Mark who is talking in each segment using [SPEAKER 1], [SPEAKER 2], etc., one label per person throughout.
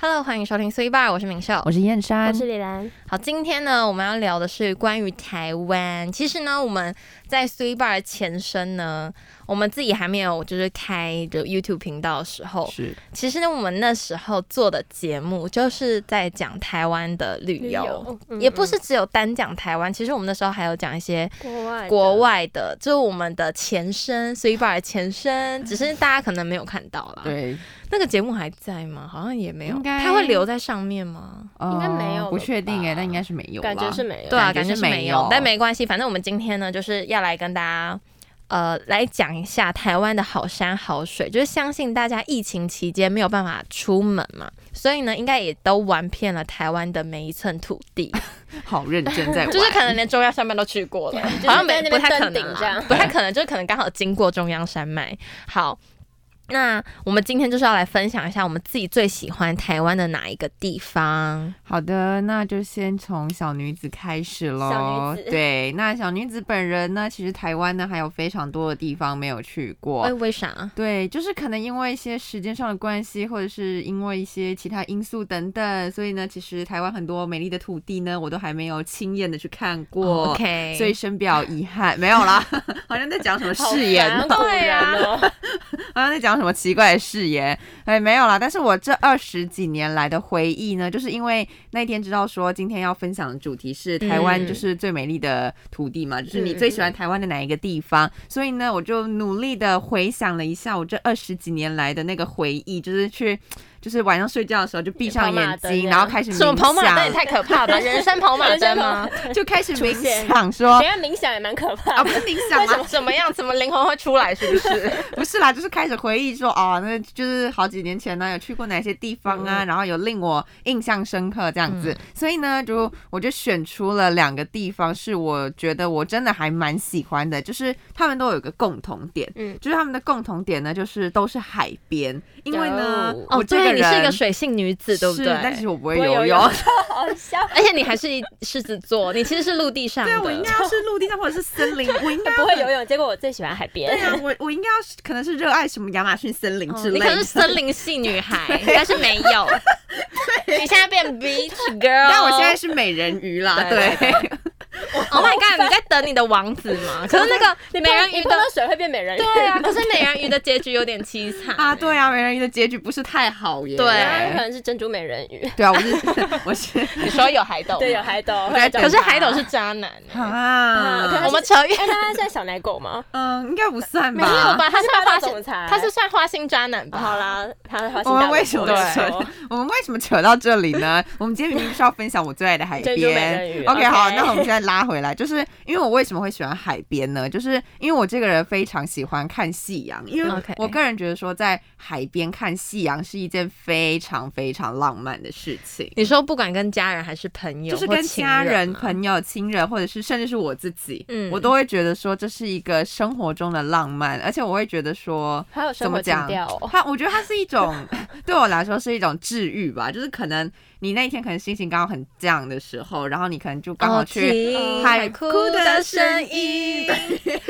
[SPEAKER 1] Hello，欢迎收听 Three Bar，我是明秀，
[SPEAKER 2] 我是燕山
[SPEAKER 3] 我，是李兰，
[SPEAKER 1] 好，今天呢，我们要聊的是关于台湾。其实呢，我们在 Three Bar 的前身呢，我们自己还没有就是开的 YouTube 频道的时候，
[SPEAKER 2] 是
[SPEAKER 1] 其实呢，我们那时候做的节目就是在讲台湾的旅游，
[SPEAKER 3] 嗯
[SPEAKER 1] 也不是只有单讲台湾，其实我们那时候还有讲一些
[SPEAKER 3] 嗯国外的
[SPEAKER 1] 国外的，就是我们的前身 Three Bar 的前 身，只是大家可能没有看到
[SPEAKER 3] 啊
[SPEAKER 1] 啦。，
[SPEAKER 2] 对，
[SPEAKER 1] 那个节目还在吗？好像也没有，
[SPEAKER 2] 应该
[SPEAKER 1] 它会留在上面吗？
[SPEAKER 2] 应
[SPEAKER 3] 该没有了
[SPEAKER 2] 呃不确定哎，
[SPEAKER 3] 吧
[SPEAKER 2] 但应该是没有啦，
[SPEAKER 3] 感觉是没有，
[SPEAKER 1] 对啊，
[SPEAKER 2] 感
[SPEAKER 1] 感
[SPEAKER 2] 觉
[SPEAKER 1] 觉
[SPEAKER 2] 是
[SPEAKER 1] 是
[SPEAKER 2] 没
[SPEAKER 1] 没有
[SPEAKER 2] 有，
[SPEAKER 1] 但没关系，反正我们今天呢，就是要来跟大家。呃，来讲一下台湾的好山好水，就是相信大家疫情期间没有办法出门嘛，所以呢，应该也都玩遍了台湾的每一寸土 地，
[SPEAKER 2] 好认真在玩，
[SPEAKER 1] 就是可能连中央山脉都去过了，
[SPEAKER 3] 是
[SPEAKER 1] 好像没
[SPEAKER 3] 在那
[SPEAKER 1] 不
[SPEAKER 3] 边
[SPEAKER 1] 太可
[SPEAKER 3] 登
[SPEAKER 1] 能啊
[SPEAKER 3] 顶这
[SPEAKER 1] 啦
[SPEAKER 3] 样，
[SPEAKER 1] 不太可能，就是可能刚好经过中央山脉。好，那我们今天就是要来分享一下我们自己最喜欢台湾的哪一个地方。
[SPEAKER 2] 好的，那就先从小女子开始喽。
[SPEAKER 3] 小女子
[SPEAKER 2] 对，那小女子本人呢，其实台湾呢还有非常多的地方没有去过。
[SPEAKER 1] 哎，为啥？
[SPEAKER 2] 对，就是可能因为一些时间上的关系，或者是因为一些其他因素等等，所以呢，其实台湾很多美丽的土地呢，我都还没有亲眼的去看过。
[SPEAKER 1] 哦 OK
[SPEAKER 2] 所以深表遗憾，没有啦， 好像在讲什么
[SPEAKER 3] 好
[SPEAKER 2] 誓言
[SPEAKER 3] 烦
[SPEAKER 2] 哦
[SPEAKER 3] 啊古
[SPEAKER 1] 对啊
[SPEAKER 3] 人哦，
[SPEAKER 2] 好像在讲什么奇怪的誓言，哎，没有啦。但是我这二十几年来的回忆呢，就是因为那一天知道说今天要分享的主题是台湾，
[SPEAKER 1] 嗯
[SPEAKER 2] 就是最美丽的土地嘛，就是你最喜欢台湾的哪一个地
[SPEAKER 1] 嗯
[SPEAKER 2] 方？所以呢，我就努力的回想了一下我这二十几年来的那个回忆，就是去，就是晚上睡觉的时候就闭上
[SPEAKER 3] 跑马
[SPEAKER 2] 眼
[SPEAKER 3] 灯
[SPEAKER 2] 睛，
[SPEAKER 3] 啊
[SPEAKER 2] 然后开 始
[SPEAKER 1] 什么
[SPEAKER 2] 冥
[SPEAKER 1] 跑马灯也
[SPEAKER 2] 想
[SPEAKER 1] 太可怕了吧？人生跑马灯啊吗？
[SPEAKER 2] 就开始冥
[SPEAKER 3] 出现
[SPEAKER 2] 想说
[SPEAKER 3] 等一。下冥想也蛮可怕
[SPEAKER 2] 啊，不
[SPEAKER 3] 的，
[SPEAKER 2] 是冥想吗？
[SPEAKER 1] 怎么样？怎么灵魂会出来？是不是？
[SPEAKER 2] 不是啦，就是开始回忆说，哦，那就是好几年前呢，有去过哪些地方
[SPEAKER 1] 嗯
[SPEAKER 2] 啊，然后有令我印象深刻这样子。所以呢，就我就选出了两个地方，是我觉得我真的还蛮喜欢的，就是他们都有一个共同点，
[SPEAKER 3] 嗯
[SPEAKER 2] 就是他们的共同点呢，就是都是海边，因为呢，
[SPEAKER 3] 哦
[SPEAKER 2] 我
[SPEAKER 1] 哦，
[SPEAKER 2] 这个
[SPEAKER 1] 对，
[SPEAKER 2] 人
[SPEAKER 1] 你是一个水性女子，对不
[SPEAKER 2] 是
[SPEAKER 1] 对？
[SPEAKER 2] 但是我不会
[SPEAKER 3] 不会
[SPEAKER 2] 游
[SPEAKER 3] 游
[SPEAKER 2] 泳
[SPEAKER 3] 泳。好笑，
[SPEAKER 1] 而且你还是一狮子座，你其实是陆地上的。
[SPEAKER 2] 对，我应该
[SPEAKER 1] 啊
[SPEAKER 2] 要是陆地上或者是森 林，我应该
[SPEAKER 3] 不会游
[SPEAKER 2] 泳。
[SPEAKER 3] 泳，结果我最喜欢海边
[SPEAKER 2] 对，啊，我我应该要是可能是热爱什么亚马逊森林
[SPEAKER 1] 哦
[SPEAKER 2] 之类
[SPEAKER 1] 你
[SPEAKER 2] 的。
[SPEAKER 1] 可是森林系女孩，但是没 有。你现在变 beach girl，
[SPEAKER 2] 但我现在是美人鱼啦，
[SPEAKER 1] 哦对
[SPEAKER 2] 对。
[SPEAKER 1] Oh my god！你在等你的王子吗？可是那 个
[SPEAKER 3] 你
[SPEAKER 1] 美
[SPEAKER 3] 碰
[SPEAKER 1] 人鱼
[SPEAKER 3] 你碰到
[SPEAKER 1] 的，
[SPEAKER 3] 水会变美人鱼，
[SPEAKER 1] 对 啊，可是美人鱼的结局有点凄惨
[SPEAKER 2] 啊，对啊，美人鱼的结局不是太好耶。
[SPEAKER 3] 然啊后可
[SPEAKER 1] 对
[SPEAKER 3] 能是珍珠美人 鱼，
[SPEAKER 2] 对啊，我是我是
[SPEAKER 1] 你说有海斗吗
[SPEAKER 3] 对，有海斗，
[SPEAKER 2] 在
[SPEAKER 3] 会来找
[SPEAKER 1] 可是
[SPEAKER 3] 他
[SPEAKER 1] 海斗是渣男欸。
[SPEAKER 3] 啊可
[SPEAKER 2] 啊，
[SPEAKER 3] 是
[SPEAKER 1] 我们扯远
[SPEAKER 3] 哎，那他算小奶 狗吗？
[SPEAKER 2] 嗯，应该不算吧？
[SPEAKER 1] 没有吧？他
[SPEAKER 3] 他
[SPEAKER 1] 是
[SPEAKER 3] 是
[SPEAKER 1] 花
[SPEAKER 3] 霸道
[SPEAKER 1] 心
[SPEAKER 3] 总，裁
[SPEAKER 1] 他是算花心渣男吧？
[SPEAKER 3] 好啦，他是花心
[SPEAKER 2] 我
[SPEAKER 3] 大
[SPEAKER 2] 们
[SPEAKER 3] 萝
[SPEAKER 2] 为什么
[SPEAKER 3] 卜
[SPEAKER 2] 扯？我们为什么扯到这里呢？我们今天明明是要分享我最爱的海
[SPEAKER 3] 珍珠美
[SPEAKER 2] 边
[SPEAKER 3] 人。鱼
[SPEAKER 2] OK，
[SPEAKER 3] OK
[SPEAKER 2] 好，那我们现在拉回来，就是因为我为什么会喜欢海边呢？就是因为我这个人非常喜欢看夕阳，因为
[SPEAKER 1] OK
[SPEAKER 2] 我个人觉得说在海边看夕阳是一件非常非常浪漫的事情。
[SPEAKER 1] 你说不管跟家人还是朋友，
[SPEAKER 2] 就是跟家人、
[SPEAKER 1] 人、啊、
[SPEAKER 2] 朋友、亲人，或者是甚至是我自己，
[SPEAKER 1] 嗯
[SPEAKER 2] 我都会觉得说这是一个生活中的浪漫，而且我会觉得说。
[SPEAKER 3] 还有
[SPEAKER 2] 怎
[SPEAKER 3] 生活
[SPEAKER 2] 么
[SPEAKER 3] 情
[SPEAKER 2] 讲
[SPEAKER 3] 调哦？
[SPEAKER 2] 它我觉得它是一种， 对我来说是一种治愈吧。就是可能你那一天可能心情刚好很这样的时候，然后你可能就刚
[SPEAKER 1] 哦
[SPEAKER 2] 好去
[SPEAKER 1] 听
[SPEAKER 2] 海
[SPEAKER 1] 哭
[SPEAKER 2] 哭
[SPEAKER 1] 的
[SPEAKER 2] 的声
[SPEAKER 1] 声
[SPEAKER 2] 音
[SPEAKER 1] 音，，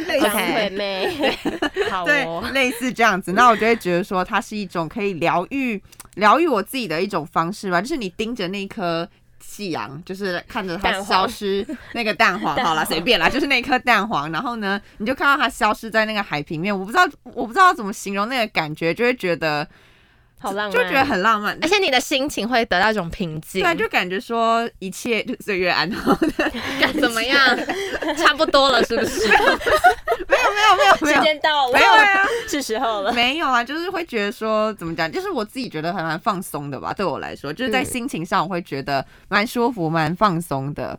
[SPEAKER 2] 类
[SPEAKER 3] 张
[SPEAKER 2] 似
[SPEAKER 1] OK
[SPEAKER 3] 惠妹，
[SPEAKER 1] 好哦。
[SPEAKER 2] 对，类似这样子。那我就会觉得说，它是一种可以疗愈、疗愈我自己的一种方式吧。就是你盯着那颗夕阳，就是看着它
[SPEAKER 3] 蛋黄
[SPEAKER 2] 消失，那个蛋黄，
[SPEAKER 3] 蛋黄
[SPEAKER 2] 好啦，随便啦，就是那颗蛋黄。然后呢，你就看到它消失在那个海平面。我不知道，我不知道怎么形容那个感觉，就会觉得，
[SPEAKER 3] 好浪漫，
[SPEAKER 2] 就觉得很浪漫。
[SPEAKER 1] 而且你的心情会得到一种平静，
[SPEAKER 2] 对，就感觉说一切就岁月安好 的，
[SPEAKER 1] 怎么 样？差不多了，是不是？
[SPEAKER 2] 没有没有没有没
[SPEAKER 3] 时
[SPEAKER 2] 有
[SPEAKER 3] 间到了，
[SPEAKER 2] 没有啊，
[SPEAKER 3] 是时候了。
[SPEAKER 2] 没有啊，就是会觉得说怎么讲，就是我自己觉得还蛮放松的吧。对我来说，就是在
[SPEAKER 3] 嗯
[SPEAKER 2] 心情上我会觉得蛮舒服、蛮放松的。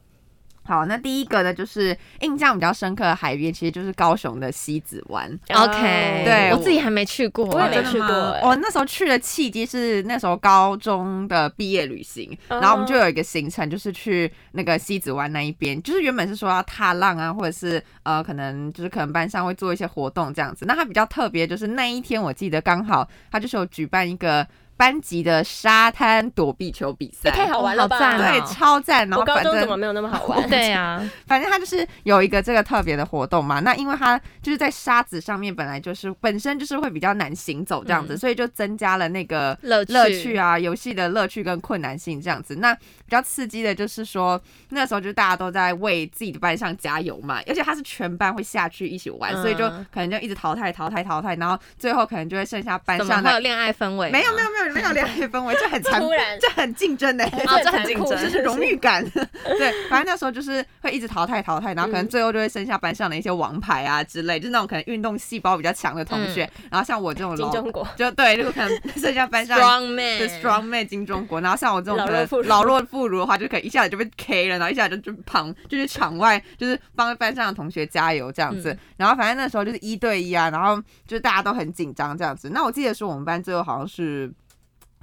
[SPEAKER 2] 好，那第一个呢，就是印象比较深刻的海边，其实就是高雄的西子湾。
[SPEAKER 1] 哦 OK，
[SPEAKER 2] 对
[SPEAKER 1] 我
[SPEAKER 2] 我
[SPEAKER 1] 自己还没去过，
[SPEAKER 3] 我也
[SPEAKER 2] 哦
[SPEAKER 3] 没
[SPEAKER 2] 真的
[SPEAKER 3] 去过
[SPEAKER 2] 吗
[SPEAKER 3] 欸
[SPEAKER 2] 我那时候去的契机是那时候高中的毕业旅行，
[SPEAKER 3] 嗯
[SPEAKER 2] 然后我们就有一个行程，就是去那个西子湾那一边，就是原本是说要踏浪啊，或者是呃，可能就是可能班上会做一些活动这样子。那它比较特别，就是那一天我记得刚好它就是有举办一个。班级的沙滩躲避球比赛，
[SPEAKER 3] 太好玩了吧？
[SPEAKER 1] 好赞哦
[SPEAKER 2] 对，超赞。然
[SPEAKER 3] 我
[SPEAKER 2] 后
[SPEAKER 3] 高
[SPEAKER 2] 反
[SPEAKER 3] 中
[SPEAKER 2] 正
[SPEAKER 3] 怎么没有那么好玩？
[SPEAKER 1] 对啊，
[SPEAKER 2] 反正它就是有一个这个特别的活动嘛。那因为它就是在沙子上面，本来就是本身就是会比较难行走这样子，
[SPEAKER 1] 嗯
[SPEAKER 2] 所以就增加了那个
[SPEAKER 1] 乐
[SPEAKER 2] 乐趣啊，游戏的乐趣跟困难性这样子。那比较刺激的就是说，那时候就大家都在为自己的班上加油嘛，而且他是全班会下去一起玩，
[SPEAKER 1] 嗯
[SPEAKER 2] 所以就可能就一直淘汰、淘汰、淘汰，然后最后可能就会剩下班
[SPEAKER 1] 怎么
[SPEAKER 2] 上
[SPEAKER 1] 会
[SPEAKER 2] 的
[SPEAKER 1] 有恋爱氛围？啊
[SPEAKER 2] 没有没有没有没有恋爱氛围，就很残
[SPEAKER 3] 突然
[SPEAKER 2] 这很竞争的、
[SPEAKER 3] 哦
[SPEAKER 2] 啊这很
[SPEAKER 3] 残
[SPEAKER 2] 竞
[SPEAKER 3] 酷
[SPEAKER 2] 争，
[SPEAKER 3] 是
[SPEAKER 2] 这
[SPEAKER 3] 不是
[SPEAKER 2] 是荣誉 感。对，反正那时候就是会一直淘汰淘汰，然后可
[SPEAKER 3] 嗯
[SPEAKER 2] 能最后就会剩下班上的一些王牌啊之类，就是那种可能运动细胞比较强的同学。然后像我这种
[SPEAKER 3] 嗯金
[SPEAKER 2] 老，
[SPEAKER 3] 钟国
[SPEAKER 2] 就对，就可能 剩下班上
[SPEAKER 1] strong
[SPEAKER 2] 的
[SPEAKER 1] man
[SPEAKER 2] strong 妹金钟国，然后像我这种
[SPEAKER 3] 老
[SPEAKER 2] 可
[SPEAKER 3] 弱
[SPEAKER 2] 能
[SPEAKER 3] 妇孺
[SPEAKER 2] 老弱妇孺的话，就可以一下子就被 K 了，然后一下子就就旁就是场外就是帮班上的同学加油这样子。
[SPEAKER 1] 嗯
[SPEAKER 2] 然后反正那时候就是一对一啊，然后就是大家都很紧张这样子。那我记得说我们班最后好像是，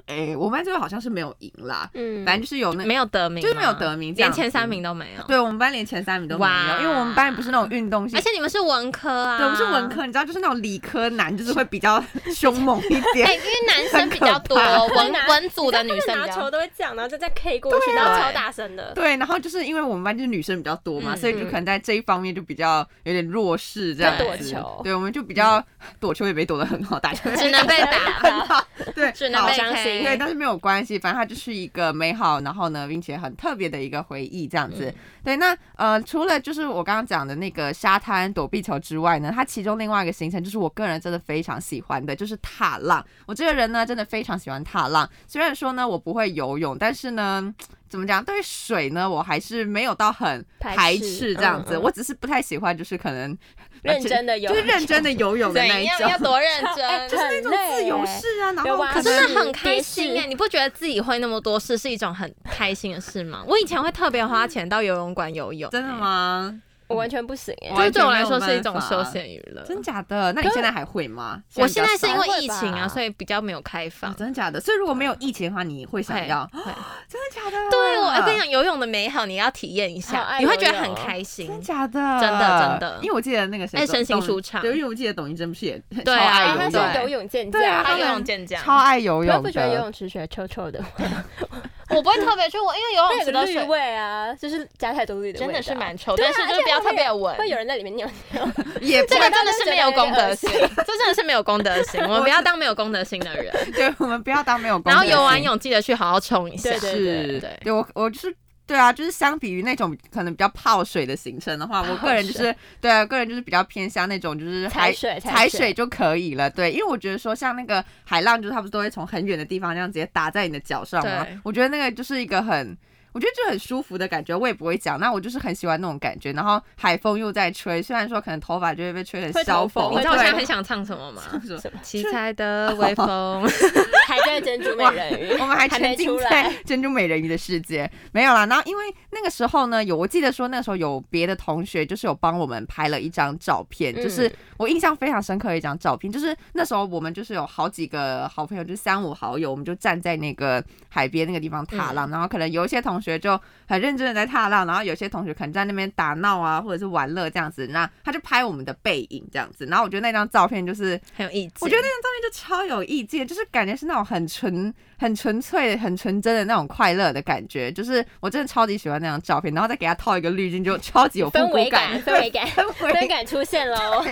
[SPEAKER 2] 诶，我们班最后好像是没有赢啦，
[SPEAKER 3] 嗯
[SPEAKER 2] 反正就是有那
[SPEAKER 1] 没有得名吗，啊
[SPEAKER 2] 就是没有得名这
[SPEAKER 1] 连
[SPEAKER 2] 样子
[SPEAKER 1] 前三名都没有。
[SPEAKER 2] 对我们班连前三名都没
[SPEAKER 1] 哇哦
[SPEAKER 2] 有，因为我们班不是那种运动系
[SPEAKER 1] 而。且你们是文科啊，
[SPEAKER 2] 对，我们是文。科，你知道，就是那种理科男，就是会比较 凶猛一点
[SPEAKER 1] 哎，。因为男生比较多，
[SPEAKER 2] 很可怕
[SPEAKER 1] 文文组的女
[SPEAKER 3] 他
[SPEAKER 1] 生
[SPEAKER 3] 们
[SPEAKER 1] 比
[SPEAKER 3] 拿球
[SPEAKER 1] 较。
[SPEAKER 3] 都会这样，然后就再 K 过去，
[SPEAKER 2] 对啊
[SPEAKER 3] 然后超大声的。
[SPEAKER 2] 对，然后就是因为我们班就是女生比较多嘛，
[SPEAKER 1] 嗯
[SPEAKER 2] 所以就可能在这一方面就比较有点弱势这样
[SPEAKER 1] 在躲嗯
[SPEAKER 2] 子
[SPEAKER 3] 球
[SPEAKER 2] 对，我们就比较躲球也没躲得很好，打球也
[SPEAKER 1] 只能被打，
[SPEAKER 2] 很好，对，
[SPEAKER 1] 只能
[SPEAKER 2] 好
[SPEAKER 1] 被
[SPEAKER 3] 伤心
[SPEAKER 1] K
[SPEAKER 2] 对，但是没有关系，反正它就是一个美好，然后呢，并且很特别的一个回忆这样子。
[SPEAKER 1] 嗯
[SPEAKER 2] 对，那呃，除了就是我刚刚讲的那个沙滩躲避球之外呢，它其中另外一个行程就是我个人真的非常喜欢的，就是踏浪。我这个人呢，真的非常喜欢踏浪。虽然说呢，我不会游泳，但是呢， 怎么讲，对水呢，我还是没有到很
[SPEAKER 3] 排
[SPEAKER 2] 排
[SPEAKER 3] 斥
[SPEAKER 2] 斥这样子。
[SPEAKER 3] 嗯嗯
[SPEAKER 2] 我只是不太喜欢，就是可能
[SPEAKER 3] 认真的游
[SPEAKER 2] 就是认真的游泳的那
[SPEAKER 1] 怎
[SPEAKER 2] 一
[SPEAKER 1] 样
[SPEAKER 2] 种
[SPEAKER 1] 要。多认 真？
[SPEAKER 2] 就是那种自由式啊，然
[SPEAKER 3] 有
[SPEAKER 2] 后
[SPEAKER 3] 蛙
[SPEAKER 2] 可
[SPEAKER 1] 可
[SPEAKER 2] 能
[SPEAKER 1] 真
[SPEAKER 3] 是
[SPEAKER 1] 的很开心
[SPEAKER 3] 别
[SPEAKER 1] 哎、
[SPEAKER 3] 是
[SPEAKER 1] 你不觉得自己会那么多事是一种很开心的事吗？我以前会特别花钱到游泳馆游泳、
[SPEAKER 2] 真的
[SPEAKER 1] 哎？
[SPEAKER 2] 吗？
[SPEAKER 3] 我完全不行哎、
[SPEAKER 1] 就是对我来
[SPEAKER 2] 完全没
[SPEAKER 1] 说
[SPEAKER 2] 有
[SPEAKER 1] 是一种
[SPEAKER 2] 办法
[SPEAKER 1] 休闲娱乐。
[SPEAKER 2] 真假的？那你
[SPEAKER 3] 可
[SPEAKER 2] 现在还会吗？
[SPEAKER 1] 我现在是因
[SPEAKER 2] 比较少
[SPEAKER 1] 为疫情
[SPEAKER 3] 还会
[SPEAKER 1] 啊，
[SPEAKER 3] 吧
[SPEAKER 1] 所以比较没有开放
[SPEAKER 2] 哦。真的假的？所以如果没有疫情的话，你会想
[SPEAKER 1] 会
[SPEAKER 2] 要？
[SPEAKER 1] 会
[SPEAKER 2] 真的假的？哦哎
[SPEAKER 1] 对我哎跟你，讲，游泳的美好你要体验一
[SPEAKER 3] 好
[SPEAKER 1] 下，
[SPEAKER 3] 爱
[SPEAKER 1] 你会觉得
[SPEAKER 3] 游泳
[SPEAKER 1] 很开心
[SPEAKER 2] 真。的假的？
[SPEAKER 1] 真的真的
[SPEAKER 2] 因为我记得那个谁，
[SPEAKER 1] 哎身心
[SPEAKER 2] 董
[SPEAKER 1] 舒畅
[SPEAKER 2] 对，因为我记得董一真不是也 超
[SPEAKER 1] 对啊
[SPEAKER 2] 爱
[SPEAKER 3] 啊，
[SPEAKER 2] 游
[SPEAKER 3] 他
[SPEAKER 1] 对
[SPEAKER 2] 泳
[SPEAKER 3] 是
[SPEAKER 2] 的，
[SPEAKER 3] 游泳健将，
[SPEAKER 2] 对啊
[SPEAKER 1] 他游
[SPEAKER 2] 们
[SPEAKER 1] 泳健将，
[SPEAKER 2] 超爱游
[SPEAKER 3] 可是
[SPEAKER 2] 泳
[SPEAKER 3] 不觉得游
[SPEAKER 2] 的。
[SPEAKER 3] 泳池水臭臭的吗？
[SPEAKER 1] 我不会特别去我，因为游
[SPEAKER 3] 它
[SPEAKER 1] 泳
[SPEAKER 3] 有
[SPEAKER 1] 池
[SPEAKER 3] 个
[SPEAKER 1] 的
[SPEAKER 3] 绿
[SPEAKER 1] 水
[SPEAKER 3] 味啊，就是加太多绿的味
[SPEAKER 1] 真
[SPEAKER 3] 道，
[SPEAKER 1] 的是蛮臭，
[SPEAKER 3] 对啊
[SPEAKER 1] 但是就是不要特别闻。
[SPEAKER 3] 会有人在里面尿尿。
[SPEAKER 2] 也 不
[SPEAKER 1] 这个真的
[SPEAKER 3] 是
[SPEAKER 1] 是
[SPEAKER 3] 觉得
[SPEAKER 1] 没有
[SPEAKER 3] 有点
[SPEAKER 1] 公德
[SPEAKER 3] 恶
[SPEAKER 1] 心，
[SPEAKER 3] 心
[SPEAKER 1] 这真的是没有公德心，我们
[SPEAKER 2] 我
[SPEAKER 1] 不要当没有公德心的人。
[SPEAKER 2] 对，我们不要当没有。
[SPEAKER 1] 然后游完。泳记得去好好冲一下。
[SPEAKER 3] 对对
[SPEAKER 2] 是，
[SPEAKER 1] 对
[SPEAKER 2] 我我就是。对啊，就是相比于那种可能比较泡水的行程的话，我个人就是对啊，个人就是比较偏向那种就是
[SPEAKER 3] 踩
[SPEAKER 2] 海
[SPEAKER 3] 水踩
[SPEAKER 2] 踩
[SPEAKER 3] 水
[SPEAKER 2] 水就可以了。对，因为我觉得说像那个海浪，就是它不是都会从很远的地方这样直接打在你的脚上吗
[SPEAKER 1] 对？
[SPEAKER 2] 我觉得那个就是一个很。我觉得就很舒服的感觉，我也不会讲。那我就是很喜欢那种感觉，然后海风又在吹，虽然说可能头发就会被吹
[SPEAKER 3] 会
[SPEAKER 2] 很
[SPEAKER 3] 头
[SPEAKER 2] 消
[SPEAKER 3] 风
[SPEAKER 2] 风，
[SPEAKER 1] 你知道我
[SPEAKER 2] 对
[SPEAKER 1] 现在很想唱什么吗？
[SPEAKER 3] 什么？
[SPEAKER 1] 七彩 的微风，
[SPEAKER 3] 还在珍珠美人鱼，
[SPEAKER 2] 我们还
[SPEAKER 3] 还
[SPEAKER 2] 沉
[SPEAKER 3] 没
[SPEAKER 2] 浸
[SPEAKER 3] 出
[SPEAKER 2] 在
[SPEAKER 3] 来
[SPEAKER 2] 珍珠美人鱼的世界，没有啦。然后因为那个时候呢，有我记得说那个时候有别的同学就是有帮我们拍了一张照片，
[SPEAKER 3] 嗯
[SPEAKER 2] 就是我印象非常深刻的一张照片，就是那时候我们就是有好几个好朋友，就是三五好友，我们就站在那个海边那个地方
[SPEAKER 3] 嗯
[SPEAKER 2] 踏浪，然后可能有一些同学就很认真的在踏浪，然后有些同学可能在那边打闹啊，或者是玩乐这样子，那他就拍我们的背影这样子，然后我觉得那张照片就是
[SPEAKER 1] 很有意啊境。
[SPEAKER 2] 我觉得那张照片就超有意境，就是感觉是那种很纯、很纯粹、很纯真的那种快乐的感觉。就是我真的超级喜欢那张照片，然后再给它套一个滤镜，就超级有复
[SPEAKER 3] 氛
[SPEAKER 2] 古
[SPEAKER 3] 围感，氛围感，
[SPEAKER 2] 氛
[SPEAKER 3] 氛围
[SPEAKER 2] 围
[SPEAKER 3] 感出现喽！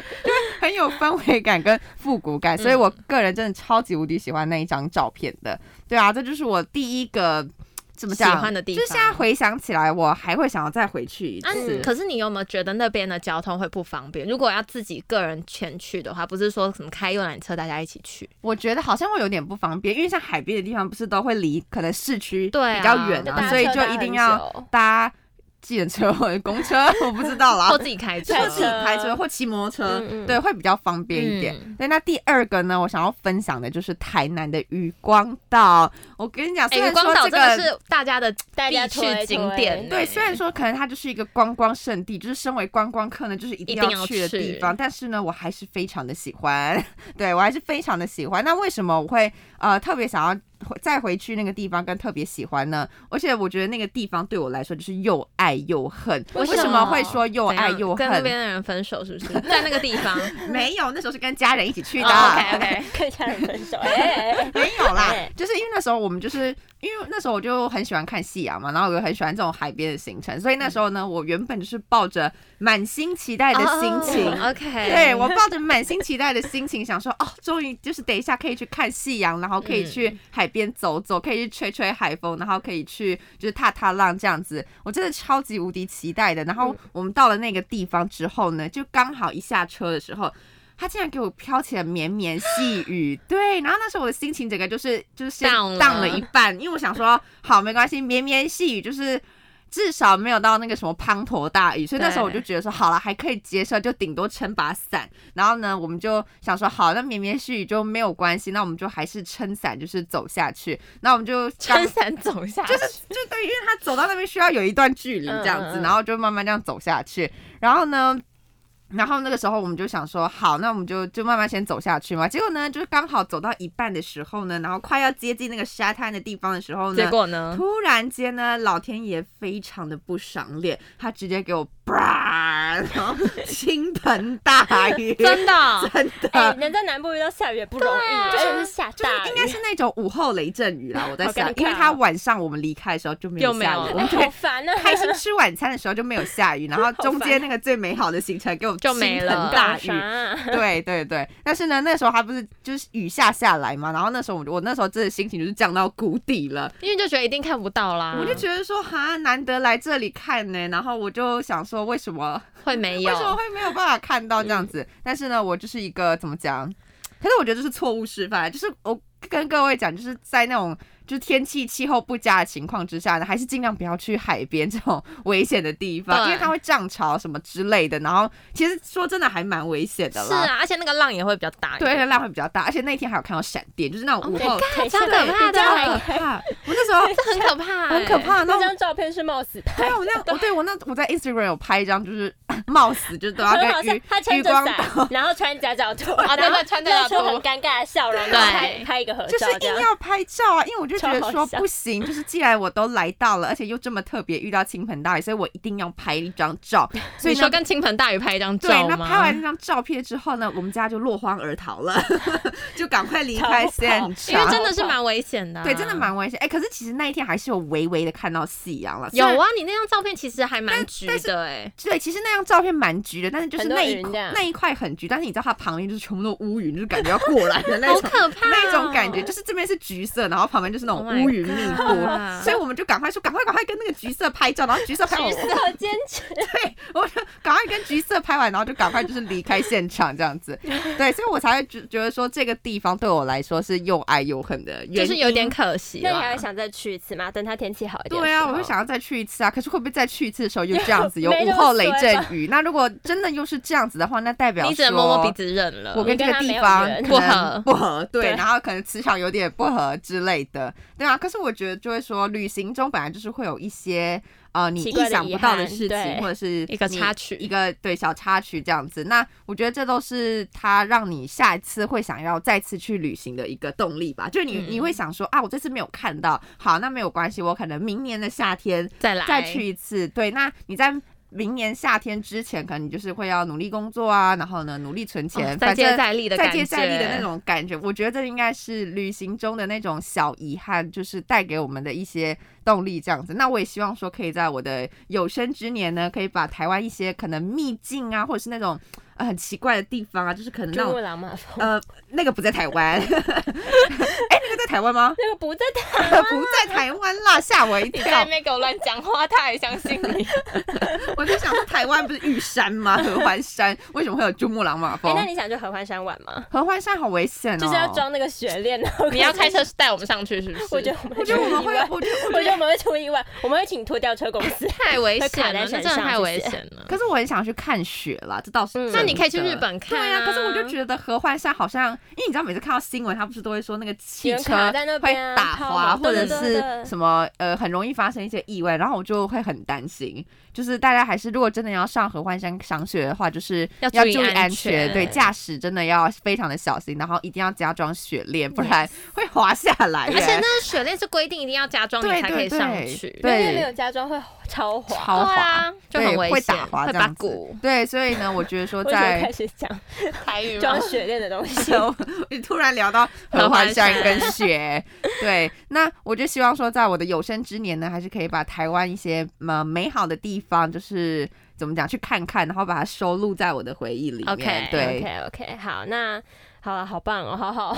[SPEAKER 2] 很有氛围感跟复古感，
[SPEAKER 1] 嗯
[SPEAKER 2] 所以我个人真的超级无敌喜欢那一张照片的。对啊，这就是我第一个怎么
[SPEAKER 1] 喜
[SPEAKER 2] 讲
[SPEAKER 1] 欢的地
[SPEAKER 2] 就是现在
[SPEAKER 1] 方
[SPEAKER 2] 回想起来，我还会想要再回去一
[SPEAKER 1] 啊
[SPEAKER 2] 次。，
[SPEAKER 1] 可是你有没有觉得那边的交通会不方便？如果要自己个人前去的话，不是说什么开游览车大家一起去，
[SPEAKER 2] 我觉得好像会有点不方便，因为像海边的地方不是都会离可能市区
[SPEAKER 1] 对啊
[SPEAKER 2] 比较远
[SPEAKER 1] 就
[SPEAKER 2] 啊，
[SPEAKER 1] 搭
[SPEAKER 2] 所以
[SPEAKER 3] 车
[SPEAKER 2] 就
[SPEAKER 3] 搭
[SPEAKER 2] 一
[SPEAKER 3] 很
[SPEAKER 2] 定要
[SPEAKER 3] 久
[SPEAKER 2] 搭计程车 或者公车， 我不知道啦
[SPEAKER 1] 或。自己开车
[SPEAKER 2] 就。
[SPEAKER 3] 开
[SPEAKER 2] 啊是自己啊开车或骑摩托车，
[SPEAKER 3] 嗯嗯
[SPEAKER 2] 对，会比较方便一点。
[SPEAKER 1] 嗯
[SPEAKER 2] 对，那第二个呢，我想要分享的就是台南的渔光岛。我跟你讲，
[SPEAKER 1] 哎，
[SPEAKER 2] 虽然
[SPEAKER 1] 渔光
[SPEAKER 2] 说
[SPEAKER 1] 岛
[SPEAKER 2] 这
[SPEAKER 1] 真的
[SPEAKER 2] 个
[SPEAKER 1] 是大家的
[SPEAKER 3] 大家
[SPEAKER 1] 必去
[SPEAKER 3] 推
[SPEAKER 1] 景点，
[SPEAKER 2] 对，虽然说可能它就是一个观光圣地，就是身为观光客呢，就是一定
[SPEAKER 1] 一定要
[SPEAKER 2] 去的
[SPEAKER 1] 去
[SPEAKER 2] 地方。但是呢，我 还是非常的喜欢，对我还是非常的喜欢。那为什么我会呃特别想要回再回去那个地方跟特别喜欢呢？而且我觉得那个地方对我来说就是又爱又恨。
[SPEAKER 1] 为
[SPEAKER 2] 为
[SPEAKER 1] 什么
[SPEAKER 2] 什么会说又
[SPEAKER 1] 怎样
[SPEAKER 2] 爱又
[SPEAKER 1] 跟那
[SPEAKER 2] 恨？
[SPEAKER 1] 边的人分手是不是？在那个地 方，
[SPEAKER 2] 没有，那时候是跟家人一起去的。
[SPEAKER 1] 哦 OK OK，
[SPEAKER 3] 跟家人分手，哎、哎
[SPEAKER 2] 没有啦
[SPEAKER 3] 对，
[SPEAKER 2] 就是因为那时候我们就是因为那时候我就很喜欢看夕阳嘛，然后我又很喜欢这种海边的行程，所以那时候呢，我原本就是抱着满心期待的心情。
[SPEAKER 1] 哦 OK，
[SPEAKER 2] 对我抱着满心期待的心情，想说哦，终于就是等一下可以去看夕阳，然后可以
[SPEAKER 1] 嗯
[SPEAKER 2] 去海边走走，可以去吹吹海风，然后可以去就是踏踏浪这样子。我真的超级无敌期待的。
[SPEAKER 1] 嗯
[SPEAKER 2] 然后我们到了那个地方之后呢，就刚好一下车的时候。它竟然给我飘起了绵绵 细雨，对，然后那时候我的心情整个就是就是先
[SPEAKER 1] Down 了
[SPEAKER 2] 荡了一半，因为我想说，好，没关系，绵绵细雨就是至少没有到那个什么滂沱大雨，所以那时候我就
[SPEAKER 1] 对
[SPEAKER 2] 觉得说，好了，还可以接受，就顶多撑把伞。然后呢，我们就想说，好，那绵绵细雨就没有关系，那我们就还是撑伞，就是走下去。那我们就刚
[SPEAKER 1] 撑伞走下去，
[SPEAKER 2] 就是就对，因为他走到那边需要有一段距离这样子，
[SPEAKER 3] 嗯嗯嗯
[SPEAKER 2] 然后就慢慢这样走下去。然后呢，然后那个时候我们就想说，好，那我们就就慢慢先走下去嘛。结果呢，就是刚好走到一半的时候呢，然后快要接近那个沙滩的地方的时候呢，
[SPEAKER 1] 结果呢？
[SPEAKER 2] 突然间呢，老天爷非常的不赏脸，他直接给我啪，然后倾盆大雨，
[SPEAKER 1] 真的哦，
[SPEAKER 2] 真
[SPEAKER 3] 哎
[SPEAKER 2] 的。
[SPEAKER 3] 能在南部遇到下雨也不容易，
[SPEAKER 1] 对
[SPEAKER 3] 而且是下
[SPEAKER 2] 呃啊就是
[SPEAKER 3] 大
[SPEAKER 2] 应该
[SPEAKER 3] 雨，
[SPEAKER 2] 是那种午后雷阵雨啦，我在想
[SPEAKER 3] 好尴，尬
[SPEAKER 2] 因为他晚上我们离开的时候就没
[SPEAKER 1] 啊
[SPEAKER 2] 有
[SPEAKER 1] 就没
[SPEAKER 2] 下雨，
[SPEAKER 1] 有了
[SPEAKER 2] 我们就
[SPEAKER 3] 好烦啊！
[SPEAKER 2] 开心吃晚餐的时候就没有下雨，然后中间那个最美好的行程给我
[SPEAKER 1] 就没了
[SPEAKER 2] 倾盆大雨
[SPEAKER 3] 搞， 啥
[SPEAKER 2] 对对对，但是呢，那时候还不是就是雨下下来嘛，然后那时候我我那时候真的心情就是降到谷底了，
[SPEAKER 1] 因为就觉得一定看不到啦，
[SPEAKER 2] 我就觉得说哈，难得来这里看呢，然后我就想说为什么
[SPEAKER 1] 会没
[SPEAKER 2] 为什么
[SPEAKER 1] 有。
[SPEAKER 2] 会没有办法看到这样子？但是呢，我就是一个怎么讲？可是我觉得这是错误示范，就是我跟各位讲，就是在那种就是天气气候不佳的情况之下呢，还是尽量不要去海边这种危险的地方，
[SPEAKER 1] 对
[SPEAKER 2] 因为它会涨潮什么之类的。然后其实说真的还蛮危险的
[SPEAKER 1] 是
[SPEAKER 2] 啦，
[SPEAKER 1] 啊，而且那个浪也会比较大一
[SPEAKER 2] 对，
[SPEAKER 1] 点。
[SPEAKER 2] 那浪会比较大，而且那天还有看到闪电，就是那种午
[SPEAKER 3] Oh my
[SPEAKER 2] 后
[SPEAKER 3] God，
[SPEAKER 1] 看超可怕
[SPEAKER 2] 真的
[SPEAKER 1] 的，
[SPEAKER 2] 很可怕。我那时候
[SPEAKER 1] 这很可怕，欸
[SPEAKER 2] 很可。怕，那
[SPEAKER 3] 那
[SPEAKER 2] 我
[SPEAKER 3] 张照片是冒死拍
[SPEAKER 2] 对，啊我那 样，我对我那我在 Instagram 有拍一张，就是 冒死就是都要
[SPEAKER 3] 很好
[SPEAKER 2] 跟
[SPEAKER 3] 笑
[SPEAKER 2] 余，
[SPEAKER 3] 他
[SPEAKER 2] 余
[SPEAKER 3] 穿着
[SPEAKER 2] 光
[SPEAKER 3] 伞，然后穿夹脚拖，
[SPEAKER 1] 啊对
[SPEAKER 3] 然后
[SPEAKER 1] 对穿夹脚拖
[SPEAKER 3] 露出很尴尬的笑容，然后拍拍一个合
[SPEAKER 2] 就是
[SPEAKER 3] 照，这
[SPEAKER 2] 硬
[SPEAKER 3] 样
[SPEAKER 2] 要拍照啊，因为我就觉得
[SPEAKER 3] 超
[SPEAKER 2] 说
[SPEAKER 3] 好笑
[SPEAKER 2] 不行，就是既然我都来到了，而且又这么特别遇到倾盆大雨，所以我一定要拍一张 照。所
[SPEAKER 1] 你
[SPEAKER 2] 以呢
[SPEAKER 1] 说，跟倾盆大雨拍一张
[SPEAKER 2] 对，
[SPEAKER 1] 照
[SPEAKER 2] 那
[SPEAKER 1] 吗？
[SPEAKER 2] 拍完那张照片之后呢，我们家就落荒而逃了， 就赶快离开现
[SPEAKER 3] 逃
[SPEAKER 1] 因为
[SPEAKER 2] 场。
[SPEAKER 1] 真的是蛮危险的啊、
[SPEAKER 2] 对，真的蛮危险。哎、可是其实那一天还是有微微的看到夕阳了。虽
[SPEAKER 1] 有
[SPEAKER 2] 然
[SPEAKER 1] 啊。你那张照片其实还蛮橘的哎、
[SPEAKER 2] 对，其实那张照片蛮橘的，但是就是
[SPEAKER 3] 很多
[SPEAKER 2] 那一
[SPEAKER 3] 云这样
[SPEAKER 2] 那一块很橘，但是你知道它旁边就是全部都乌云，就是感觉要过来的那
[SPEAKER 1] 好
[SPEAKER 2] 种。
[SPEAKER 1] 可怕、哦
[SPEAKER 2] 那种感觉，。就是这边是橘色，然后旁边就是那种
[SPEAKER 1] Oh my
[SPEAKER 2] 乌云密布
[SPEAKER 1] God
[SPEAKER 2] 所以我们就赶快说，赶快赶快跟那个橘色拍照，然后橘色拍完，
[SPEAKER 3] 橘
[SPEAKER 2] 我
[SPEAKER 3] 色坚 持，
[SPEAKER 2] 对，我就赶快跟橘色拍完，然后就赶快就是离开现场这样子，对，所以我才会觉觉得说这个地方对我来说是又爱又恨的原因，啊
[SPEAKER 1] 就是有点可惜
[SPEAKER 3] 那你还
[SPEAKER 1] 啦
[SPEAKER 3] 会。想再去一次吗？等他天气好一点的
[SPEAKER 2] 对
[SPEAKER 3] 时候。
[SPEAKER 2] 啊，我会想要再去一次啊，可是会不会再去一次的时候又这 样子，有
[SPEAKER 3] 没那
[SPEAKER 2] 午
[SPEAKER 3] 么
[SPEAKER 2] 后雷
[SPEAKER 3] 衰吧啊
[SPEAKER 2] 阵雨？那如果真的又是这样子的话，那代表
[SPEAKER 1] 你只能摸摸
[SPEAKER 2] 说
[SPEAKER 1] 鼻子认了。
[SPEAKER 2] 我跟
[SPEAKER 3] 你
[SPEAKER 2] 这
[SPEAKER 3] 跟
[SPEAKER 2] 个
[SPEAKER 3] 他
[SPEAKER 2] 地
[SPEAKER 3] 没有
[SPEAKER 2] 方
[SPEAKER 3] 缘
[SPEAKER 1] 不
[SPEAKER 2] 可能
[SPEAKER 1] 合
[SPEAKER 2] 不合对，
[SPEAKER 3] 对
[SPEAKER 2] 然后可能磁场有点不合之类的，对啊。可是我觉得就会说，旅行中本来就是会有一些呃你
[SPEAKER 3] 奇
[SPEAKER 2] 意
[SPEAKER 3] 怪的
[SPEAKER 2] 想
[SPEAKER 3] 遗
[SPEAKER 2] 不到的
[SPEAKER 3] 憾
[SPEAKER 2] 事情，
[SPEAKER 3] 对
[SPEAKER 2] 或者是
[SPEAKER 1] 一个
[SPEAKER 2] 你
[SPEAKER 1] 插曲
[SPEAKER 2] 一个对小插曲这样子。那我觉得这都是它让你下一次会想要再次去旅行的一个动力吧。就是你、你
[SPEAKER 1] 嗯
[SPEAKER 2] 会想说啊，我这次没有看到，好，那没有关系，我可能明年的夏天
[SPEAKER 1] 再来
[SPEAKER 2] 再去一次。对，那你在明年夏天之前，可能你就是会要努力工作啊，然后呢，努力存钱，
[SPEAKER 1] 哦再
[SPEAKER 2] 反
[SPEAKER 1] 接
[SPEAKER 2] 正
[SPEAKER 1] 再厉的
[SPEAKER 2] 再
[SPEAKER 1] 感觉，
[SPEAKER 2] 接再厉的那。种感觉。我觉得这应该是旅行中的那种小遗憾，就是带给我们的一些动力，这样子。那我也希望说，可以在我的有生之年呢，可以把台湾一些可能秘境啊，或者是那种。呃，很奇怪的地方啊，就是可能那
[SPEAKER 3] 珠穆
[SPEAKER 2] 种
[SPEAKER 3] 朗玛峰
[SPEAKER 2] 呃，那个不在台湾，哎、 那个在台湾吗？
[SPEAKER 3] 那个不在台啊
[SPEAKER 2] 不在台湾啦，吓我一跳！
[SPEAKER 1] 边给我乱讲话，他还相信 你。
[SPEAKER 2] 我就想说，台湾不是玉山吗？合欢山为什么会有珠穆朗玛
[SPEAKER 3] 哎、
[SPEAKER 2] 峰？
[SPEAKER 3] 那你想去合欢山玩吗？
[SPEAKER 2] 合欢山好危险哦！
[SPEAKER 3] 就是要。装那个雪链，然后
[SPEAKER 1] 你要开车带我们上去是不是？
[SPEAKER 3] 我觉得我们
[SPEAKER 2] 我觉得我们会，
[SPEAKER 3] 出意外
[SPEAKER 2] 我觉得
[SPEAKER 3] 我觉得我们会出意外，我们会请拖吊车公司。
[SPEAKER 1] 太危
[SPEAKER 3] 会卡
[SPEAKER 1] 险了，
[SPEAKER 3] 在
[SPEAKER 1] 那真
[SPEAKER 3] 山
[SPEAKER 1] 的
[SPEAKER 3] 上
[SPEAKER 1] 太危
[SPEAKER 3] 谢谢
[SPEAKER 1] 险了。
[SPEAKER 2] 可是我很想去看雪啦，这倒是
[SPEAKER 3] 嗯
[SPEAKER 2] 真的。
[SPEAKER 1] 那你可以去日本看、
[SPEAKER 2] 对
[SPEAKER 1] 啊
[SPEAKER 2] 啊，可是我就觉得合欢山好像，因为你知道每次看到新闻，他不是都会说那个汽
[SPEAKER 3] 有人
[SPEAKER 2] 车
[SPEAKER 3] 卡在那
[SPEAKER 2] 会
[SPEAKER 3] 边啊
[SPEAKER 2] 打
[SPEAKER 3] 抛
[SPEAKER 2] 滑，
[SPEAKER 3] 锚
[SPEAKER 2] 或者
[SPEAKER 3] 对对对
[SPEAKER 2] 是
[SPEAKER 3] 对
[SPEAKER 2] 什么呃，很容易发生一些意外，然后我就会很担心。就是大家还是如果真的要上合欢山赏雪的话，就是
[SPEAKER 1] 要
[SPEAKER 2] 要
[SPEAKER 1] 注意
[SPEAKER 2] 注意
[SPEAKER 1] 安
[SPEAKER 2] 安
[SPEAKER 1] 全
[SPEAKER 2] 对驾驶真的要非常的小心，然后一定要加装雪链，不然会滑下来
[SPEAKER 1] 而
[SPEAKER 2] 耶。
[SPEAKER 1] 且那雪链是规定一定要加装你
[SPEAKER 2] 对
[SPEAKER 1] 才可以
[SPEAKER 2] 对
[SPEAKER 1] 上
[SPEAKER 2] 对
[SPEAKER 1] 去，
[SPEAKER 2] 对
[SPEAKER 3] 因为没有加装会超滑。
[SPEAKER 2] 超
[SPEAKER 1] 对
[SPEAKER 2] 滑
[SPEAKER 1] 啊，就很
[SPEAKER 2] 对
[SPEAKER 1] 危
[SPEAKER 2] 会
[SPEAKER 1] 险，
[SPEAKER 2] 打
[SPEAKER 1] 会
[SPEAKER 2] 滑这
[SPEAKER 1] 把
[SPEAKER 2] 样子
[SPEAKER 1] 骨。。
[SPEAKER 2] 对，所以呢，我觉得说
[SPEAKER 3] 为什么
[SPEAKER 2] 在
[SPEAKER 3] 开始讲
[SPEAKER 1] 台语
[SPEAKER 3] 装雪链的东 西？
[SPEAKER 2] 你突然聊到合欢山跟雪，对，那我就希望说，在我的有生之年呢，还是可以把台湾一些呃美好的地方，就是怎么讲，去看看，然后把它收录在我的回忆里面。
[SPEAKER 1] OK，
[SPEAKER 2] 对
[SPEAKER 3] OK OK，好，那好了，好棒哦，好好。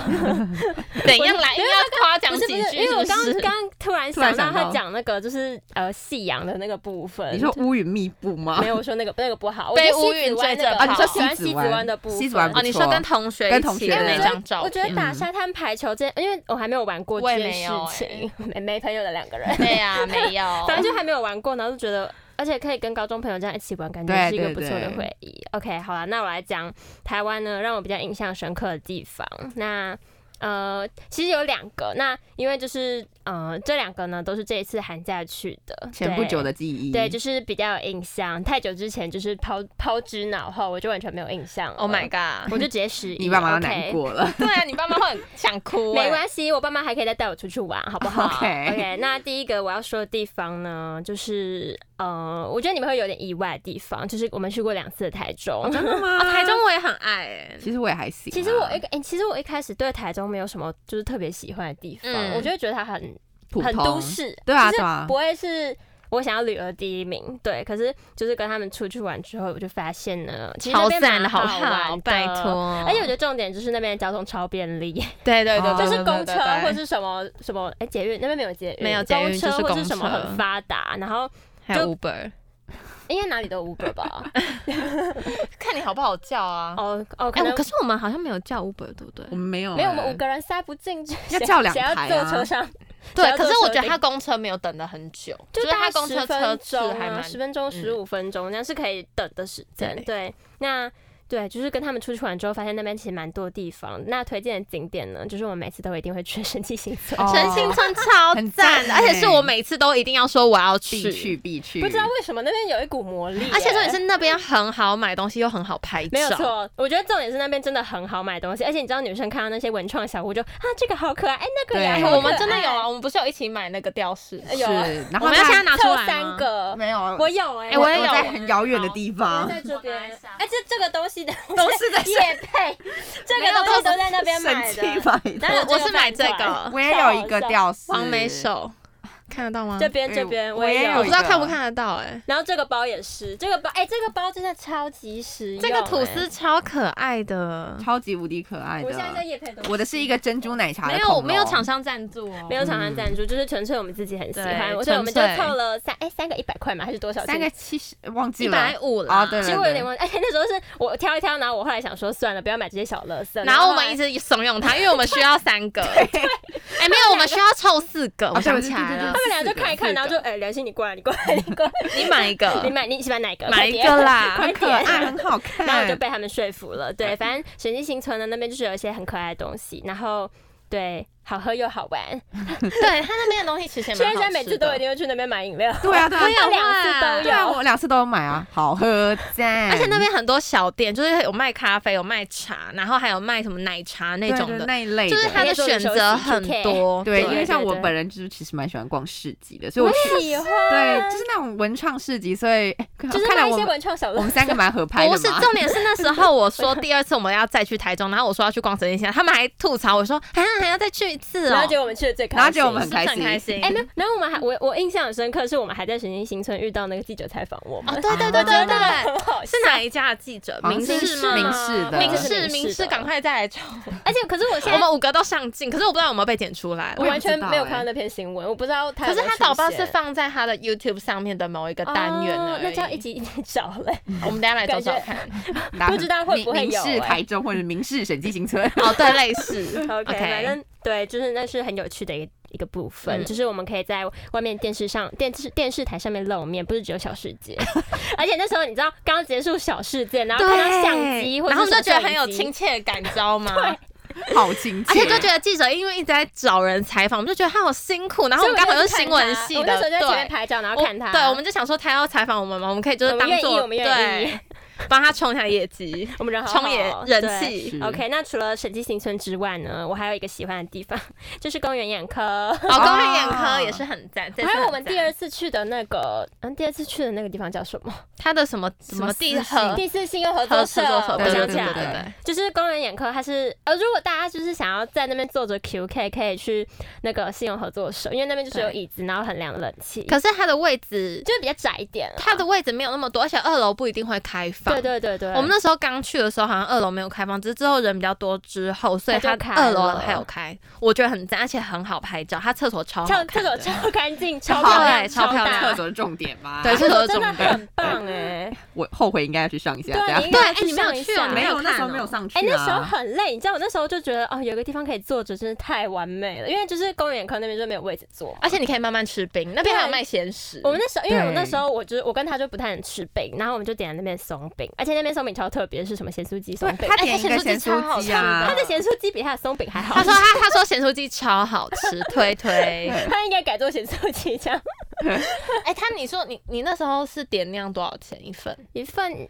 [SPEAKER 1] 怎样来？硬要夸奖
[SPEAKER 3] 不
[SPEAKER 1] 几
[SPEAKER 3] 是不
[SPEAKER 1] 句
[SPEAKER 3] 是，因为我刚
[SPEAKER 1] 是不是
[SPEAKER 3] 刚突然
[SPEAKER 2] 突然
[SPEAKER 3] 想
[SPEAKER 2] 想
[SPEAKER 3] 到
[SPEAKER 2] 到
[SPEAKER 3] 他讲那个就是呃夕阳的那个部分，
[SPEAKER 2] 你说乌云密布吗
[SPEAKER 3] 没？有我说那个那个不好，我觉
[SPEAKER 1] 被
[SPEAKER 3] 得
[SPEAKER 1] 乌
[SPEAKER 3] 西
[SPEAKER 1] 云
[SPEAKER 3] 子湾
[SPEAKER 1] 追
[SPEAKER 3] 那
[SPEAKER 1] 着
[SPEAKER 3] 个
[SPEAKER 1] 跑
[SPEAKER 2] 啊，你说
[SPEAKER 1] 西
[SPEAKER 3] 喜欢
[SPEAKER 2] 西
[SPEAKER 3] 西
[SPEAKER 2] 子
[SPEAKER 3] 子
[SPEAKER 2] 湾
[SPEAKER 3] 湾的部分，
[SPEAKER 2] 西子湾
[SPEAKER 1] 哦，你说
[SPEAKER 2] 不错
[SPEAKER 1] 跟同学
[SPEAKER 2] 跟
[SPEAKER 1] 一
[SPEAKER 2] 同
[SPEAKER 1] 起
[SPEAKER 2] 学
[SPEAKER 1] 的
[SPEAKER 2] 的
[SPEAKER 1] 那
[SPEAKER 2] 那
[SPEAKER 1] 张照
[SPEAKER 3] 我觉
[SPEAKER 1] 片
[SPEAKER 3] 得，打沙滩排球这，因为我还没有玩过
[SPEAKER 1] 我也
[SPEAKER 3] 这件
[SPEAKER 1] 没
[SPEAKER 3] 事
[SPEAKER 1] 有欸
[SPEAKER 3] 情， 没没朋友的两个人，
[SPEAKER 1] 对呀，没
[SPEAKER 2] 哦
[SPEAKER 1] 有，
[SPEAKER 3] 反正就还没有玩过，然后就觉得，而且可以跟高中朋友这样一起玩，感
[SPEAKER 2] 对
[SPEAKER 3] 觉是一个
[SPEAKER 2] 对
[SPEAKER 3] 不错的
[SPEAKER 2] 对
[SPEAKER 3] 回忆。OK，好了，那我来讲台湾呢，让我比较印象深刻的地方。那呃，其实有两个，那因为就是呃，这两个呢都是这一次寒假去的，
[SPEAKER 2] 前不
[SPEAKER 3] 对
[SPEAKER 2] 久的记忆，
[SPEAKER 3] 对，就是比较有印象。太久之前就是抛抛之脑后，我就完全没有印象了。
[SPEAKER 1] Oh my god！
[SPEAKER 3] 我就直接失忆。
[SPEAKER 2] 你爸妈都
[SPEAKER 3] OK
[SPEAKER 2] 难过 了。
[SPEAKER 1] 对啊，你爸妈会很想哭欸，
[SPEAKER 3] 没关系，我爸妈还可以再带我出去玩，好不好
[SPEAKER 2] OK
[SPEAKER 3] OK，那第一个我要说的地方呢，就是呃，我觉得你们会有点意外的地方，就是我们去过两次的啊台中。
[SPEAKER 2] 真的吗
[SPEAKER 1] 哦 台中我也很爱欸
[SPEAKER 2] 其实我也还行啊。
[SPEAKER 3] 其实我一个、诶其实我一开始对台中没有什么就是特别喜欢的地方，
[SPEAKER 1] 嗯
[SPEAKER 3] 我就会觉得它很
[SPEAKER 2] 普
[SPEAKER 3] 很
[SPEAKER 2] 通，
[SPEAKER 3] 都市，
[SPEAKER 2] 对啊
[SPEAKER 3] 就
[SPEAKER 2] 对
[SPEAKER 3] 是
[SPEAKER 2] 啊
[SPEAKER 3] 不会是。我想要旅游的第一名，对，可是就是跟他们出去玩之后，我就发现呢，其实那
[SPEAKER 1] 超
[SPEAKER 3] 边
[SPEAKER 1] 赞的
[SPEAKER 3] 蛮
[SPEAKER 1] 好
[SPEAKER 3] 好
[SPEAKER 1] 不好？
[SPEAKER 3] 玩的
[SPEAKER 1] 拜托，
[SPEAKER 3] 而且我觉得重点就是那边的交通超便利，
[SPEAKER 1] 对对
[SPEAKER 2] 哦
[SPEAKER 1] 对，
[SPEAKER 3] 就是
[SPEAKER 1] 对
[SPEAKER 3] 公车
[SPEAKER 1] 对对
[SPEAKER 3] 或是什么什么，哎、捷运那边没有捷运，
[SPEAKER 1] 没有捷运
[SPEAKER 3] 公车
[SPEAKER 1] 就是
[SPEAKER 3] 或
[SPEAKER 1] 公
[SPEAKER 3] 是什么
[SPEAKER 1] 车
[SPEAKER 3] 很发达，然后
[SPEAKER 1] 还有 Uber，
[SPEAKER 3] 应该哪里都有 Uber 吧？
[SPEAKER 1] 看你好不好叫啊。
[SPEAKER 3] 哦哦，可
[SPEAKER 1] 哎，我
[SPEAKER 3] 能、
[SPEAKER 1] 可是我们好像没有叫 Uber，对不对
[SPEAKER 2] 我？们没有
[SPEAKER 3] 没有，我
[SPEAKER 2] 欸
[SPEAKER 3] 们五个人塞不进去，
[SPEAKER 2] 要
[SPEAKER 3] 谁
[SPEAKER 2] 叫两
[SPEAKER 3] 谁要
[SPEAKER 2] 台啊
[SPEAKER 3] 坐车上，
[SPEAKER 1] 对
[SPEAKER 3] 谁，要
[SPEAKER 1] 可是
[SPEAKER 3] 坐
[SPEAKER 1] 我
[SPEAKER 3] 车
[SPEAKER 1] 觉得
[SPEAKER 3] 顶
[SPEAKER 1] 他公车没有等的很久，
[SPEAKER 3] 就是
[SPEAKER 1] 他
[SPEAKER 3] 大概
[SPEAKER 1] 公车
[SPEAKER 3] 10
[SPEAKER 1] 车
[SPEAKER 3] 分
[SPEAKER 1] 次
[SPEAKER 3] 钟
[SPEAKER 1] 还
[SPEAKER 3] 啊，
[SPEAKER 1] 蛮嗯
[SPEAKER 3] 十分钟、十五分钟，那是可以等的时间。
[SPEAKER 1] 对
[SPEAKER 3] 对，那对，就是跟他们出去玩之后，发现那边其实蛮多地方。那推荐的景点呢，就是我们每次都一定会去的神奇行 村。
[SPEAKER 2] 哦
[SPEAKER 1] 陈新村超
[SPEAKER 2] 很
[SPEAKER 1] 赞的，
[SPEAKER 2] 赞
[SPEAKER 1] 而且是
[SPEAKER 2] 欸
[SPEAKER 1] 我每次都一定要说我要
[SPEAKER 2] 必去
[SPEAKER 1] 去，
[SPEAKER 2] 必去，
[SPEAKER 3] 不知道为什么那边有一股魔力耶、
[SPEAKER 1] 而且重点是那边很好买东西又很好拍照，
[SPEAKER 3] 没有错，我觉得重点是那边真的很好买东西，而且你知道女生看到那些文创小物就啊这个好可爱，哎、那个也
[SPEAKER 2] 对
[SPEAKER 1] 哎。
[SPEAKER 3] 好可爱
[SPEAKER 1] 我们真的有啊，我们不是有一起买那个吊饰？
[SPEAKER 3] 哎
[SPEAKER 2] 是
[SPEAKER 3] 有啊，
[SPEAKER 2] 然
[SPEAKER 1] 我
[SPEAKER 2] 后
[SPEAKER 1] 们要
[SPEAKER 2] 他
[SPEAKER 1] 现在拿出
[SPEAKER 3] 凑
[SPEAKER 1] 来
[SPEAKER 3] 三
[SPEAKER 1] 吗？
[SPEAKER 3] 个，
[SPEAKER 2] 没有，
[SPEAKER 3] 我有哎、
[SPEAKER 1] 哎我也有
[SPEAKER 2] 在很遥远的地
[SPEAKER 3] 我
[SPEAKER 2] 方
[SPEAKER 3] 在。这边，
[SPEAKER 1] 好
[SPEAKER 3] 哎、这这个东西的
[SPEAKER 2] 都 是在
[SPEAKER 3] 夜配，这个东西都在那边买
[SPEAKER 2] 神奇
[SPEAKER 3] 的。
[SPEAKER 2] 买
[SPEAKER 3] 哪有
[SPEAKER 1] 我我是
[SPEAKER 3] 这个
[SPEAKER 1] 买这
[SPEAKER 3] 板块
[SPEAKER 1] 个
[SPEAKER 2] 我也有一个吊饰，
[SPEAKER 1] 黄梅手，看得到吗？
[SPEAKER 3] 这边这边
[SPEAKER 2] 我也
[SPEAKER 3] 也
[SPEAKER 1] 嗯我不
[SPEAKER 2] 有一
[SPEAKER 1] 知
[SPEAKER 2] 个
[SPEAKER 1] 道看不看得到哎。
[SPEAKER 3] 然后这个包也是，这个包哎、这个包真的超级实用、
[SPEAKER 1] 这个吐
[SPEAKER 3] 哎
[SPEAKER 1] 司超可爱的，
[SPEAKER 2] 超级无敌可爱
[SPEAKER 3] 我现在在
[SPEAKER 2] 的。
[SPEAKER 3] 夜配东西
[SPEAKER 2] 我的是一个珍珠奶茶的
[SPEAKER 1] 没
[SPEAKER 2] 恐
[SPEAKER 1] 有
[SPEAKER 2] 龙，
[SPEAKER 1] 没有厂商赞助哦，
[SPEAKER 3] 没有厂商赞
[SPEAKER 2] 嗯
[SPEAKER 3] 助，就是纯粹我们自己很喜欢，
[SPEAKER 1] 对
[SPEAKER 3] 所以我们就
[SPEAKER 1] 纯粹
[SPEAKER 3] 凑了三哎、三个一百块嘛，还是多少钱？
[SPEAKER 2] 三个七十，忘记
[SPEAKER 1] 一
[SPEAKER 2] 了
[SPEAKER 1] 百。五
[SPEAKER 2] 哦
[SPEAKER 1] 啦。
[SPEAKER 2] 对了
[SPEAKER 3] 其实我有点忘记，哎、那时候是我挑一挑，然后我后来想说算了，不要买这些小垃圾。
[SPEAKER 1] 然后我们
[SPEAKER 3] 后
[SPEAKER 1] 一
[SPEAKER 3] 来
[SPEAKER 1] 直怂恿他，因为我们需要三 个。哎，没有，我们需要凑四个。我
[SPEAKER 2] 哦对
[SPEAKER 1] 想
[SPEAKER 2] 对
[SPEAKER 1] 起
[SPEAKER 2] 对
[SPEAKER 1] 来
[SPEAKER 2] 对
[SPEAKER 1] 了
[SPEAKER 3] 他，们俩就看一看，
[SPEAKER 2] 四个
[SPEAKER 3] 然后就哎，良心你过来，你过来，你过来，
[SPEAKER 1] 你买 一
[SPEAKER 3] 你
[SPEAKER 1] 个，
[SPEAKER 3] 买你喜欢哪一个？
[SPEAKER 1] 买
[SPEAKER 3] 快
[SPEAKER 1] 一
[SPEAKER 3] 点
[SPEAKER 1] 个。啦。
[SPEAKER 2] 很可爱，嗯很好看。
[SPEAKER 3] 然后我就被他们说服了。对，反正神奇新村呢那边就是有一些很可爱的东西，然后对，好喝又好玩。
[SPEAKER 1] 对他那边的东西其实也
[SPEAKER 3] 虽
[SPEAKER 1] 蛮好
[SPEAKER 3] 然现在
[SPEAKER 1] 吃
[SPEAKER 3] 每次
[SPEAKER 1] 的
[SPEAKER 3] 都一定会去那边买饮料，
[SPEAKER 2] 对啊，对啊
[SPEAKER 1] 我，也
[SPEAKER 3] 两次
[SPEAKER 1] 会
[SPEAKER 3] 都
[SPEAKER 2] 对啊，我两次都有买啊，好喝赞。
[SPEAKER 1] 而且那
[SPEAKER 2] 嗯
[SPEAKER 1] 边很多小店，就是有卖咖啡，有卖茶，然后还有卖什么奶茶那
[SPEAKER 2] 对
[SPEAKER 1] 种
[SPEAKER 2] 对
[SPEAKER 1] 的，
[SPEAKER 2] 那一类的，
[SPEAKER 1] 就是它的选择很多。
[SPEAKER 2] 对，
[SPEAKER 3] 对
[SPEAKER 2] 因为像
[SPEAKER 3] 对
[SPEAKER 2] 我
[SPEAKER 3] 对
[SPEAKER 2] 本人就是其实蛮喜欢逛市集的，所以我去
[SPEAKER 3] 喜欢，
[SPEAKER 2] 对，就是那种文创市集，所以哎
[SPEAKER 3] 就是
[SPEAKER 2] 看来
[SPEAKER 3] 卖一
[SPEAKER 2] 我
[SPEAKER 3] 些
[SPEAKER 2] 们
[SPEAKER 3] 文创小
[SPEAKER 2] 我
[SPEAKER 3] 乐
[SPEAKER 2] 们。三个蛮合拍的
[SPEAKER 1] 不
[SPEAKER 2] 嘛。
[SPEAKER 1] 是重点是那时候我说第二次我们要再去台中，然后我说要去逛神仙侠，他们还吐槽我说啊还要再去一次
[SPEAKER 3] 然
[SPEAKER 1] 哦
[SPEAKER 3] 后结，果我们去的最开心，
[SPEAKER 2] 然后结果我们
[SPEAKER 1] 是
[SPEAKER 2] 很
[SPEAKER 1] 不是很
[SPEAKER 2] 开
[SPEAKER 1] 开
[SPEAKER 2] 心
[SPEAKER 1] 心。
[SPEAKER 3] 哎，没有，然后我们还我我印象很深刻，是我们还在神奇新村遇到那个记者采访我们
[SPEAKER 1] 哦，，对对对
[SPEAKER 2] 我觉
[SPEAKER 1] 对
[SPEAKER 2] 得
[SPEAKER 1] 对，
[SPEAKER 3] 很好笑啊
[SPEAKER 1] 是哪一家的记者？
[SPEAKER 2] 好
[SPEAKER 1] 啊
[SPEAKER 2] 像
[SPEAKER 1] 明视
[SPEAKER 2] 是
[SPEAKER 1] 吗？
[SPEAKER 2] 明视的
[SPEAKER 1] 明
[SPEAKER 2] 是
[SPEAKER 1] 视明视，赶！快再来找。
[SPEAKER 3] 而且可是我现
[SPEAKER 1] 我
[SPEAKER 3] 在
[SPEAKER 1] 们五个都上镜，可是我不知道有没有被剪出来
[SPEAKER 3] 我
[SPEAKER 2] 也
[SPEAKER 1] 了。
[SPEAKER 2] 不
[SPEAKER 3] 完
[SPEAKER 2] 知
[SPEAKER 3] 全
[SPEAKER 2] 道
[SPEAKER 3] 没有
[SPEAKER 2] 欸
[SPEAKER 3] 看到那篇新闻，我不知道它
[SPEAKER 1] 可
[SPEAKER 3] 有
[SPEAKER 1] 是
[SPEAKER 3] 没有
[SPEAKER 1] 他
[SPEAKER 3] 出现。
[SPEAKER 1] 搞不好是放在他的 YouTube 上面的某一个单元
[SPEAKER 3] 哦
[SPEAKER 1] 而已
[SPEAKER 3] 那就要一集一 集找嘞。
[SPEAKER 1] 我们等一下来找找
[SPEAKER 3] 感觉
[SPEAKER 1] 看。
[SPEAKER 2] 大家
[SPEAKER 3] 不知道会不会
[SPEAKER 2] 明
[SPEAKER 3] 有
[SPEAKER 2] 明视
[SPEAKER 3] 哎
[SPEAKER 2] 台中或者明视审计新村。
[SPEAKER 1] 哦，对，类似
[SPEAKER 3] OK，
[SPEAKER 1] OK
[SPEAKER 3] 反正对，就是那是很有趣的一一个部分，
[SPEAKER 1] 嗯
[SPEAKER 3] 就是我们可以在外面电视上、电视电视台上面露面，不是只有小世界。 而且那时候你知道刚结束小世界，然后看到相机，或
[SPEAKER 1] 然后
[SPEAKER 3] 是
[SPEAKER 1] 就觉得
[SPEAKER 3] 手
[SPEAKER 1] 很有
[SPEAKER 3] 机
[SPEAKER 1] 亲切感，知道 吗？
[SPEAKER 2] 好
[SPEAKER 3] 啊
[SPEAKER 2] 亲
[SPEAKER 1] 而
[SPEAKER 2] 切
[SPEAKER 1] 且，就觉得记者因为一直在找人采访，我们就觉得他好辛苦。然后
[SPEAKER 3] 所以
[SPEAKER 1] 我们
[SPEAKER 3] 就
[SPEAKER 1] 刚好又
[SPEAKER 3] 去看
[SPEAKER 1] 新闻
[SPEAKER 3] 他
[SPEAKER 1] 系
[SPEAKER 3] 我那
[SPEAKER 1] 的，
[SPEAKER 3] 时候就在前面
[SPEAKER 1] 对，
[SPEAKER 3] 拍照，然后
[SPEAKER 1] 我
[SPEAKER 3] 看他。
[SPEAKER 1] 哦对，我们就想说他要采访我们嘛，我们可以就是
[SPEAKER 3] 我们
[SPEAKER 1] 当
[SPEAKER 3] 愿意
[SPEAKER 1] 做
[SPEAKER 3] 我们愿意
[SPEAKER 1] 对，帮他冲一下业 绩，
[SPEAKER 3] 我们人好好
[SPEAKER 1] 冲也
[SPEAKER 3] 哦
[SPEAKER 1] 人嗯
[SPEAKER 3] 对
[SPEAKER 1] 气。
[SPEAKER 2] 是
[SPEAKER 3] OK，那除了审计新村之外呢，我还有一个喜欢的地方，就是公园眼科。
[SPEAKER 1] 哦，公园眼
[SPEAKER 2] 哦
[SPEAKER 1] 科也是很赞。 这次
[SPEAKER 3] 还有
[SPEAKER 1] 很
[SPEAKER 3] 我们
[SPEAKER 1] 赞
[SPEAKER 3] 第二次去的那个，嗯，第二次去的那个地方叫什么？
[SPEAKER 1] 他的什么什么
[SPEAKER 2] 什么
[SPEAKER 1] 第
[SPEAKER 2] 私
[SPEAKER 1] 合
[SPEAKER 3] 第四性又合
[SPEAKER 1] 呃合
[SPEAKER 3] 作
[SPEAKER 1] 适
[SPEAKER 3] 社，
[SPEAKER 1] 做手，
[SPEAKER 3] 哦我
[SPEAKER 1] 对对
[SPEAKER 3] 想
[SPEAKER 1] 对
[SPEAKER 3] 起来
[SPEAKER 1] 对
[SPEAKER 3] 了，
[SPEAKER 1] 对。
[SPEAKER 3] 就是公园眼科，它是呃，如果大家就是想要在那边坐着 QK，可以去那个信用合作社，因为那边就是有
[SPEAKER 1] 对
[SPEAKER 3] 椅子，然后很凉的冷气，
[SPEAKER 1] 可是他的位置，
[SPEAKER 3] 就是比较窄一点啊。
[SPEAKER 1] 他的位置没有那么多，而且二楼不一定会开放。
[SPEAKER 3] 对。对对对，
[SPEAKER 1] 我们那时候刚去的时候，好像二楼没有开放，只是之后人比较多之后，所以
[SPEAKER 3] 它
[SPEAKER 1] 他
[SPEAKER 3] 就开
[SPEAKER 1] 二楼
[SPEAKER 3] 了
[SPEAKER 1] 还有开，我觉得很赞，而且很好拍照。他厕所超好
[SPEAKER 3] 超
[SPEAKER 1] 看
[SPEAKER 3] 厕
[SPEAKER 1] 的，
[SPEAKER 3] 所超干净，超
[SPEAKER 1] 好
[SPEAKER 3] 漂
[SPEAKER 1] 对
[SPEAKER 3] 亮，
[SPEAKER 1] 超漂亮
[SPEAKER 3] 欸大
[SPEAKER 2] 厕所的重点吧。
[SPEAKER 1] 对，，厕所
[SPEAKER 3] 真
[SPEAKER 1] 重
[SPEAKER 3] 的很 棒哎、
[SPEAKER 2] 我后悔应该要去上一下，这
[SPEAKER 3] 对，
[SPEAKER 2] 样
[SPEAKER 3] 你应
[SPEAKER 1] 对
[SPEAKER 3] 该
[SPEAKER 1] 哎
[SPEAKER 3] 去
[SPEAKER 1] 你没有
[SPEAKER 3] 上一
[SPEAKER 1] 去哦
[SPEAKER 3] 下
[SPEAKER 1] 你没
[SPEAKER 2] 没
[SPEAKER 1] 有
[SPEAKER 2] 有那时候
[SPEAKER 1] 看
[SPEAKER 2] 没有
[SPEAKER 1] 哦
[SPEAKER 2] 上去
[SPEAKER 3] 哎、
[SPEAKER 2] 啊。
[SPEAKER 3] 那时候很累，你知道我那时候就觉得哦，有个地方可以坐着真是太完美了，因为就是公园科那边就没有位置坐。
[SPEAKER 1] 而且你可以慢慢吃冰，那边还有
[SPEAKER 3] 对
[SPEAKER 1] 卖咸食。
[SPEAKER 3] 我们那时候，因为我
[SPEAKER 2] 对
[SPEAKER 3] 那时候我就是我跟他就不太能吃饼，然后我们就点了那边松饼，而且那边松饼超特别，是什么咸酥鸡松饼
[SPEAKER 2] 他，
[SPEAKER 1] 哎
[SPEAKER 2] 点一个
[SPEAKER 1] 咸
[SPEAKER 2] 咸
[SPEAKER 1] 酥鸡超好
[SPEAKER 2] 酥
[SPEAKER 1] 吃
[SPEAKER 2] 鸡
[SPEAKER 1] 的
[SPEAKER 2] 啊，
[SPEAKER 3] 他的咸酥鸡比他的松饼还好
[SPEAKER 1] 他
[SPEAKER 3] 吃。
[SPEAKER 1] 说他他说咸酥鸡超好吃，推推。哎、
[SPEAKER 3] 他应该改做咸酥鸡这样，
[SPEAKER 1] 他你说你你那时候是点那样多少钱一份？
[SPEAKER 3] 一份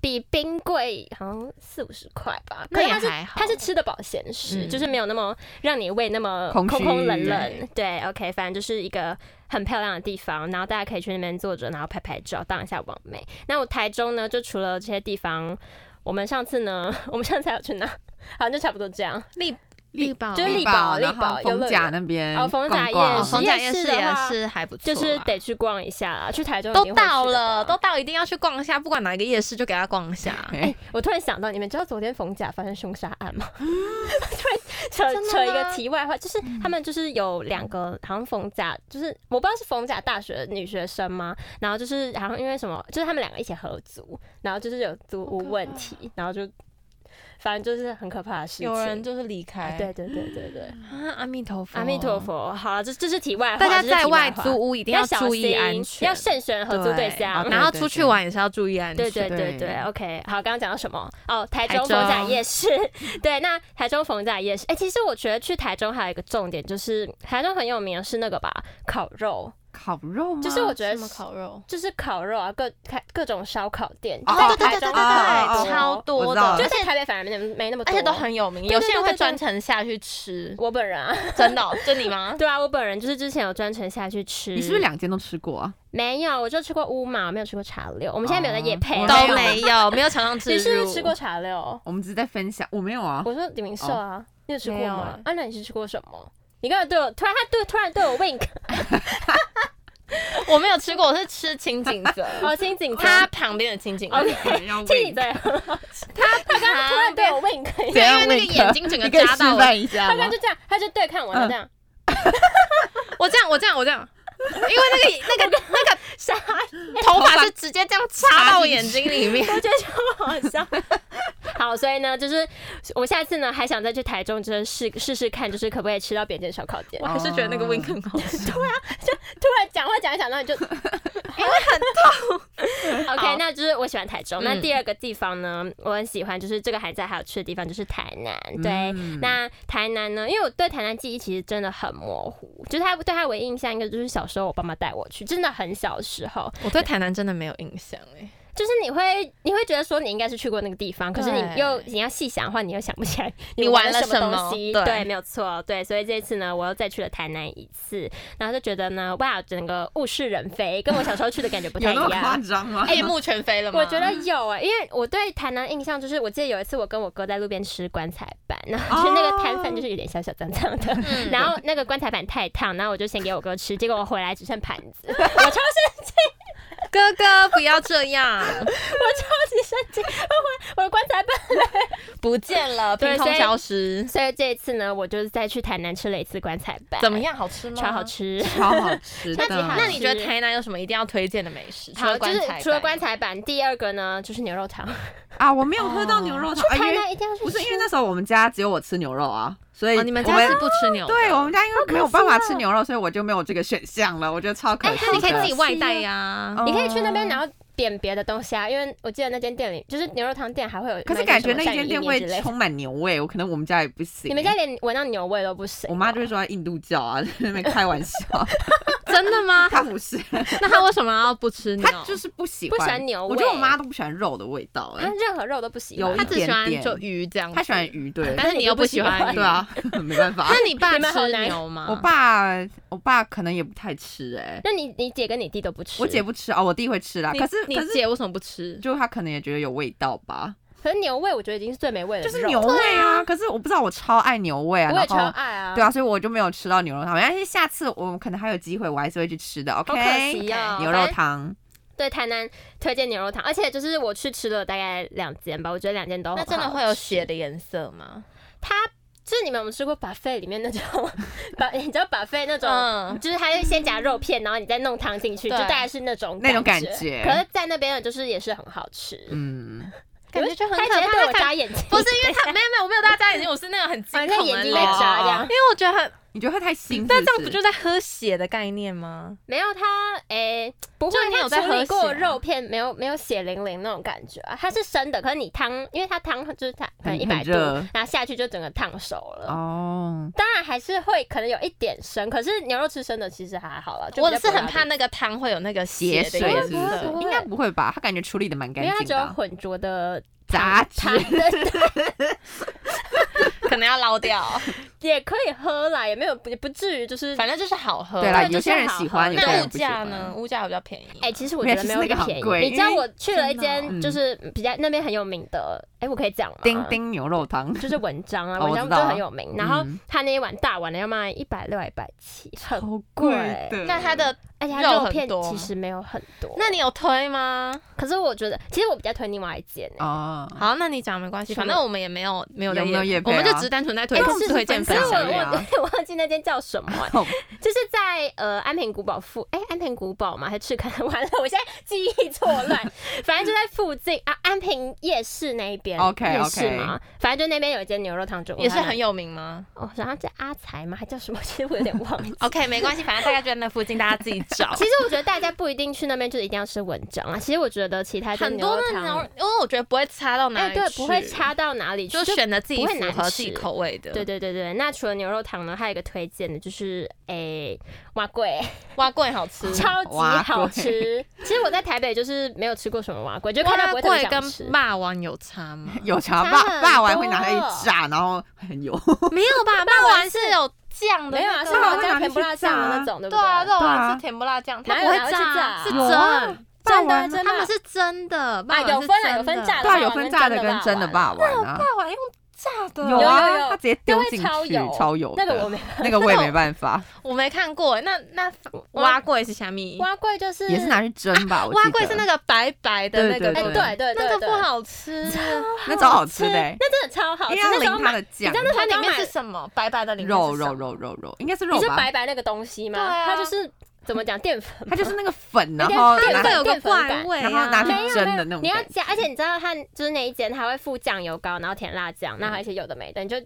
[SPEAKER 3] 比冰柜好像四五十块吧，
[SPEAKER 1] 那
[SPEAKER 3] 可是
[SPEAKER 1] 也
[SPEAKER 3] 它是
[SPEAKER 1] 还好
[SPEAKER 3] 它是吃得饱咸食，
[SPEAKER 1] 嗯
[SPEAKER 3] 就是没有那么让你胃那么
[SPEAKER 2] 空
[SPEAKER 3] 空
[SPEAKER 2] 虚
[SPEAKER 3] 空冷冷。对，OK，反正就是一个很漂亮的地方，然后大家可以去那边坐着，然后拍拍照，当一下网美。那我台中呢，就除了这些地方，我们上次呢， 我们上次还有去哪？好，就差不多这样。
[SPEAKER 1] 力力宝
[SPEAKER 3] 就是力宝
[SPEAKER 2] 宝，
[SPEAKER 3] 力
[SPEAKER 2] 然后
[SPEAKER 3] 宝游乐
[SPEAKER 2] 逢甲
[SPEAKER 3] 园
[SPEAKER 2] 那边
[SPEAKER 3] 哦逢甲
[SPEAKER 2] 逛逛
[SPEAKER 3] 夜
[SPEAKER 1] 哦，
[SPEAKER 3] 市
[SPEAKER 1] 逢甲夜
[SPEAKER 3] 夜
[SPEAKER 1] 市
[SPEAKER 3] 市的
[SPEAKER 1] 也
[SPEAKER 3] 话
[SPEAKER 1] 是还不错
[SPEAKER 3] 就
[SPEAKER 1] 啊，
[SPEAKER 3] 是得去逛一下啦，去台中一
[SPEAKER 1] 都
[SPEAKER 3] 定会去
[SPEAKER 1] 到
[SPEAKER 3] 的吧
[SPEAKER 1] 了，都到，一定要去逛一下，不管哪一个夜市就给他逛一 下。
[SPEAKER 2] 哎
[SPEAKER 3] 我突然想到，你们知道昨天冯甲发生凶杀案 吗？突然
[SPEAKER 1] 真
[SPEAKER 3] 扯
[SPEAKER 1] 的
[SPEAKER 3] 扯一个
[SPEAKER 1] 吗
[SPEAKER 3] 题外话，就是他们就是有两个，好像冯甲就是我不知道是冯甲大学的女学生吗？然后就是好像因为什么，就是他们两个一起合租，然后就是有租屋问题，然后就反正就是很可怕的事情。
[SPEAKER 1] 有人就是离
[SPEAKER 3] 啊
[SPEAKER 1] 开，
[SPEAKER 3] 对对对对对，
[SPEAKER 1] 啊，阿弥陀佛，
[SPEAKER 3] 阿弥陀。佛，好了，这这是题外话，
[SPEAKER 1] 大家
[SPEAKER 3] 这是题
[SPEAKER 1] 在外
[SPEAKER 3] 话
[SPEAKER 1] 租屋一定
[SPEAKER 3] 要小
[SPEAKER 1] 注意
[SPEAKER 3] 心
[SPEAKER 1] 安全，
[SPEAKER 3] 要慎选合租对
[SPEAKER 2] 对
[SPEAKER 3] 象
[SPEAKER 2] 好。
[SPEAKER 1] 然后出去玩也是要注意安全。
[SPEAKER 3] 对对
[SPEAKER 2] 对
[SPEAKER 3] 对对，OK，好，刚刚讲到什么？哦，台中
[SPEAKER 1] 台
[SPEAKER 3] 逢甲
[SPEAKER 1] 中
[SPEAKER 3] 夜市， 对，那台中逢甲夜市，哎、其实我觉得去台中还有一个重点，就是台中很有名的是那个吧，烤肉，
[SPEAKER 2] 烤肉吗？
[SPEAKER 3] 就是我觉得
[SPEAKER 1] 什么烤肉？
[SPEAKER 3] 就是烤肉啊，各开各种烧烤店，
[SPEAKER 2] 哦
[SPEAKER 3] 在
[SPEAKER 1] 对
[SPEAKER 3] 台
[SPEAKER 1] 对对
[SPEAKER 3] 中
[SPEAKER 1] 对对
[SPEAKER 2] 哦哦
[SPEAKER 1] 对，
[SPEAKER 2] 哦
[SPEAKER 1] 超
[SPEAKER 2] 我
[SPEAKER 1] 多
[SPEAKER 2] 知道
[SPEAKER 1] 的，
[SPEAKER 2] 了
[SPEAKER 3] 就
[SPEAKER 1] 就是是
[SPEAKER 3] 在台北反而没没那么
[SPEAKER 1] 而
[SPEAKER 3] 多，
[SPEAKER 1] 且都很有名，有些人会专程下去吃。
[SPEAKER 3] 我本人啊，
[SPEAKER 1] 真 的哦，就你吗？
[SPEAKER 3] 对啊，我本人就是之前有专程下去吃，
[SPEAKER 2] 你是不是两间都吃过啊？
[SPEAKER 3] 没有？我就吃过乌马，我没有吃过茶六，我们现在没有在夜配
[SPEAKER 2] 哦
[SPEAKER 3] 啊，
[SPEAKER 2] 我
[SPEAKER 1] 都没有，没有尝上
[SPEAKER 3] 你
[SPEAKER 1] 之
[SPEAKER 3] 是不
[SPEAKER 1] 入。
[SPEAKER 3] 是吃过茶六？
[SPEAKER 2] 我们只是在分享，我没有啊。
[SPEAKER 3] 我说李明
[SPEAKER 1] 哦
[SPEAKER 3] 寿啊，你有吃过
[SPEAKER 1] 没有
[SPEAKER 3] 吗
[SPEAKER 1] 欸？
[SPEAKER 3] 啊，那你是吃过什么？你刚才对我突然，他对突然对我 wink，
[SPEAKER 1] 我没有吃过，我是吃青井 泽，
[SPEAKER 3] 哦，清景泽，
[SPEAKER 1] 它旁边的青井泽，
[SPEAKER 3] OK，
[SPEAKER 2] 要
[SPEAKER 3] 清景泽也很好吃，他他刚刚突然对我 wink，
[SPEAKER 1] 对，因为那个眼睛整个
[SPEAKER 2] 你可以
[SPEAKER 1] 扎
[SPEAKER 2] 示
[SPEAKER 1] 到我，
[SPEAKER 2] 范一
[SPEAKER 3] 他
[SPEAKER 2] 下
[SPEAKER 3] 刚
[SPEAKER 2] 吗
[SPEAKER 3] 刚？就这样，他就对看我，
[SPEAKER 1] 嗯
[SPEAKER 3] 他这样
[SPEAKER 1] 我这样，我这样，我这样，因为那个那个那个
[SPEAKER 3] 傻，
[SPEAKER 1] 头发是直接这样插到我眼睛里面。
[SPEAKER 3] 我觉得超好笑。 好，所以呢，就是我下次呢还想再去台中，就是试试试看，就是可不可以吃到扁间烧烤店
[SPEAKER 1] 我。还是觉得那个 wink 很好笑。
[SPEAKER 3] 突然讲话讲一讲，然后 你就因为很痛。OK，
[SPEAKER 1] 好
[SPEAKER 3] 那就是我喜欢台中。那
[SPEAKER 1] 嗯
[SPEAKER 3] 第二个地方呢，我很喜欢，就是这个寒假还有去的地方就是台南。对，
[SPEAKER 2] 嗯
[SPEAKER 3] 那台南呢，因为我对台南记忆其实真的很模糊，就是他对他唯一印象应该就是小时候我爸妈带我去，真的很小的时候，
[SPEAKER 1] 我对台南真的没有印象
[SPEAKER 2] 欸
[SPEAKER 1] 哎，
[SPEAKER 3] 就是你会你会觉得说你应该是去过那个地方，可是你
[SPEAKER 1] 对
[SPEAKER 3] 又你要细想的话，你又想不起来
[SPEAKER 1] 你
[SPEAKER 3] 玩
[SPEAKER 1] 玩了
[SPEAKER 3] 什
[SPEAKER 1] 什
[SPEAKER 3] 么
[SPEAKER 1] 么
[SPEAKER 3] 东西。
[SPEAKER 1] 对
[SPEAKER 3] 对，没有错，对，所以这次呢，我又再去了台南一次，然后就觉得呢，哇，整个物是人非，跟我小时候去的感觉不
[SPEAKER 2] 有
[SPEAKER 3] 太一
[SPEAKER 2] 那么夸
[SPEAKER 3] 样。哎
[SPEAKER 2] 张吗？
[SPEAKER 1] 面目全非了吗？
[SPEAKER 3] 我觉得有哎、因为我对台南印象就是，我记得有一次我跟我哥在路边吃棺材板，然后就是那个摊贩就是有点小小脏脏 的，
[SPEAKER 1] 嗯
[SPEAKER 3] 然后那个棺材板太烫，然后我就先给我哥吃， 结果我回来只剩盘子，我超生气，
[SPEAKER 1] 哥哥不要这样，
[SPEAKER 3] 我超级生气，我我的棺材板
[SPEAKER 1] 不见 了，
[SPEAKER 3] 对
[SPEAKER 1] 凭
[SPEAKER 3] 所
[SPEAKER 1] 空
[SPEAKER 3] 以
[SPEAKER 1] 消失。
[SPEAKER 3] 所以这一次呢，我就是再去台南吃了一次棺材板，
[SPEAKER 1] 怎么？样？好吃吗？
[SPEAKER 3] 超好。 吃。
[SPEAKER 2] 超好吃
[SPEAKER 3] 那
[SPEAKER 2] 的。
[SPEAKER 3] 几行
[SPEAKER 1] 那你觉得台南有什么一定要推荐的美食？
[SPEAKER 3] 好，就是
[SPEAKER 1] 除
[SPEAKER 3] 除了棺
[SPEAKER 1] 材
[SPEAKER 3] 材板，第二个呢就是牛肉汤，
[SPEAKER 2] 啊，我没有喝到牛肉汤，啊因
[SPEAKER 3] 台
[SPEAKER 2] 为
[SPEAKER 3] 南一定要去
[SPEAKER 2] 不是因为
[SPEAKER 3] 吃
[SPEAKER 2] 那时候我们家只有我吃牛肉啊，所以
[SPEAKER 1] 哦，你们
[SPEAKER 2] 我
[SPEAKER 1] 家是不吃牛的？
[SPEAKER 2] 对我们家因为没有办法
[SPEAKER 3] 可惜
[SPEAKER 2] 吃
[SPEAKER 3] 了
[SPEAKER 2] 牛肉，所以我就没有这个选项了，我觉得超可
[SPEAKER 3] 哎
[SPEAKER 2] 惜
[SPEAKER 1] 那
[SPEAKER 2] 的。
[SPEAKER 1] 你可以自己外带呀、
[SPEAKER 2] 嗯
[SPEAKER 3] 你可以去那边，然后点别的东西啊，因为我记得那间店里就是牛肉汤店还会有，
[SPEAKER 2] 可是感觉那间
[SPEAKER 3] 间
[SPEAKER 2] 店会充满牛味，我可能我们家也不行。
[SPEAKER 3] 你们家连闻到牛味都不行哦。
[SPEAKER 2] 我妈就会说她印度教啊，在那边 开玩笑，
[SPEAKER 1] 哦真的 吗？
[SPEAKER 2] 她不是，
[SPEAKER 1] 那他为什么要不吃牛？
[SPEAKER 2] 她就是不喜欢，
[SPEAKER 3] 不喜欢牛味
[SPEAKER 2] 我觉得我妈都不喜欢肉的味道、
[SPEAKER 3] 她
[SPEAKER 2] 哎，
[SPEAKER 3] 任何肉都不喜
[SPEAKER 2] 有
[SPEAKER 3] 欢
[SPEAKER 2] 一
[SPEAKER 1] 他。只喜欢
[SPEAKER 2] 一点点
[SPEAKER 1] 就鱼这样子，
[SPEAKER 2] 她喜欢 鱼，对，
[SPEAKER 1] 但是你又不喜欢鱼。
[SPEAKER 2] 对，啊，没办法
[SPEAKER 1] 那。你爸
[SPEAKER 3] 你们好
[SPEAKER 1] 吃
[SPEAKER 3] 难
[SPEAKER 1] 牛吗？
[SPEAKER 2] 我爸，我爸可能也不太吃、哎，
[SPEAKER 3] 那你你姐跟你弟都不吃，
[SPEAKER 2] 我姐，不吃哦，我弟会吃啦。
[SPEAKER 1] 你，
[SPEAKER 2] 可是
[SPEAKER 1] 你
[SPEAKER 2] 可是，
[SPEAKER 1] 姐为什么不吃？
[SPEAKER 2] 就他可能也觉得有味道吧，
[SPEAKER 3] 可是牛味我觉得已经是最没味的
[SPEAKER 2] 就
[SPEAKER 3] 肉，
[SPEAKER 2] 是牛味啊。可是我不知道，我超爱牛味啊，
[SPEAKER 3] 我也
[SPEAKER 2] 然
[SPEAKER 3] 超
[SPEAKER 2] 后。
[SPEAKER 3] 爱啊，
[SPEAKER 2] 对啊，所以我就没有吃到牛肉汤，但是下次我们可能还有机会，我还是会去吃的。
[SPEAKER 3] 好可
[SPEAKER 2] OK，
[SPEAKER 3] 惜哦，
[SPEAKER 2] 牛肉
[SPEAKER 3] 反正
[SPEAKER 2] 汤，
[SPEAKER 3] 对台南推荐牛肉汤，而且就是我去吃了大概两间吧，我觉得两间都
[SPEAKER 1] 那真的
[SPEAKER 3] 好
[SPEAKER 1] 会有
[SPEAKER 3] 吃
[SPEAKER 1] 血的颜色吗？
[SPEAKER 3] 它就是你们有没有吃过 buffet 里面那种把 你知道 buffet 那种，
[SPEAKER 1] 嗯
[SPEAKER 3] 就是它是先夹肉片，然后你再弄汤进去，就
[SPEAKER 1] 对
[SPEAKER 3] 大概是那种
[SPEAKER 2] 那种
[SPEAKER 3] 感
[SPEAKER 2] 感觉
[SPEAKER 3] 可是，在那边的就是也是很好吃，
[SPEAKER 2] 嗯，
[SPEAKER 1] 感觉就很
[SPEAKER 3] 他
[SPEAKER 1] 可
[SPEAKER 3] 直接对
[SPEAKER 1] 怕。
[SPEAKER 3] 我
[SPEAKER 1] 感
[SPEAKER 3] 眨眼睛，
[SPEAKER 1] 不是因为他 没有没有我没有大家眼睛，我是那个很惊
[SPEAKER 3] 反
[SPEAKER 1] 恐的
[SPEAKER 3] 正眼睛
[SPEAKER 1] 脸
[SPEAKER 3] 在眨这
[SPEAKER 2] 哦哦
[SPEAKER 3] 样
[SPEAKER 1] 因。为我觉得很，
[SPEAKER 2] 你觉得会太腥？
[SPEAKER 1] 但这样不
[SPEAKER 2] 是
[SPEAKER 1] 就在喝血的概念吗？
[SPEAKER 3] 没有它，诶、不会
[SPEAKER 1] 就，你有在
[SPEAKER 3] 它处理
[SPEAKER 1] 喝血
[SPEAKER 3] 过
[SPEAKER 1] 啊
[SPEAKER 3] 肉片，没有没有血淋淋那种感觉啊，它是生的，可是你汤，因为它汤就是它可能
[SPEAKER 2] 很
[SPEAKER 3] 一百
[SPEAKER 2] 很
[SPEAKER 3] 度
[SPEAKER 2] 热，
[SPEAKER 3] 然后下去就整个烫熟了。
[SPEAKER 2] 哦，
[SPEAKER 3] 当然还是会可能有一点生，可是牛肉吃生的其实还好啦。就比
[SPEAKER 1] 我
[SPEAKER 3] 较
[SPEAKER 1] 是
[SPEAKER 3] 不会
[SPEAKER 1] 很
[SPEAKER 3] 到
[SPEAKER 1] 怕那个汤会有那个血的
[SPEAKER 2] 血
[SPEAKER 1] 颜
[SPEAKER 2] 是不
[SPEAKER 3] 不会不
[SPEAKER 1] 色
[SPEAKER 3] 会。
[SPEAKER 2] 是？应该不会吧？他感觉处理的蛮干
[SPEAKER 3] 因为它
[SPEAKER 2] 净
[SPEAKER 3] 只
[SPEAKER 2] 的
[SPEAKER 3] 有
[SPEAKER 2] 啊，
[SPEAKER 3] 混浊的
[SPEAKER 2] 杂质
[SPEAKER 3] 汤， 对
[SPEAKER 1] 可能要捞 掉，
[SPEAKER 3] 也可以喝啦，也没有也不至于就是。
[SPEAKER 1] 反正就是好喝。
[SPEAKER 2] 对啦，
[SPEAKER 3] 对啊就
[SPEAKER 2] 有些
[SPEAKER 3] 是
[SPEAKER 2] 人
[SPEAKER 3] 好
[SPEAKER 2] 喜
[SPEAKER 3] 喝
[SPEAKER 2] 欢，有些
[SPEAKER 1] 那
[SPEAKER 2] 人
[SPEAKER 1] 物
[SPEAKER 2] 不喜
[SPEAKER 1] 价
[SPEAKER 2] 欢。
[SPEAKER 1] 呢？物价比较便宜。
[SPEAKER 3] 哎、其实我
[SPEAKER 2] 没有
[SPEAKER 3] 觉
[SPEAKER 2] 其
[SPEAKER 3] 得没
[SPEAKER 2] 实
[SPEAKER 3] 有
[SPEAKER 2] 那个
[SPEAKER 3] 很
[SPEAKER 2] 很
[SPEAKER 3] 便宜。
[SPEAKER 2] 贵
[SPEAKER 3] 你知道
[SPEAKER 2] 因为
[SPEAKER 3] 我去了一间，
[SPEAKER 2] 真的
[SPEAKER 3] 就
[SPEAKER 2] 哦
[SPEAKER 3] 是比较那边很有名的，哎、我可以讲吗？
[SPEAKER 2] 丁丁牛肉汤，
[SPEAKER 3] 就是文章啊，
[SPEAKER 2] 哦
[SPEAKER 3] 文
[SPEAKER 2] 我
[SPEAKER 3] 章
[SPEAKER 2] 知
[SPEAKER 3] 就
[SPEAKER 2] 道啊
[SPEAKER 3] 很有名。然后
[SPEAKER 2] 嗯
[SPEAKER 3] 他那一碗大碗的要卖一百六、一百七，很
[SPEAKER 2] 好
[SPEAKER 3] 贵
[SPEAKER 2] 的
[SPEAKER 1] 那它的，
[SPEAKER 3] 而且它
[SPEAKER 1] 肉
[SPEAKER 3] 肉
[SPEAKER 1] 很
[SPEAKER 3] 片
[SPEAKER 1] 多
[SPEAKER 3] 其实没有很多。
[SPEAKER 1] 那你有推吗？
[SPEAKER 3] 可是我觉得，其实我比较推另外一间、欸。
[SPEAKER 2] 哦，
[SPEAKER 1] 好，那你讲没关系，
[SPEAKER 3] 什么
[SPEAKER 1] 反正我们也没有没有在
[SPEAKER 2] 有没有业
[SPEAKER 1] 业
[SPEAKER 2] 配
[SPEAKER 1] 配，
[SPEAKER 2] 啊
[SPEAKER 1] 我们就只是单纯在推
[SPEAKER 2] 哎可是
[SPEAKER 1] 推荐
[SPEAKER 2] 可
[SPEAKER 1] 分
[SPEAKER 2] 是
[SPEAKER 3] 我
[SPEAKER 1] 享而已啊。
[SPEAKER 2] 啊
[SPEAKER 3] 我我忘记那间叫什么欸、
[SPEAKER 2] 好
[SPEAKER 3] 就是在呃安平古堡附，哎、安平古堡嘛，还是赤坎？完了，我现在记忆错乱。 反正就在附近啊，安平夜市那一边
[SPEAKER 2] OK，OK
[SPEAKER 3] 夜市嘛，反正就那边有一间牛肉汤就
[SPEAKER 1] 也是很有名吗。
[SPEAKER 3] 哦，然后叫阿财嘛，还叫什么？其实我有点忘记
[SPEAKER 1] ？OK，没 关系，反正大概就在那附近，大家自己找
[SPEAKER 3] 其。实我觉得大家不一定去那边就一定要吃文章啊，其实我觉得其他间
[SPEAKER 1] 很
[SPEAKER 3] 牛
[SPEAKER 1] 多
[SPEAKER 3] 肉
[SPEAKER 1] 那
[SPEAKER 3] 汤
[SPEAKER 1] 种，，因为我觉得不会差到
[SPEAKER 3] 哎、
[SPEAKER 1] 哪里去，
[SPEAKER 3] 对，不会，差到哪里去，
[SPEAKER 1] 就选择自己
[SPEAKER 3] 不会
[SPEAKER 1] 符
[SPEAKER 3] 难
[SPEAKER 1] 合自己
[SPEAKER 3] 吃
[SPEAKER 1] 口味的。
[SPEAKER 3] 对，对对对，那除了牛肉汤呢，还有一个推荐的，就是哎诶蛙贵，
[SPEAKER 1] 蛙棍好吃，
[SPEAKER 3] 超级
[SPEAKER 2] 蛙
[SPEAKER 3] 好
[SPEAKER 2] 粿
[SPEAKER 3] 吃。其实我在台北就是没有吃过什么蛙贵，就看到
[SPEAKER 1] 蛙
[SPEAKER 3] 不会特别
[SPEAKER 1] 棍
[SPEAKER 3] 想吃
[SPEAKER 1] 跟。霸王有差吗？
[SPEAKER 2] 有茶
[SPEAKER 3] 差
[SPEAKER 2] 霸
[SPEAKER 3] 很
[SPEAKER 2] 霸完会拿
[SPEAKER 3] 多
[SPEAKER 2] 来炸，然后很油。
[SPEAKER 1] 没有吧？ 霸王是有酱的
[SPEAKER 3] 没有啊，
[SPEAKER 1] 那
[SPEAKER 3] 是
[SPEAKER 1] 个，
[SPEAKER 2] 霸
[SPEAKER 3] 那
[SPEAKER 2] 王会拿
[SPEAKER 3] 种加
[SPEAKER 2] 去
[SPEAKER 3] 甜不辣酱的那种，对不
[SPEAKER 1] 对啊，
[SPEAKER 3] 对？
[SPEAKER 1] 肉
[SPEAKER 2] 对
[SPEAKER 1] 丸
[SPEAKER 2] 啊
[SPEAKER 1] 是甜不辣酱，它
[SPEAKER 3] 哪
[SPEAKER 1] 不
[SPEAKER 3] 有
[SPEAKER 1] 会
[SPEAKER 3] 哪会去
[SPEAKER 1] 炸，
[SPEAKER 3] 炸
[SPEAKER 1] 是哎
[SPEAKER 2] 有啊
[SPEAKER 1] 蒸，
[SPEAKER 2] 霸
[SPEAKER 3] 霸王
[SPEAKER 2] 王
[SPEAKER 3] 真的
[SPEAKER 1] 他们是真的，霸王
[SPEAKER 3] 有
[SPEAKER 1] 是
[SPEAKER 3] 分啊
[SPEAKER 1] 真
[SPEAKER 3] 有分炸的
[SPEAKER 2] 对啊，有
[SPEAKER 3] 霸王
[SPEAKER 2] 分
[SPEAKER 3] 跟
[SPEAKER 2] 炸的
[SPEAKER 3] 真的
[SPEAKER 2] 跟真的霸
[SPEAKER 3] 霸
[SPEAKER 2] 王啊，
[SPEAKER 1] 霸王用炸的，
[SPEAKER 2] 有
[SPEAKER 3] 有有
[SPEAKER 2] 啊，
[SPEAKER 3] 有
[SPEAKER 2] 它直接丢
[SPEAKER 3] 那会
[SPEAKER 2] 进
[SPEAKER 3] 超
[SPEAKER 2] 去，
[SPEAKER 3] 油
[SPEAKER 2] 超油
[SPEAKER 3] 那个我
[SPEAKER 2] 的。
[SPEAKER 3] 没
[SPEAKER 2] 那个我也没办法，
[SPEAKER 1] 我没看过欸，那那蛙柜是虾米？
[SPEAKER 3] 蛙贵就是
[SPEAKER 2] 也是拿去蒸吧。我
[SPEAKER 1] 蛙
[SPEAKER 2] 记
[SPEAKER 1] 柜
[SPEAKER 2] 得
[SPEAKER 1] 是那个白白的那个，
[SPEAKER 2] 对
[SPEAKER 3] 哎，
[SPEAKER 1] 不
[SPEAKER 3] 对对对，
[SPEAKER 1] 那个
[SPEAKER 3] 对
[SPEAKER 1] 不，好吃，
[SPEAKER 2] 那超好吃的欸，
[SPEAKER 3] 那真的超好
[SPEAKER 2] 因
[SPEAKER 3] 吃。
[SPEAKER 2] 为要
[SPEAKER 3] 那时候
[SPEAKER 2] 淋它
[SPEAKER 3] 买，
[SPEAKER 2] 的酱
[SPEAKER 3] 你，知道
[SPEAKER 1] 它里面是什么？白白的里面
[SPEAKER 2] 肉
[SPEAKER 1] 是什
[SPEAKER 2] 肉
[SPEAKER 1] 么，
[SPEAKER 2] 肉肉肉，应该是
[SPEAKER 3] 你
[SPEAKER 2] 肉
[SPEAKER 3] 是
[SPEAKER 2] 吧
[SPEAKER 3] 白？白那个东西吗？
[SPEAKER 1] 对啊
[SPEAKER 3] 它就是怎么讲淀粉吗，
[SPEAKER 2] 它就是那个粉，然
[SPEAKER 3] 有点
[SPEAKER 2] 后
[SPEAKER 3] 淀
[SPEAKER 2] 拿
[SPEAKER 1] 会有个
[SPEAKER 3] 淀粉
[SPEAKER 1] 怪
[SPEAKER 3] 感
[SPEAKER 1] 味啊，
[SPEAKER 2] 然后拿去
[SPEAKER 3] 没有
[SPEAKER 2] 蒸
[SPEAKER 3] 没有
[SPEAKER 2] 的那种
[SPEAKER 3] 你要
[SPEAKER 2] 感
[SPEAKER 3] 加，而且你知道它就是那一间，它会附酱油膏，然后甜辣酱，然后一些有的没的，你就。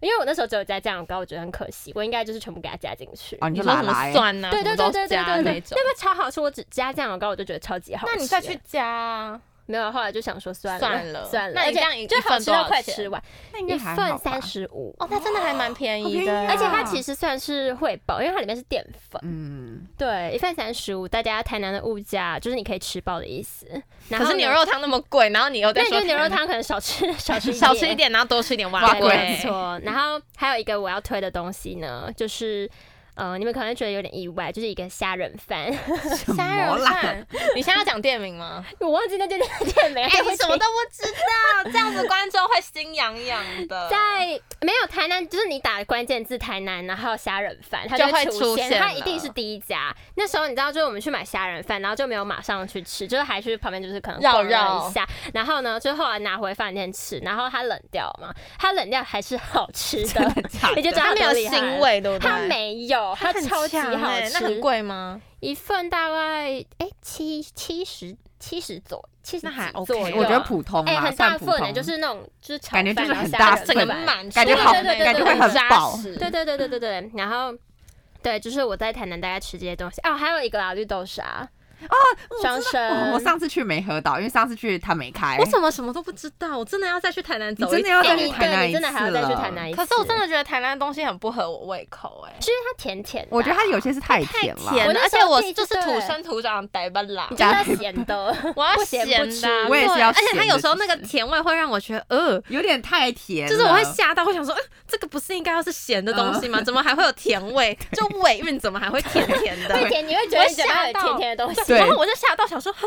[SPEAKER 3] 因为我那时候只有加酱油膏，我觉得很可惜，我应该就是全部给它加进去。
[SPEAKER 2] 哦，你
[SPEAKER 1] 你
[SPEAKER 2] 就
[SPEAKER 1] 说
[SPEAKER 2] 拿
[SPEAKER 1] 什么
[SPEAKER 2] 来。
[SPEAKER 1] 蒜啊，
[SPEAKER 3] 对对
[SPEAKER 1] 什
[SPEAKER 3] 对
[SPEAKER 1] 么
[SPEAKER 3] 对
[SPEAKER 1] 都
[SPEAKER 3] 对
[SPEAKER 1] 加
[SPEAKER 3] 对
[SPEAKER 1] 那
[SPEAKER 3] 对，
[SPEAKER 1] 种。
[SPEAKER 3] 那个超好吃，我只加酱油膏，我就觉得超级好吃。
[SPEAKER 1] 那你再去加啊，
[SPEAKER 3] 没有？后来就想说算了
[SPEAKER 1] 算了
[SPEAKER 3] 算了，
[SPEAKER 1] 那你
[SPEAKER 3] 而且
[SPEAKER 1] 这样一
[SPEAKER 3] 就好吃到快
[SPEAKER 1] 一份多少钱
[SPEAKER 3] 吃完，
[SPEAKER 2] 那应
[SPEAKER 3] 一
[SPEAKER 2] 该还好
[SPEAKER 3] 份
[SPEAKER 2] 吧
[SPEAKER 3] 三？十五，
[SPEAKER 1] 哦，那真的还蛮便宜的，
[SPEAKER 2] 好便宜啊
[SPEAKER 3] 而且它其实算是汇饱，因为它里面是淀粉。
[SPEAKER 2] 嗯，
[SPEAKER 3] 对，一份三十五，大家台南的物价就是你可以吃饱的意思。然
[SPEAKER 1] 可
[SPEAKER 3] 后
[SPEAKER 1] 是
[SPEAKER 3] 呢
[SPEAKER 1] 牛肉，汤那么贵，然后你又
[SPEAKER 3] 那
[SPEAKER 1] 在
[SPEAKER 3] 你
[SPEAKER 1] 说
[SPEAKER 3] 就牛肉汤可能少吃少吃
[SPEAKER 1] 少吃一点，然后多吃一点蛙
[SPEAKER 2] 蛙
[SPEAKER 1] 柜
[SPEAKER 2] 贵
[SPEAKER 3] 对，没错。然后还有一个我要推的东西呢，就是。呃，你们可能觉得有点意外，就是一个虾仁 饭。
[SPEAKER 1] 虾
[SPEAKER 2] 什么
[SPEAKER 1] 仁
[SPEAKER 2] 啦
[SPEAKER 1] 饭，你现在要讲店名吗？
[SPEAKER 3] 我忘记那间店没了。
[SPEAKER 1] 哎、你什么都不知道，这样子观众会心痒痒
[SPEAKER 3] 呃
[SPEAKER 1] 的。
[SPEAKER 3] 在没有台南，就是你打关键字台南，然后虾仁饭，它
[SPEAKER 1] 就
[SPEAKER 3] 会
[SPEAKER 1] 会
[SPEAKER 3] 出
[SPEAKER 1] 出现
[SPEAKER 3] 它
[SPEAKER 1] 了
[SPEAKER 3] 一定是第一家。那时候你知道，就是我们去买虾仁饭，然后就没有马上去吃，就是还去旁边就是可能
[SPEAKER 1] 绕
[SPEAKER 3] 逛了
[SPEAKER 1] 绕
[SPEAKER 3] 一下，然后呢，就后来啊拿回饭店吃，然后它冷掉嘛，它冷掉还是好吃的，
[SPEAKER 2] 真的假
[SPEAKER 3] 你就知
[SPEAKER 2] 的？
[SPEAKER 3] 道
[SPEAKER 1] 它没有
[SPEAKER 3] 多厉害
[SPEAKER 1] 腥味，对不对？
[SPEAKER 3] 它没有，有，它
[SPEAKER 1] 很
[SPEAKER 3] 超级
[SPEAKER 1] 强
[SPEAKER 3] 好
[SPEAKER 1] 欸那很
[SPEAKER 3] 吃，
[SPEAKER 1] 贵吗？
[SPEAKER 3] 一份大概哎七七十七十左七十
[SPEAKER 1] 那还
[SPEAKER 3] 几
[SPEAKER 1] OK
[SPEAKER 3] 左右，
[SPEAKER 2] 我觉得普通
[SPEAKER 3] 哎、
[SPEAKER 2] 啦，
[SPEAKER 3] 很
[SPEAKER 2] 算
[SPEAKER 3] 大
[SPEAKER 2] 普
[SPEAKER 3] 份的、
[SPEAKER 2] 通，
[SPEAKER 3] 就是那种就是炒
[SPEAKER 2] 感觉就是
[SPEAKER 3] 饭然后
[SPEAKER 2] 很
[SPEAKER 3] 下
[SPEAKER 2] 大
[SPEAKER 3] 热
[SPEAKER 2] 份
[SPEAKER 1] 整
[SPEAKER 3] 的
[SPEAKER 1] 个
[SPEAKER 2] 的
[SPEAKER 3] 饭
[SPEAKER 1] 满，
[SPEAKER 2] 感觉
[SPEAKER 3] 对
[SPEAKER 2] 好
[SPEAKER 3] 对对对
[SPEAKER 2] 感觉
[SPEAKER 3] 对
[SPEAKER 2] 会
[SPEAKER 3] 对
[SPEAKER 2] 很
[SPEAKER 1] 扎
[SPEAKER 2] 饱
[SPEAKER 1] 实
[SPEAKER 3] 对对对对对对对，然后对，就是我在台南大概吃这些东西哦，还有一个啦，绿豆沙哦，双
[SPEAKER 2] 我
[SPEAKER 3] 生，
[SPEAKER 2] 我上次去没喝到，因为上次去它没开。
[SPEAKER 1] 我怎么什么都不知道？我真的要再去台南
[SPEAKER 2] 哎你
[SPEAKER 1] 走一
[SPEAKER 2] 真的要
[SPEAKER 3] 哎
[SPEAKER 2] 再
[SPEAKER 3] 你
[SPEAKER 2] 去台
[SPEAKER 3] 对
[SPEAKER 2] 南
[SPEAKER 3] 你
[SPEAKER 2] 一
[SPEAKER 3] 真的还要
[SPEAKER 2] 次
[SPEAKER 3] 再去
[SPEAKER 2] 了？
[SPEAKER 3] 台南一次，
[SPEAKER 1] 可是我真的觉得台南的东西很不合我胃口哎、
[SPEAKER 3] 是因为它甜甜的啊，
[SPEAKER 2] 我觉得它有些是太
[SPEAKER 3] 太
[SPEAKER 2] 甜了。
[SPEAKER 1] 甜
[SPEAKER 3] 我
[SPEAKER 1] 的，而
[SPEAKER 3] 那时
[SPEAKER 1] 且
[SPEAKER 3] 候
[SPEAKER 1] 我
[SPEAKER 3] 第一次
[SPEAKER 1] 就是
[SPEAKER 3] 对
[SPEAKER 1] 土生土长的台湾啦
[SPEAKER 3] 你，就是要咸的，
[SPEAKER 1] 我要
[SPEAKER 3] 不咸
[SPEAKER 1] 咸
[SPEAKER 3] 不
[SPEAKER 1] 的啊，
[SPEAKER 3] 吃
[SPEAKER 2] 我也是
[SPEAKER 1] 对
[SPEAKER 2] 要
[SPEAKER 1] 而且它
[SPEAKER 2] 咸的
[SPEAKER 1] 有时候那个
[SPEAKER 2] 其
[SPEAKER 1] 甜味会让我觉得，呃，
[SPEAKER 2] 有点太甜了，
[SPEAKER 1] 就是我会吓到，会想说，呃、这个不是应该要是咸的东
[SPEAKER 2] 嗯
[SPEAKER 1] 西吗？怎么还会有甜 味？就尾韵怎么还会甜甜的？
[SPEAKER 3] 会甜，你会觉
[SPEAKER 1] 我
[SPEAKER 3] 得你嘴巴
[SPEAKER 1] 吓
[SPEAKER 3] 有
[SPEAKER 1] 到
[SPEAKER 3] 甜甜的东西，
[SPEAKER 2] 对
[SPEAKER 1] 然后我就吓到，想说，哈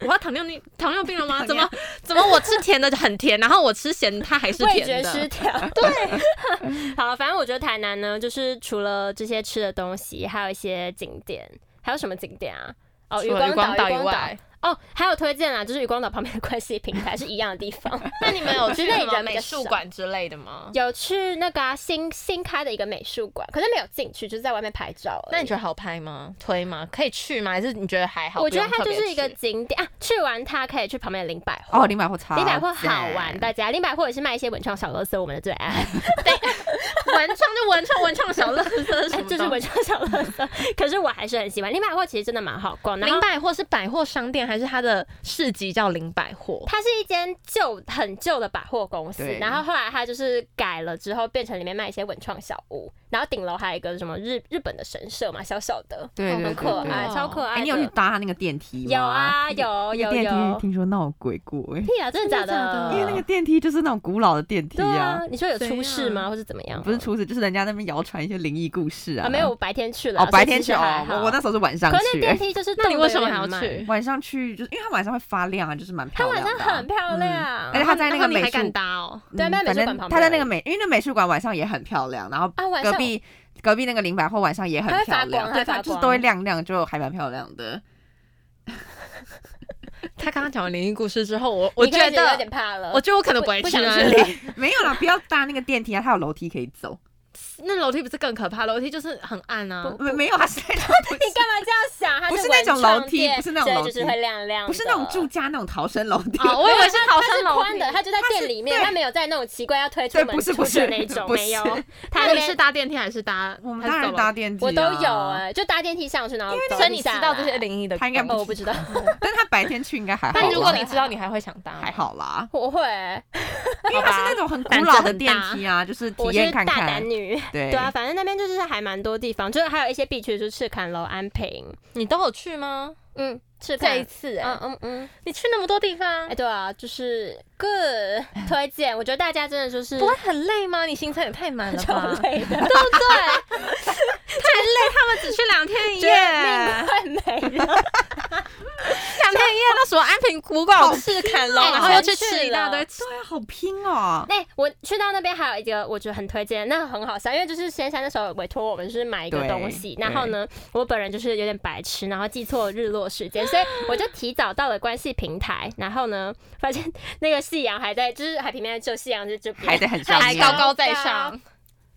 [SPEAKER 1] 我要糖尿病糖尿病了吗？怎么怎么我吃甜的就很甜，然后我吃咸的它还是
[SPEAKER 3] 味
[SPEAKER 1] 甜
[SPEAKER 3] 觉失
[SPEAKER 1] 的？
[SPEAKER 3] 调。 对， 好，反正我觉得台南呢，就是除了这些吃的东西，还有一些景点，还有什么景点啊？哦，
[SPEAKER 1] 除
[SPEAKER 3] 渔
[SPEAKER 1] 了
[SPEAKER 3] 光
[SPEAKER 1] 渔
[SPEAKER 3] 岛，
[SPEAKER 1] 光
[SPEAKER 3] 渔
[SPEAKER 1] 岛以
[SPEAKER 3] 光岛
[SPEAKER 1] 外。，
[SPEAKER 3] 哦，还有推荐啊，就是渔光岛旁边的关系平台是一样的地方，
[SPEAKER 1] 那你们有去
[SPEAKER 3] 之类
[SPEAKER 1] 什么
[SPEAKER 3] 人比
[SPEAKER 1] 美
[SPEAKER 3] 较
[SPEAKER 1] 术
[SPEAKER 3] 少
[SPEAKER 1] 馆之类的吗？
[SPEAKER 3] 有去那个啊、新新开的一个美术馆，可是没有进去，就是在外面拍照而已。
[SPEAKER 1] 那你觉得好拍吗？推吗？可以去吗？还是你觉得还好？
[SPEAKER 3] 我觉
[SPEAKER 1] 不
[SPEAKER 3] 得
[SPEAKER 1] 用
[SPEAKER 3] 它
[SPEAKER 1] 特
[SPEAKER 3] 就
[SPEAKER 1] 别
[SPEAKER 3] 是一个
[SPEAKER 1] 去
[SPEAKER 3] 景点啊，去完它可以去旁边的林百货
[SPEAKER 2] 哦，林百货超
[SPEAKER 3] 林百货好玩，
[SPEAKER 2] 赞
[SPEAKER 3] 大家林百货也是卖一些文创小乐色，我们的最爱。
[SPEAKER 1] 文创，就文创，文创小乐 色
[SPEAKER 3] 哎，就是 文创小乐色，可是我还是很喜欢。林百货其实真的蛮好逛，然后
[SPEAKER 1] 林百货是百货商店，还是它的市集叫林百货？
[SPEAKER 3] 它是一间旧很旧的百货公司
[SPEAKER 2] 对，
[SPEAKER 3] 然后后来它就是改了之后，变成里面卖一些文创小屋，然后顶楼还有一个什么日日本的神社嘛，小小的，
[SPEAKER 2] 对对
[SPEAKER 3] 很
[SPEAKER 2] 对
[SPEAKER 3] 可
[SPEAKER 2] 对
[SPEAKER 3] 爱，
[SPEAKER 1] 对
[SPEAKER 3] 超可
[SPEAKER 2] 哎、
[SPEAKER 3] 爱的。
[SPEAKER 2] 你有去搭他那个电梯吗？
[SPEAKER 3] 有啊，有
[SPEAKER 2] 那
[SPEAKER 3] 有
[SPEAKER 2] 个电梯
[SPEAKER 3] 有。
[SPEAKER 2] 听说闹鬼过哎、
[SPEAKER 3] 屁啊，真的假
[SPEAKER 1] 真的假
[SPEAKER 3] 的？
[SPEAKER 1] 的
[SPEAKER 2] 因为那个电梯就是那种古老的电梯
[SPEAKER 3] 对啊，你说有
[SPEAKER 1] 谁
[SPEAKER 3] 出事吗，
[SPEAKER 1] 啊
[SPEAKER 3] 或者怎么样？
[SPEAKER 2] 不是厨师，就是人家那边谣传一些灵异故事啊。
[SPEAKER 3] 嗯啊，没有，我白天去了啊，
[SPEAKER 2] 哦，白天
[SPEAKER 3] 所
[SPEAKER 2] 去
[SPEAKER 3] 以其实还
[SPEAKER 2] 哦，
[SPEAKER 3] 好
[SPEAKER 2] 我我那时候是晚上
[SPEAKER 3] 可是那
[SPEAKER 2] 去、
[SPEAKER 3] 电
[SPEAKER 2] 哎
[SPEAKER 3] 梯就是
[SPEAKER 1] 那
[SPEAKER 3] 动得
[SPEAKER 1] 你
[SPEAKER 3] 有
[SPEAKER 1] 为
[SPEAKER 3] 点
[SPEAKER 1] 什么
[SPEAKER 3] 慢，
[SPEAKER 1] 还要去？
[SPEAKER 2] 晚上去就是因为它晚上会发亮啊，就是蛮
[SPEAKER 3] 它
[SPEAKER 2] 漂
[SPEAKER 3] 晚
[SPEAKER 2] 亮的啊、
[SPEAKER 3] 上很漂亮，
[SPEAKER 2] 嗯而且它在那
[SPEAKER 1] 然
[SPEAKER 2] 个
[SPEAKER 1] 后你
[SPEAKER 2] 美
[SPEAKER 1] 还
[SPEAKER 2] 术
[SPEAKER 1] 敢搭哦？
[SPEAKER 2] 嗯
[SPEAKER 3] 对那美
[SPEAKER 2] 反
[SPEAKER 3] 术馆
[SPEAKER 2] 正
[SPEAKER 3] 旁
[SPEAKER 2] 它在那
[SPEAKER 3] 边
[SPEAKER 2] 个美，因为那美术馆晚上也很漂亮，然后
[SPEAKER 3] 啊，晚
[SPEAKER 2] 隔
[SPEAKER 3] 上
[SPEAKER 2] 壁隔壁那个林百货晚上也很
[SPEAKER 3] 它会
[SPEAKER 2] 漂
[SPEAKER 3] 发
[SPEAKER 2] 亮，
[SPEAKER 3] 光
[SPEAKER 2] 对，
[SPEAKER 3] 它
[SPEAKER 2] 它
[SPEAKER 3] 会发
[SPEAKER 2] 就是
[SPEAKER 3] 光
[SPEAKER 2] 都会亮亮，就还蛮漂亮的。
[SPEAKER 1] 他刚刚讲完灵异故事之后，我我
[SPEAKER 3] 你
[SPEAKER 1] 觉
[SPEAKER 3] 开始有
[SPEAKER 1] 得
[SPEAKER 3] 点，怕了，
[SPEAKER 1] 我觉得我可能不会
[SPEAKER 3] 不
[SPEAKER 1] 去啊
[SPEAKER 3] 想
[SPEAKER 1] 那
[SPEAKER 3] 去
[SPEAKER 1] 里。
[SPEAKER 2] 没有啦，不要搭那个电梯啊，它有楼梯可以走。
[SPEAKER 1] 那楼梯不是更可怕？楼梯就是很暗
[SPEAKER 3] 哦
[SPEAKER 1] 啊。
[SPEAKER 2] 没没有啊，是那种
[SPEAKER 3] 你干嘛这样想？它
[SPEAKER 2] 不是
[SPEAKER 3] 文
[SPEAKER 2] 那种楼
[SPEAKER 3] 创
[SPEAKER 2] 梯
[SPEAKER 3] 店
[SPEAKER 2] 不是那种
[SPEAKER 3] 所以
[SPEAKER 2] 楼
[SPEAKER 3] 就是
[SPEAKER 2] 梯
[SPEAKER 3] 会亮亮的，哦
[SPEAKER 2] 不是那种住家那种逃生楼梯。
[SPEAKER 1] 啊， 我以为是逃生
[SPEAKER 3] 它是
[SPEAKER 1] 楼
[SPEAKER 3] 宽的，它就在
[SPEAKER 2] 它是
[SPEAKER 3] 店里面，
[SPEAKER 2] 对
[SPEAKER 3] 它没有在那种奇怪要推出
[SPEAKER 2] 对
[SPEAKER 3] 门
[SPEAKER 2] 不是
[SPEAKER 3] 出
[SPEAKER 2] 不
[SPEAKER 3] 去的
[SPEAKER 2] 是
[SPEAKER 3] 那种，
[SPEAKER 2] 不
[SPEAKER 3] 没有
[SPEAKER 2] 是，
[SPEAKER 3] 它
[SPEAKER 1] 那
[SPEAKER 3] 那
[SPEAKER 1] 你是
[SPEAKER 3] 边
[SPEAKER 1] 搭电梯还是搭？
[SPEAKER 2] 我们
[SPEAKER 1] 还是
[SPEAKER 2] 当然
[SPEAKER 1] 走
[SPEAKER 2] 搭
[SPEAKER 1] 楼梯。
[SPEAKER 2] 电梯、啊
[SPEAKER 3] 我都有，哎，就搭电梯上去，然后走
[SPEAKER 1] 所以你知
[SPEAKER 3] 下
[SPEAKER 1] 道这
[SPEAKER 3] 来
[SPEAKER 1] 些灵异的，
[SPEAKER 2] 他应该不
[SPEAKER 3] 哦，我不知道，
[SPEAKER 2] 但他白天去应该还好啦。
[SPEAKER 1] 但如果你知道，你还会想搭吗？
[SPEAKER 2] 还好啦，
[SPEAKER 3] 我会欸，
[SPEAKER 2] 因为它是那种很古老的电梯啊，就是体
[SPEAKER 3] 我是
[SPEAKER 2] 验看
[SPEAKER 3] 大
[SPEAKER 2] 看
[SPEAKER 3] 胆。女，
[SPEAKER 2] 对
[SPEAKER 3] 对啊，反正那边就是还蛮多地方，就是还有一些必去，就是赤坎楼、安平，
[SPEAKER 1] 你都有去吗？
[SPEAKER 3] 嗯，赤
[SPEAKER 1] 这一
[SPEAKER 3] 坎，
[SPEAKER 1] 次哎、
[SPEAKER 3] 嗯嗯嗯。
[SPEAKER 1] 你去那么多地方
[SPEAKER 3] 哎、，对啊，就是 good 推荐，我觉得大家真的就是
[SPEAKER 1] 不会很累吗？你行程也太 满了
[SPEAKER 3] 就
[SPEAKER 1] 吧？
[SPEAKER 3] 累 的，对不
[SPEAKER 1] 他们只去两天一
[SPEAKER 3] 对？
[SPEAKER 1] 夜，
[SPEAKER 3] 觉得
[SPEAKER 1] 两
[SPEAKER 3] 命快 没了，
[SPEAKER 1] 天一夜到什么安平古堡赤坎楼，
[SPEAKER 3] 好
[SPEAKER 1] 哦
[SPEAKER 3] 拼啊
[SPEAKER 1] 然后又去吃一大堆，
[SPEAKER 2] 对啊，好拼哦！
[SPEAKER 3] 哎、我去到那边还有一个，我觉得很推荐，那很好笑，因为就是仙山那时候委托我们就是买一个
[SPEAKER 2] 对
[SPEAKER 3] 东西，然后呢，我本人就是有点白痴，然后记错日落时间，所以我就提早到了关系平台，然后呢，发现那个夕阳还在，就是海平面就夕阳就这边
[SPEAKER 2] 还在很啊上
[SPEAKER 1] 还
[SPEAKER 2] 面，
[SPEAKER 1] 高高在上，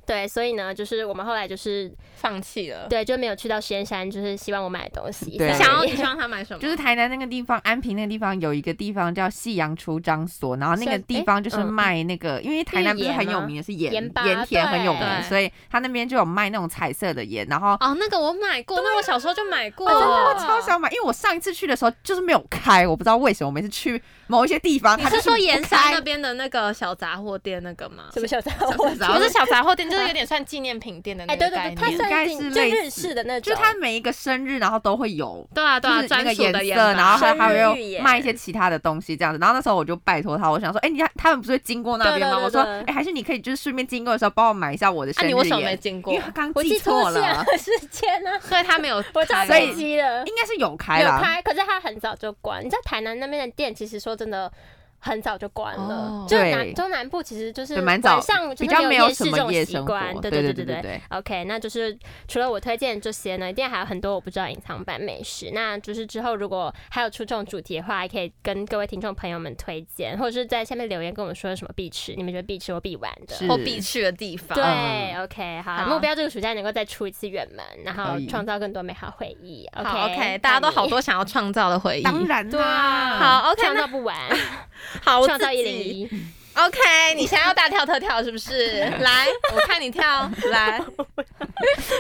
[SPEAKER 3] 对，所以呢，就是我们后来就是
[SPEAKER 1] 放弃了。
[SPEAKER 3] 对就没有去到仙山，就是希望我买的东西，
[SPEAKER 2] 对
[SPEAKER 1] 你
[SPEAKER 3] 所以
[SPEAKER 1] 想要你希望他买什么？
[SPEAKER 2] 就是台南那个地方，安平那个地方有一个地方叫夕阳出张所，然后那个
[SPEAKER 3] 是
[SPEAKER 2] 地方就是
[SPEAKER 3] 诶嗯
[SPEAKER 2] 卖那个，因为台南不是很有名的是盐
[SPEAKER 3] 盐吗盐巴
[SPEAKER 2] 盐田很有
[SPEAKER 1] 对
[SPEAKER 2] 名，所以他那边就有卖那种彩色的盐，然后
[SPEAKER 1] 哦，那个我买过，那我小时候就买过，哦
[SPEAKER 2] 我超想买，因为我上一次去的时候就是没有开，我不知道为什么，我每次去某一些地方，
[SPEAKER 1] 你
[SPEAKER 2] 它就是
[SPEAKER 1] 说
[SPEAKER 2] 不
[SPEAKER 1] 盐山
[SPEAKER 2] 开
[SPEAKER 1] 那边的那个小杂货店那个吗？
[SPEAKER 3] 什么小杂 货
[SPEAKER 2] 小杂
[SPEAKER 1] 不是小杂货店，就是有点算纪念品店的那
[SPEAKER 3] 哎，
[SPEAKER 1] 个
[SPEAKER 3] 对
[SPEAKER 1] 概念。
[SPEAKER 3] 对对，它
[SPEAKER 2] 应
[SPEAKER 3] 算
[SPEAKER 2] 该
[SPEAKER 3] 进
[SPEAKER 2] 是
[SPEAKER 3] 就
[SPEAKER 2] 类
[SPEAKER 3] 日
[SPEAKER 2] 似
[SPEAKER 3] 式的那种，
[SPEAKER 2] 就它每一个生日，然后都会有，
[SPEAKER 1] 对啊对
[SPEAKER 2] 就
[SPEAKER 1] 啊，
[SPEAKER 2] 是那个
[SPEAKER 1] 专属
[SPEAKER 2] 颜
[SPEAKER 1] 的
[SPEAKER 2] 色，
[SPEAKER 1] 吧
[SPEAKER 2] 然后还
[SPEAKER 3] 生
[SPEAKER 2] 还
[SPEAKER 3] 日
[SPEAKER 2] 有
[SPEAKER 3] 浴耶
[SPEAKER 2] 卖一些其他的东西这样子。然后那时候我就拜托他，我想说，哎，你他们不是会经过那边吗？
[SPEAKER 3] 对对对
[SPEAKER 2] 我说，
[SPEAKER 3] 对
[SPEAKER 2] 哎，还是你可以就是顺便经过的时候帮我买一下我的
[SPEAKER 1] 啊，
[SPEAKER 2] 生
[SPEAKER 1] 你为
[SPEAKER 2] 日
[SPEAKER 1] 什么没
[SPEAKER 2] 盐，
[SPEAKER 1] 经过
[SPEAKER 2] 因为？他刚
[SPEAKER 3] 我记
[SPEAKER 2] 错
[SPEAKER 3] 是
[SPEAKER 2] 了，
[SPEAKER 3] 时间呢，
[SPEAKER 1] 所以他没有
[SPEAKER 3] 我照
[SPEAKER 1] 开，
[SPEAKER 2] 所
[SPEAKER 3] 飞
[SPEAKER 2] 以
[SPEAKER 3] 机了，
[SPEAKER 2] 应该是有开
[SPEAKER 3] 有
[SPEAKER 2] 啦。
[SPEAKER 3] 开，可是它很早就关。你知道台南那边的店，其实说真的，很早就关了
[SPEAKER 1] 哦，
[SPEAKER 3] 就是
[SPEAKER 2] 对
[SPEAKER 3] 南中南部其实就是
[SPEAKER 2] 对蛮早
[SPEAKER 3] 晚上就是
[SPEAKER 2] 比较
[SPEAKER 3] 没
[SPEAKER 2] 没
[SPEAKER 3] 有
[SPEAKER 2] 有
[SPEAKER 3] 夜
[SPEAKER 2] 什
[SPEAKER 3] 市这
[SPEAKER 2] 么
[SPEAKER 3] 种
[SPEAKER 2] 夜
[SPEAKER 3] 习
[SPEAKER 2] 生活
[SPEAKER 3] 惯，，对
[SPEAKER 2] 对
[SPEAKER 3] 对
[SPEAKER 2] 对
[SPEAKER 3] 对。
[SPEAKER 2] 对，
[SPEAKER 3] OK，那就是除了我推荐这些呢，一定还有很多我不知道隐藏版美食。那就是之后如果还有出这种主题的话，也可以跟各位听众朋友们推荐，或者是在下面留言跟我们说有什么必吃，你们觉得必吃或必玩的。
[SPEAKER 2] 是嗯
[SPEAKER 1] 或必去的地方。
[SPEAKER 3] 对，OK，好，
[SPEAKER 1] 好
[SPEAKER 3] 目标这个暑假能够再出一次远门，然后
[SPEAKER 2] 可以
[SPEAKER 3] 创造更多美好回忆。OK，
[SPEAKER 1] 好 OK，大家都好
[SPEAKER 3] 那你
[SPEAKER 1] 多想要创造的回忆。
[SPEAKER 2] 当然
[SPEAKER 3] 对
[SPEAKER 2] 啦，
[SPEAKER 3] 啊，
[SPEAKER 1] 好，OK，
[SPEAKER 3] 创
[SPEAKER 1] 那
[SPEAKER 3] 造不完，
[SPEAKER 1] 好， 我
[SPEAKER 3] 创造
[SPEAKER 1] 自
[SPEAKER 3] 一
[SPEAKER 1] 己
[SPEAKER 3] 零一。
[SPEAKER 1] OK，你现在要大跳特跳是不是？来，我看你跳。来，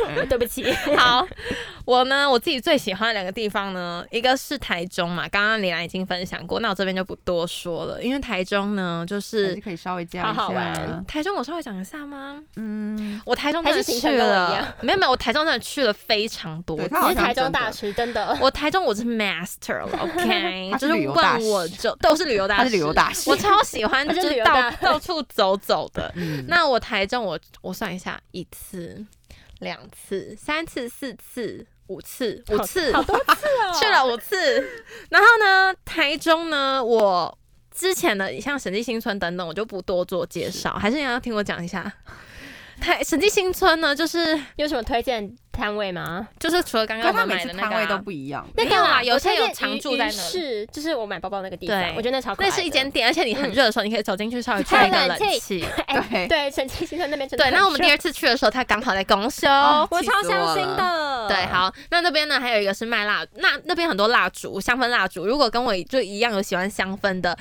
[SPEAKER 1] 嗯
[SPEAKER 3] 对不起，
[SPEAKER 1] 好，我呢，我自己最喜欢的两个地方呢，一个是台中嘛，刚刚李兰已经分享过，那我这边就不多说了，因为台中呢，就
[SPEAKER 2] 还是
[SPEAKER 1] 是
[SPEAKER 2] 可以稍微这样一
[SPEAKER 3] 好好
[SPEAKER 2] 下
[SPEAKER 3] 玩，
[SPEAKER 1] 台中，我稍微讲一下吗？
[SPEAKER 2] 嗯，
[SPEAKER 1] 我台中真的去
[SPEAKER 3] 还是行程跟我一
[SPEAKER 1] 了
[SPEAKER 3] 样，
[SPEAKER 1] 没有没有，我台中真的去了非常多
[SPEAKER 2] 对
[SPEAKER 1] 次
[SPEAKER 2] 他。
[SPEAKER 3] 你
[SPEAKER 2] 好
[SPEAKER 3] 是
[SPEAKER 2] 像
[SPEAKER 3] 台中
[SPEAKER 2] 真的
[SPEAKER 3] 大师，真的。
[SPEAKER 1] 我台中我是 master 了，OK，
[SPEAKER 2] 他
[SPEAKER 1] 就是是
[SPEAKER 2] 旅游大
[SPEAKER 1] 问
[SPEAKER 2] 使
[SPEAKER 1] 我就都是旅游大使，
[SPEAKER 2] 他是旅游大使
[SPEAKER 1] 我超喜 欢，
[SPEAKER 3] 他
[SPEAKER 1] 就是
[SPEAKER 3] 旅
[SPEAKER 1] 是
[SPEAKER 3] 游
[SPEAKER 1] 到
[SPEAKER 3] 大
[SPEAKER 1] 到处走走的。
[SPEAKER 2] 嗯
[SPEAKER 1] 那我台中我我算一下，一次、两次、三次、四次、五次，五
[SPEAKER 3] 好
[SPEAKER 1] 次
[SPEAKER 3] 好多次哦
[SPEAKER 1] 去了五次。 然后呢，台中呢，我之前的像审计新村等等，我就不多做介绍，还是你要听我讲一下。台审计新村呢，就是
[SPEAKER 3] 有什么推荐摊位吗？
[SPEAKER 1] 就是除了刚刚我
[SPEAKER 2] 可他
[SPEAKER 1] 们
[SPEAKER 2] 每
[SPEAKER 1] 买
[SPEAKER 2] 次
[SPEAKER 1] 的那
[SPEAKER 2] 摊
[SPEAKER 1] 个、
[SPEAKER 2] 位都
[SPEAKER 1] 啊。
[SPEAKER 2] 不一样，
[SPEAKER 3] 那
[SPEAKER 1] 没
[SPEAKER 3] 个
[SPEAKER 1] 有
[SPEAKER 3] 啦，
[SPEAKER 1] 啦有
[SPEAKER 3] 我
[SPEAKER 1] 些
[SPEAKER 3] 推荐
[SPEAKER 1] 有常
[SPEAKER 3] 鱼
[SPEAKER 1] 住在
[SPEAKER 3] 鱼
[SPEAKER 1] 那
[SPEAKER 3] 市，就是我买包包那个地
[SPEAKER 1] 对
[SPEAKER 3] 方，我觉得那超可爱
[SPEAKER 1] 那
[SPEAKER 3] 的。
[SPEAKER 1] 是一间店，而且你
[SPEAKER 2] 嗯
[SPEAKER 1] 很热的时候，你可以走进去稍微吹
[SPEAKER 3] 还有
[SPEAKER 1] 一个
[SPEAKER 3] 冷
[SPEAKER 1] 冷
[SPEAKER 3] 气
[SPEAKER 1] 气。
[SPEAKER 3] 哎
[SPEAKER 2] 对
[SPEAKER 3] 对，神奇新村那边真的
[SPEAKER 1] 对，
[SPEAKER 3] 很
[SPEAKER 1] 那我们第
[SPEAKER 3] 热
[SPEAKER 1] 二次去的时候，它刚好在公休。
[SPEAKER 2] 哦
[SPEAKER 3] 我
[SPEAKER 2] 气
[SPEAKER 3] 超
[SPEAKER 2] 死
[SPEAKER 3] 伤
[SPEAKER 2] 我
[SPEAKER 3] 心
[SPEAKER 2] 了
[SPEAKER 3] 的。
[SPEAKER 1] 对，好，那那边呢还有一个是卖蜡，那那边很多蜡烛、香氛蜡烛。如果跟我就一样有喜欢香氛的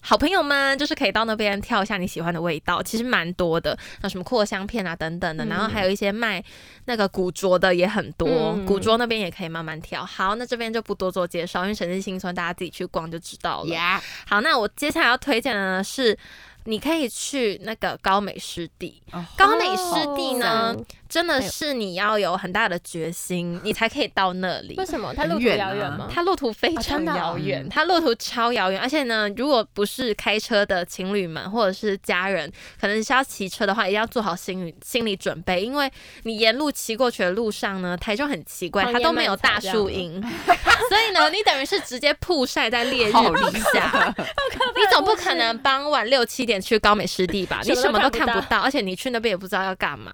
[SPEAKER 1] 好朋友们，就是可以到那边挑一下你喜欢的味道，其实蛮多的，那什么扩香片啊等等的，
[SPEAKER 3] 嗯
[SPEAKER 1] 然后还有一些卖那个古着的也很多，
[SPEAKER 3] 嗯
[SPEAKER 1] 古着那边也可以慢慢挑。好，那这边就不多做介绍，因为神之新村大家自己去逛就知道了。
[SPEAKER 2] 呀，
[SPEAKER 1] 好，那我接下来要推荐的呢是，你可以去那个高美湿地。
[SPEAKER 2] 哦
[SPEAKER 1] 高美湿地呢
[SPEAKER 3] 哦
[SPEAKER 1] 真的
[SPEAKER 3] 哎呦
[SPEAKER 1] 是你要有很大的决心，你才可以到那里
[SPEAKER 3] 为。什么它
[SPEAKER 2] 很
[SPEAKER 3] 路途
[SPEAKER 2] 远
[SPEAKER 3] 遥远
[SPEAKER 2] 啊
[SPEAKER 3] 吗？
[SPEAKER 1] 它路途非常
[SPEAKER 3] 哦真的哦
[SPEAKER 1] 遥远，
[SPEAKER 2] 嗯
[SPEAKER 1] 它路途超遥远，而且呢，如果不是开车的情侣们或者是家人，可能是要骑车的话，一定要做好心理心理准备，因为你沿路骑过去的路上呢，台中很奇怪，
[SPEAKER 3] 荒
[SPEAKER 1] 它
[SPEAKER 3] 野
[SPEAKER 1] 都没
[SPEAKER 3] 漫
[SPEAKER 1] 有
[SPEAKER 3] 草
[SPEAKER 1] 大
[SPEAKER 3] 这
[SPEAKER 1] 树
[SPEAKER 3] 样
[SPEAKER 1] 荫，所以 呢，你等于是直接曝晒在烈日
[SPEAKER 2] 好
[SPEAKER 1] 底下，你总不可能傍晚六七点去高美湿地吧？你
[SPEAKER 3] 什
[SPEAKER 1] 什
[SPEAKER 3] 么
[SPEAKER 1] 么
[SPEAKER 3] 都
[SPEAKER 1] 都
[SPEAKER 3] 看
[SPEAKER 1] 看
[SPEAKER 3] 不
[SPEAKER 1] 不
[SPEAKER 3] 到
[SPEAKER 1] 到，而且你去那边也不知道要干嘛。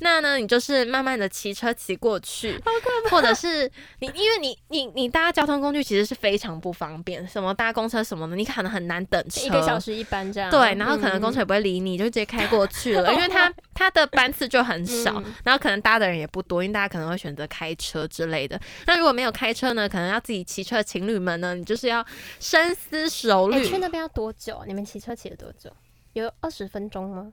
[SPEAKER 1] 那呢，你就是慢慢的骑车骑过去， 或者是你因为你你你搭交通工具其实是非常不方便，什么搭公车什么的，你可能很难等车，
[SPEAKER 3] 一个小时一班这样。
[SPEAKER 1] 对，然后可能
[SPEAKER 3] 嗯
[SPEAKER 1] 公车也不会理你，就直接开过去了，因为 它它的班次就很少，
[SPEAKER 3] 嗯
[SPEAKER 1] 然后可能搭的人也不多，因为大家可能会选择开车之类的。那如果没有开车呢，可能要自己骑车的情侣们呢，你就是要深思熟
[SPEAKER 3] 哎
[SPEAKER 1] 虑，
[SPEAKER 3] 去那边要多久？你们骑车骑了多久？有二十分钟吗？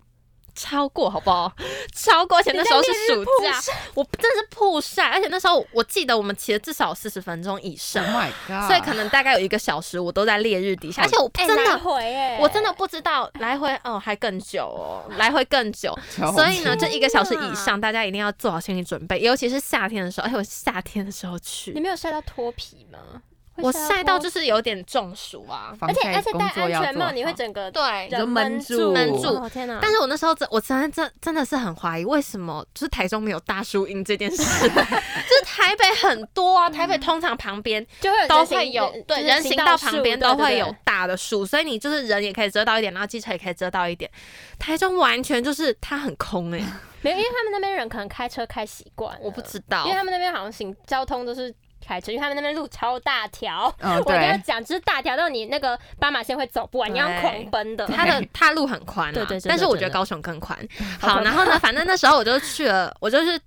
[SPEAKER 1] 超过好不好？超过，而且那时候是暑假，我真的是曝晒，而且那时候我记得我们骑了至少四十分钟以上
[SPEAKER 2] ，Oh，my god，
[SPEAKER 1] 所以 可能大概有一个小时我都在烈日底下，
[SPEAKER 2] 好
[SPEAKER 1] 而且我
[SPEAKER 3] 啊哎
[SPEAKER 1] 真的。
[SPEAKER 3] 来回哎，
[SPEAKER 1] 我真的不知道来回哦，还更久哦，来回更久，
[SPEAKER 2] 超
[SPEAKER 1] 所以呢，
[SPEAKER 2] 级
[SPEAKER 1] 这一个小时以上，大家一定要做好心理准备，尤其是夏天的时候。哎，我夏天的时候
[SPEAKER 3] 你
[SPEAKER 1] 去，
[SPEAKER 3] 没有晒到脱皮吗？嗯会
[SPEAKER 1] 我晒到就
[SPEAKER 3] 脱
[SPEAKER 1] 是有点中暑啊。
[SPEAKER 2] 防
[SPEAKER 3] 而且
[SPEAKER 2] 晒
[SPEAKER 3] 而且戴
[SPEAKER 2] 工作
[SPEAKER 3] 安
[SPEAKER 2] 要
[SPEAKER 3] 全
[SPEAKER 2] 做
[SPEAKER 3] 帽，
[SPEAKER 2] 好
[SPEAKER 3] 你会整个
[SPEAKER 1] 对，
[SPEAKER 2] 就
[SPEAKER 3] 人
[SPEAKER 2] 闷
[SPEAKER 3] 住
[SPEAKER 2] 住
[SPEAKER 1] 闷住
[SPEAKER 3] 哦天哪！
[SPEAKER 1] 但是我那时候真，我真的真真的是很怀疑，为什么就是台中没有大树荫这 件事，就是台北很多啊，台北
[SPEAKER 3] 嗯
[SPEAKER 1] 通常旁边
[SPEAKER 3] 就会
[SPEAKER 1] 都会有，
[SPEAKER 3] 呃
[SPEAKER 1] 对，人行道旁边都会。
[SPEAKER 3] 就是
[SPEAKER 1] 有
[SPEAKER 3] 树
[SPEAKER 1] 大的树，所以你就是人也可以遮到一点，然后机车也可以遮到一点。台中完全就是它很空 哎、
[SPEAKER 3] 对对对没有，因为他们那边人可能开车开习惯了，
[SPEAKER 1] 我不知道
[SPEAKER 3] 因为。他们那边好像行交通都是开车，因为他们那边路超大 条。
[SPEAKER 2] 嗯，
[SPEAKER 3] 我跟他
[SPEAKER 2] 对，
[SPEAKER 3] 讲，就是大条到你那个斑马线会走不完，你要
[SPEAKER 1] 对
[SPEAKER 3] 狂奔的。
[SPEAKER 1] 它的它路很宽、啊，
[SPEAKER 3] 对对真的
[SPEAKER 1] 但是我觉
[SPEAKER 3] 真
[SPEAKER 1] 得
[SPEAKER 3] 的
[SPEAKER 1] 高雄 更宽。
[SPEAKER 3] 好
[SPEAKER 1] 好，
[SPEAKER 3] 可
[SPEAKER 1] 然后呢，反正那时候我就去了，我就是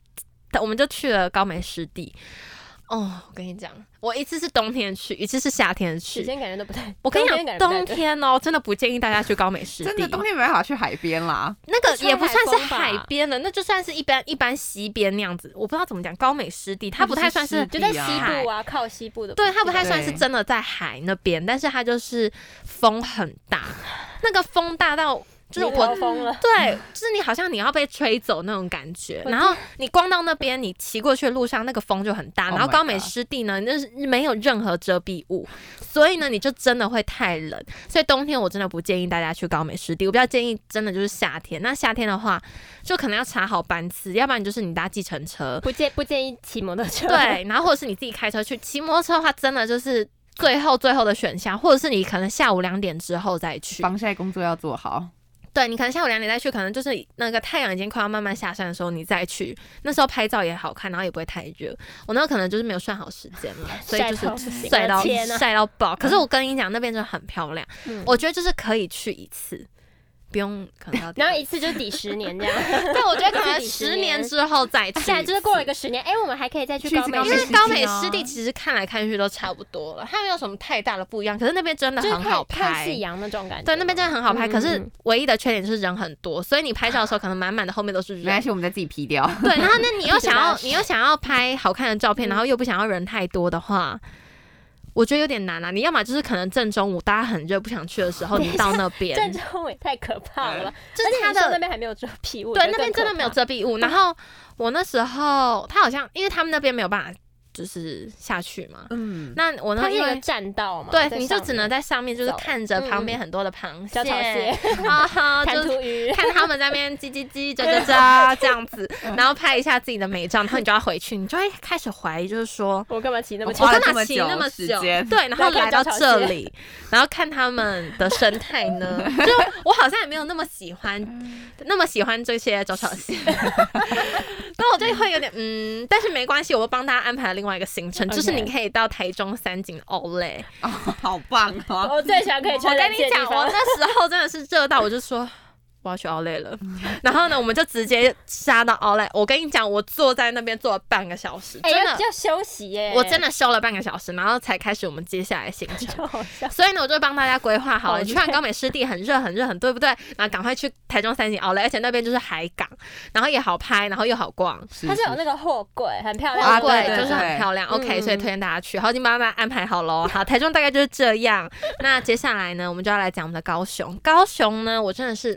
[SPEAKER 1] 我们就去了高美湿地。哦，我跟你讲，我一次是冬天去，一次是夏天
[SPEAKER 3] 时
[SPEAKER 1] 去。
[SPEAKER 3] 间感觉都不对。
[SPEAKER 1] 我跟你
[SPEAKER 3] 冬天
[SPEAKER 1] 讲，
[SPEAKER 3] 感觉
[SPEAKER 1] 冬
[SPEAKER 3] 不太对
[SPEAKER 1] 天哦，真的不建议大家去高美 湿
[SPEAKER 2] 真
[SPEAKER 1] 地
[SPEAKER 2] 的，冬天没办法去海边啦，
[SPEAKER 1] 那个
[SPEAKER 3] 吹
[SPEAKER 1] 也不
[SPEAKER 3] 海
[SPEAKER 1] 算是
[SPEAKER 3] 风吧
[SPEAKER 1] 海边了，那就算是一般一般西边那样子。我不知道怎么讲，高美湿地它不太算是
[SPEAKER 2] 那，
[SPEAKER 3] 就在
[SPEAKER 2] 地啊
[SPEAKER 3] 西部啊，靠西部的。
[SPEAKER 1] 对，它不太算是
[SPEAKER 2] 对
[SPEAKER 1] 真的在海那边，但是它就是风很大，那个风大到就是
[SPEAKER 3] 你
[SPEAKER 1] 我
[SPEAKER 3] 头疯了。
[SPEAKER 1] 对，就是你好像你要被吹走那种感觉。
[SPEAKER 3] 我
[SPEAKER 1] 然后你光到那边，你骑过去的路上那个风就很大，
[SPEAKER 2] Oh
[SPEAKER 1] 然后
[SPEAKER 2] my
[SPEAKER 1] 高美
[SPEAKER 2] God
[SPEAKER 1] 湿地呢，那是没有任何遮蔽物，所以呢，你就真的会太冷。所以冬天我真的不建议大家去高美湿地，我比较建议真的就是夏天。那夏天的话，就可能要查好班次，要不然你就是你搭计程车，
[SPEAKER 3] 不建不建议骑摩托车。
[SPEAKER 1] 对，然后或者是你自己开车去。骑摩托车的话，真的就是最后最后的选项，或者是你可能下午两点之后再去。
[SPEAKER 2] 防晒工作要做好。
[SPEAKER 1] 对你可能下午两点再去，可能就是那个太阳已经快要慢慢下山的时候你再去，那时候拍照也好看，然后也不会太热。我那时候可能就是没有算好时间 嘛，所以
[SPEAKER 3] 晒
[SPEAKER 1] 就是
[SPEAKER 3] 到不行
[SPEAKER 1] 晒到
[SPEAKER 3] 天哪啊
[SPEAKER 1] 晒到爆。可是我跟你讲，那边真的很漂亮，
[SPEAKER 3] 嗯
[SPEAKER 1] 我觉得就是可以去一次，不用可能 到第
[SPEAKER 3] 然
[SPEAKER 1] 二
[SPEAKER 3] 后一次就抵十年这样，
[SPEAKER 1] 但我觉得可能
[SPEAKER 3] 自己
[SPEAKER 1] 十
[SPEAKER 3] 十年
[SPEAKER 1] 年之后再去，
[SPEAKER 3] 现在就是过了一个十年，哎、我们还可以再去
[SPEAKER 2] 去一
[SPEAKER 3] 高
[SPEAKER 2] 次
[SPEAKER 3] 美
[SPEAKER 2] 高
[SPEAKER 1] 因
[SPEAKER 2] 美
[SPEAKER 1] 为
[SPEAKER 2] 湿地
[SPEAKER 1] 高美
[SPEAKER 2] 啊
[SPEAKER 1] 湿地其实看来看去都差不多了，它没有什么太大的不一样。可是那边真的
[SPEAKER 3] 就是
[SPEAKER 1] 很好
[SPEAKER 3] 看看
[SPEAKER 1] 拍
[SPEAKER 3] 夕，阳那种感觉。
[SPEAKER 1] 对，那边真的很好拍。
[SPEAKER 3] 嗯
[SPEAKER 1] 可是
[SPEAKER 3] 嗯
[SPEAKER 1] 唯一的缺点就是人很多，所以你拍照的时候可能满满的后面都是
[SPEAKER 2] 没关
[SPEAKER 1] 人。
[SPEAKER 2] 系，我们再自己 P 掉。
[SPEAKER 1] 对，然后那你又想要
[SPEAKER 3] 真的是
[SPEAKER 1] 你又想要拍好看的照片，
[SPEAKER 3] 嗯
[SPEAKER 1] 然后又不想要人太多的话。我觉得有点难啊！你要么就是可能正中午大家很热不想去的时候，你到那边，
[SPEAKER 3] 郑州也太可怕了吧，
[SPEAKER 1] 嗯就
[SPEAKER 3] 而
[SPEAKER 1] 是
[SPEAKER 3] 且
[SPEAKER 1] 它
[SPEAKER 3] 你说那
[SPEAKER 1] 的
[SPEAKER 3] 边还没有遮屁股，
[SPEAKER 1] 对那边真的没有遮蔽物。然后我那时候他好像因为他们那边没有办法就是下去嘛，
[SPEAKER 2] 嗯，
[SPEAKER 1] 那我
[SPEAKER 3] 它
[SPEAKER 1] 呢
[SPEAKER 3] 是
[SPEAKER 1] 因
[SPEAKER 3] 有
[SPEAKER 1] 为
[SPEAKER 3] 栈道嘛，
[SPEAKER 1] 对，
[SPEAKER 3] 在
[SPEAKER 1] 你就
[SPEAKER 3] 上
[SPEAKER 1] 只
[SPEAKER 3] 面
[SPEAKER 1] 能在上面，就是
[SPEAKER 3] 走
[SPEAKER 1] 看着旁边很多的螃
[SPEAKER 3] 小草鞋
[SPEAKER 1] 蟹，、啊 哈，
[SPEAKER 3] 弹
[SPEAKER 1] 就
[SPEAKER 3] 涂
[SPEAKER 1] 是
[SPEAKER 3] 鱼，
[SPEAKER 1] 看他们在那边叽叽叽、喳喳
[SPEAKER 3] 啊
[SPEAKER 1] 喳这样子，然后拍一下自己的美照，然后你就要回去，你就会开始怀疑，就是说。
[SPEAKER 3] 我干嘛骑那么
[SPEAKER 1] 我
[SPEAKER 3] 久
[SPEAKER 2] 花？了
[SPEAKER 1] 干
[SPEAKER 2] 这
[SPEAKER 1] 嘛
[SPEAKER 2] 么
[SPEAKER 1] 骑
[SPEAKER 2] 久
[SPEAKER 1] 那么
[SPEAKER 2] 时
[SPEAKER 1] 久？
[SPEAKER 2] 间
[SPEAKER 1] 对，然后
[SPEAKER 3] 来
[SPEAKER 1] 来
[SPEAKER 3] 看
[SPEAKER 1] 到
[SPEAKER 3] 小草
[SPEAKER 1] 这
[SPEAKER 3] 鞋
[SPEAKER 1] 里，然后看他们的生态呢，就我好像也没有那么喜欢，那么喜欢这些找草鞋， 那我就会有点嗯，但是没关系，我帮大家安排了另外一个行程，就是你
[SPEAKER 3] OK
[SPEAKER 1] 可以到台中三井 Olay，
[SPEAKER 2] 哦，好棒哦！
[SPEAKER 3] 我最喜欢可以
[SPEAKER 1] 我
[SPEAKER 3] 穿
[SPEAKER 1] 跟
[SPEAKER 3] 冷
[SPEAKER 1] 你
[SPEAKER 3] 气的地
[SPEAKER 1] 讲，我
[SPEAKER 3] 方。
[SPEAKER 1] 那时候真的是热到，我就说。我要去奥莱了，然后呢，我们就直接杀到奥莱。我跟你讲，我坐在那边坐了半个小时，
[SPEAKER 3] 哎，
[SPEAKER 1] 真
[SPEAKER 3] 要
[SPEAKER 1] 的，
[SPEAKER 3] 要休息耶！
[SPEAKER 1] 我真的休了半个小时，然后才开始我们接下来行程。
[SPEAKER 3] 超好笑。
[SPEAKER 1] 所以呢，我就帮大家规划好
[SPEAKER 3] 好
[SPEAKER 1] 了，
[SPEAKER 3] 累
[SPEAKER 1] 你去完高美湿地很热很热很对不对？然后赶快去台中三井奥莱，而且那边就是海港，然后也好拍，然后又好逛。
[SPEAKER 3] 它是有那个货柜，很漂亮
[SPEAKER 1] 啊，
[SPEAKER 2] 啊
[SPEAKER 3] 的货柜，
[SPEAKER 1] 对，
[SPEAKER 2] 对
[SPEAKER 1] 就是很
[SPEAKER 2] 对
[SPEAKER 1] 漂亮。OK，
[SPEAKER 3] 嗯
[SPEAKER 1] 所以推荐大家去。好，已经帮大家安排好 喽。好，台中大概就是这样。那接下来呢，我们就要来讲我们的高雄。高雄呢，我真的是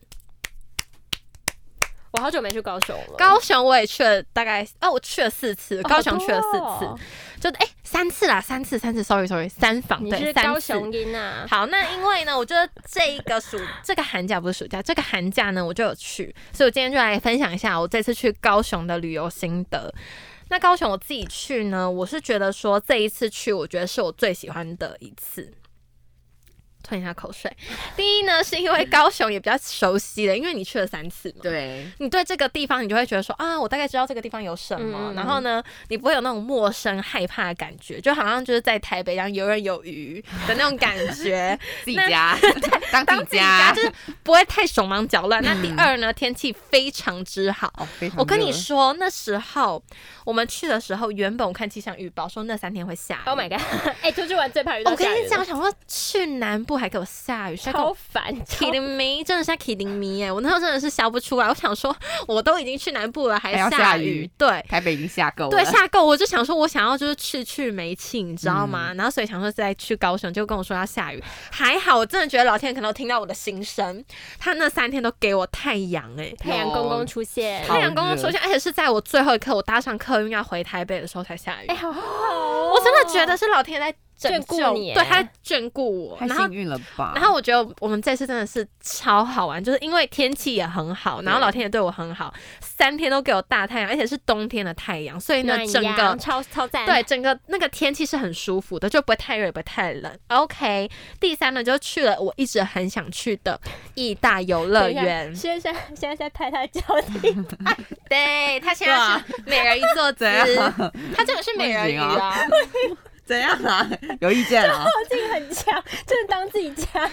[SPEAKER 3] 我好久没去高雄了，
[SPEAKER 1] 高雄，我也去了大概哦，我去了四次，
[SPEAKER 3] 哦
[SPEAKER 1] 高雄去了四
[SPEAKER 3] 好
[SPEAKER 1] 次，
[SPEAKER 3] 多哦
[SPEAKER 1] 就哎、三次啦，三次三次，sorry sorry，三访
[SPEAKER 3] 你
[SPEAKER 1] 对
[SPEAKER 3] 是
[SPEAKER 1] 三
[SPEAKER 3] 高
[SPEAKER 1] 次。
[SPEAKER 3] 雄音啊？
[SPEAKER 1] 好，那因为呢，我觉得这一个暑这个寒假不是暑假，这个寒假呢，我就有去，所以我今天就来分享一下我这次去高雄的旅游心得。那高雄我自己去呢，我是觉得说这一次去，我觉得是我最喜欢的一次。吞一下口水。第一呢，是因为高雄也比较熟悉了，因为你去了三次嘛。
[SPEAKER 2] 对，
[SPEAKER 1] 你对这个地方，你就会觉得说啊，我大概知道这个地方有什么，
[SPEAKER 3] 嗯
[SPEAKER 1] 然后呢，你不会有那种陌生害怕的感觉，就好像就是在台北一样游刃有余的那种感 觉，
[SPEAKER 2] 自己家 当
[SPEAKER 1] 当
[SPEAKER 2] 自
[SPEAKER 1] 自己家
[SPEAKER 2] 家
[SPEAKER 1] 就，是不会太手忙脚 乱。那第二呢，天气非常之好。
[SPEAKER 2] 哦，非常
[SPEAKER 1] 我跟你
[SPEAKER 2] 热
[SPEAKER 1] 说，那时候我们去的时候，原本我看气象预报说那三天会下雨。
[SPEAKER 3] Oh my god！哎， 出去玩最怕遇到
[SPEAKER 1] 我跟
[SPEAKER 3] 下雨
[SPEAKER 1] 你
[SPEAKER 3] 了
[SPEAKER 1] 讲，我，想说去南部还给我下 雨，是在跟我
[SPEAKER 3] 超烦，超
[SPEAKER 1] kidding me，真的是在 kidding me 哎、我那时候真的是笑不出来，我想说我都已经去南部了，还
[SPEAKER 2] 还要
[SPEAKER 1] 下
[SPEAKER 2] 下雨
[SPEAKER 1] 对。
[SPEAKER 2] 台北已经下够了，
[SPEAKER 1] 对， 下够我就想说，我想要就是去去煤气，你知道
[SPEAKER 3] 嗯
[SPEAKER 1] 吗？然后所以想说再去高雄，就跟我说要下雨，还好，我真的觉得老天可能有听到我的心声，他那三天都给我太阳哎、
[SPEAKER 3] 太阳公公出现，
[SPEAKER 2] 好
[SPEAKER 1] 太阳公公
[SPEAKER 2] 热
[SPEAKER 1] 出现，而且是在我最后一刻，我搭上客运要回台北的时候才下雨。
[SPEAKER 3] 哎，好好哦，
[SPEAKER 1] 我真的觉得是老天在拯
[SPEAKER 3] 眷顾
[SPEAKER 1] 救
[SPEAKER 3] 你
[SPEAKER 1] 对，
[SPEAKER 3] 哎
[SPEAKER 1] 他在眷顾我。
[SPEAKER 2] 太
[SPEAKER 1] 然后
[SPEAKER 2] 幸运了吧？
[SPEAKER 1] 然后我觉得我们这次真的是超好玩，就是因为天气也很好，然后老天也对我很好，三天都给我大太阳，而且是冬天的太阳，所以呢
[SPEAKER 3] 暖，
[SPEAKER 1] 整
[SPEAKER 3] 阳
[SPEAKER 1] 个
[SPEAKER 3] 超超赞，
[SPEAKER 1] 对，整个那个天气是很舒服的，就不会太热也不会太冷。OK，第三呢，就去了我一直很想去的义大游乐
[SPEAKER 3] 等一下
[SPEAKER 1] 园。
[SPEAKER 3] 现在现在在拍他的脚底板，
[SPEAKER 1] 对，它现在是每人一座姿
[SPEAKER 2] 怎样，
[SPEAKER 1] 它这个是美人鱼
[SPEAKER 2] 不行
[SPEAKER 1] 啊。
[SPEAKER 2] 怎样啊？ 有意见 啊？
[SPEAKER 3] 我自己很强， 就是当自己家。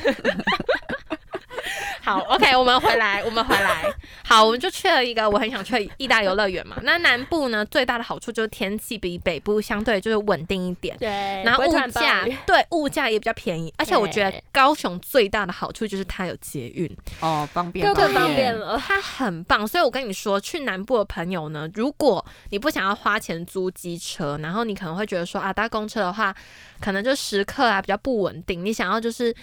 [SPEAKER 1] 好，OK，我们回来，我们回来。好，我们就去了一个我很想去的义大游乐园嘛。那南部呢，最大的好处就是天气比北部相对就是稳定一点，
[SPEAKER 3] 对，
[SPEAKER 1] 然后
[SPEAKER 3] 不会突
[SPEAKER 1] 物
[SPEAKER 3] 然暴
[SPEAKER 1] 价
[SPEAKER 3] 雨
[SPEAKER 1] 对物价也比较便宜，而且我觉得
[SPEAKER 3] 对
[SPEAKER 1] 高雄最大的好处就是它有捷运，
[SPEAKER 2] 哦，方便，
[SPEAKER 3] 又更方便。了。
[SPEAKER 1] 它很棒。所以我跟你说，去南部的朋友呢，如果你不想要花钱租机车，然后你可能会觉得说啊，搭公车的话，可能就时刻啊比较不稳定，你想要就是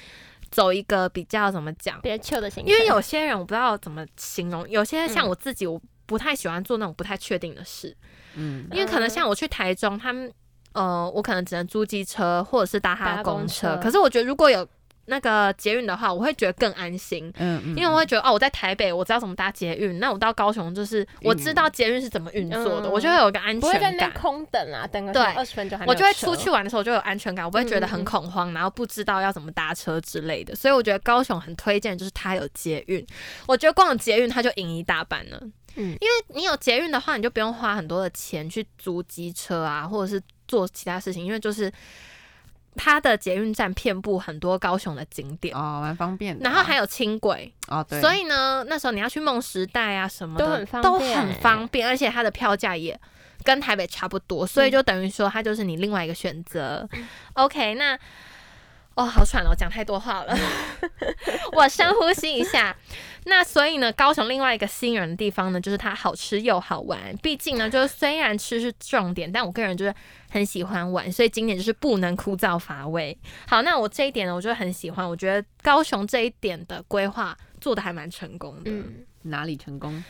[SPEAKER 1] 走一个比较怎么讲？
[SPEAKER 3] 别糗的行程，
[SPEAKER 1] 因为有些人我不知道怎么形容，有些
[SPEAKER 3] 嗯
[SPEAKER 1] 像我自己，我不太喜欢做那种不太确定的事，
[SPEAKER 2] 嗯，
[SPEAKER 1] 因为可能像我去台中，他们呃，我可能只能租机车或者是搭他
[SPEAKER 3] 搭
[SPEAKER 1] 的
[SPEAKER 3] 公
[SPEAKER 1] 公车。
[SPEAKER 3] 车
[SPEAKER 1] 可是我觉得如果有那个捷运的话，我会觉得更安心。
[SPEAKER 2] 嗯嗯，
[SPEAKER 1] 因为我会觉得哦，我在台北，我知道怎么搭捷运，那我到高雄就是我知道捷运是怎么运作的，
[SPEAKER 3] 嗯
[SPEAKER 1] 我就会有一个安
[SPEAKER 3] 不会在
[SPEAKER 1] 全
[SPEAKER 3] 那边
[SPEAKER 1] 感。
[SPEAKER 3] 空等啊，等个
[SPEAKER 1] 对
[SPEAKER 3] 二十分钟还没有
[SPEAKER 1] 我就会
[SPEAKER 3] 车嗯
[SPEAKER 1] 出去玩的时候，我就有安全感，我不会觉得很恐慌，然后不知道要怎么搭车之类的。所以我觉得高雄很推荐，就是它有捷运。我觉得光有捷运它就赢一大半了。
[SPEAKER 3] 嗯
[SPEAKER 1] 嗯，因为你有捷运的话，你就不用花很多的钱去租机车啊，或者是做其他事情，因为就是它的捷运站遍布很多高雄的景点，
[SPEAKER 2] 哦，蛮方便的啊。
[SPEAKER 1] 然后还有轻轨，
[SPEAKER 2] 哦，对，
[SPEAKER 1] 所以呢，那时候你要去梦时代啊什么的
[SPEAKER 3] 都很方
[SPEAKER 1] 都
[SPEAKER 3] 便
[SPEAKER 1] 很方便，而且它的票价也跟台北差不多，所
[SPEAKER 3] 嗯
[SPEAKER 1] 以就等于说它就是你另外一个选择。OK，那哦好喘哦，讲太多话了，我深呼吸一下。 那所以呢，高雄另外一个吸引人的地方呢，就是它好吃又好玩。毕竟呢，就是虽然吃是重点，但我个人就是很喜欢玩，所以今年就是不能枯燥乏味。好，那我这一点呢，我就很喜欢，我觉得高雄这一点的规划做的还蛮成功的。
[SPEAKER 3] 嗯，
[SPEAKER 2] 哪里成功？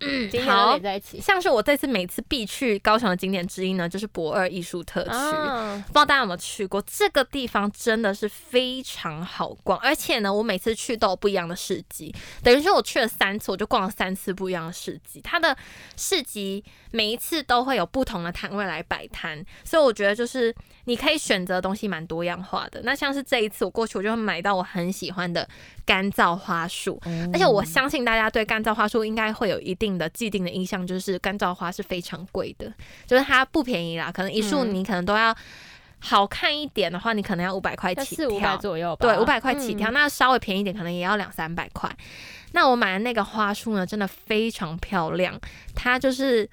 [SPEAKER 1] 嗯
[SPEAKER 3] 今天都
[SPEAKER 1] 好
[SPEAKER 3] 连。在一起
[SPEAKER 1] 像是我这次每次必去高雄的景点之一呢，就是博二艺术特区。
[SPEAKER 3] 啊，
[SPEAKER 1] 不知道大家有没有去过，这个地方真的是非常好逛，而且呢，我每次去都有不一样的市集，等于说我去了三次，我就逛了三次不一样的市集。它的市集每一次都会有不同的摊位来摆摊，所以我觉得就是你可以选择的东西蛮多样化的。那像是这一次我过去，我就会买到我很喜欢的干燥花束，而且我相信大家对干燥花束应该会有一定的既定的印象，就是干燥花是非常贵的，就是它不便宜啦，可能一束
[SPEAKER 3] 嗯
[SPEAKER 1] 你可能都要。好看一点的话，你可能要五百块
[SPEAKER 3] 要
[SPEAKER 1] 起
[SPEAKER 3] 四五百
[SPEAKER 1] 跳，
[SPEAKER 3] 左右吧，
[SPEAKER 1] 对，五百块起跳，
[SPEAKER 3] 嗯
[SPEAKER 1] 那稍微便宜一点，可能也要两三百块。那我买的那个花束呢，真的非常漂亮，它就是。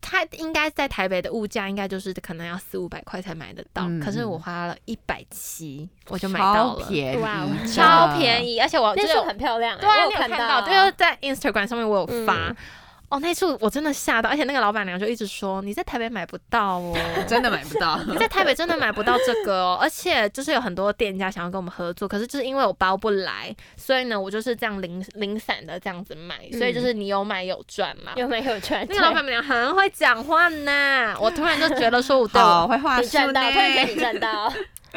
[SPEAKER 1] 它应该在台北的物价应该就是可能要四五百块才买得到，
[SPEAKER 2] 嗯
[SPEAKER 1] 可是
[SPEAKER 2] 嗯
[SPEAKER 1] 我花了一百七，我就买到了，
[SPEAKER 2] 超
[SPEAKER 3] 哦
[SPEAKER 1] 哦
[SPEAKER 2] 便宜
[SPEAKER 3] 哇
[SPEAKER 2] 的，
[SPEAKER 1] 超便宜，而且我就
[SPEAKER 3] 那
[SPEAKER 1] 是
[SPEAKER 3] 束很漂亮欸，
[SPEAKER 1] 对啊，
[SPEAKER 3] 我
[SPEAKER 1] 你有
[SPEAKER 3] 看
[SPEAKER 1] 看到，
[SPEAKER 3] 啊
[SPEAKER 1] 就是在 Instagram 上面我有
[SPEAKER 3] 嗯
[SPEAKER 1] 发，哦，那束我真的吓到，而且那个老板娘就一直说你在台北买不到哦，
[SPEAKER 2] 真的买 不到。
[SPEAKER 1] 你在台北真的买不到这个哦，而且就是有很多店家想要跟我们合作，可是就是因为我包不来，所以呢，我就是这样零零散的这样子买，所以就是你有买嗯有赚嘛。
[SPEAKER 3] 有没有赚？
[SPEAKER 1] 那个老板娘很会讲话呢，我突然就觉得说我对
[SPEAKER 2] 好
[SPEAKER 1] 我，
[SPEAKER 2] 会画
[SPEAKER 3] 你
[SPEAKER 2] 书
[SPEAKER 3] 赚
[SPEAKER 2] 呢
[SPEAKER 3] 到，，突然间你赚到，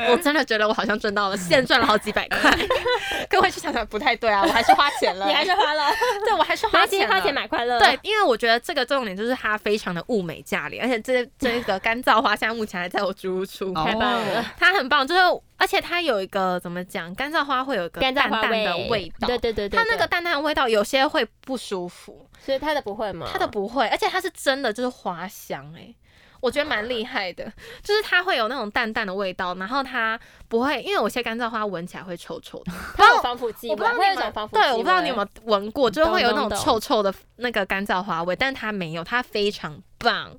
[SPEAKER 1] 我真的觉得我好像赚到了，现赚了好几百块。 各位去想想不太对啊，我还是花钱了，
[SPEAKER 3] 你还是花了，
[SPEAKER 1] 对我还是花
[SPEAKER 3] 花钱
[SPEAKER 1] 钱
[SPEAKER 3] 花
[SPEAKER 1] 了
[SPEAKER 3] 钱买快乐，
[SPEAKER 1] 对，因为我觉得这个重点就是它非常的物美价廉，而且这这个干燥花现在目前还在我租屋处，
[SPEAKER 2] 哦
[SPEAKER 3] 太棒了，
[SPEAKER 1] 它很棒，就是而且它有一个怎么讲，干燥花会有一个
[SPEAKER 3] 干
[SPEAKER 1] 淡
[SPEAKER 3] 燥花
[SPEAKER 1] 淡的味道，
[SPEAKER 3] 对对对对，
[SPEAKER 1] 它那个淡淡的味道有些会不舒服，
[SPEAKER 3] 对，所以他的不会吗？
[SPEAKER 1] 它的不
[SPEAKER 3] 嗯
[SPEAKER 1] 会，而且它是真的就是花香哎、我觉得蛮厉害的，就是它会有那种淡淡的味道，然后它不会，因为有些干燥花闻起来会臭臭的，
[SPEAKER 3] 它有防腐剂，
[SPEAKER 1] 我不知道你
[SPEAKER 3] 会有一
[SPEAKER 1] 有没有
[SPEAKER 3] 种防腐剂，
[SPEAKER 1] 对，我不知道你有没有闻过，就是会有那
[SPEAKER 3] 懂懂
[SPEAKER 1] 种臭臭的那个干燥花味，但它没有，它非常棒。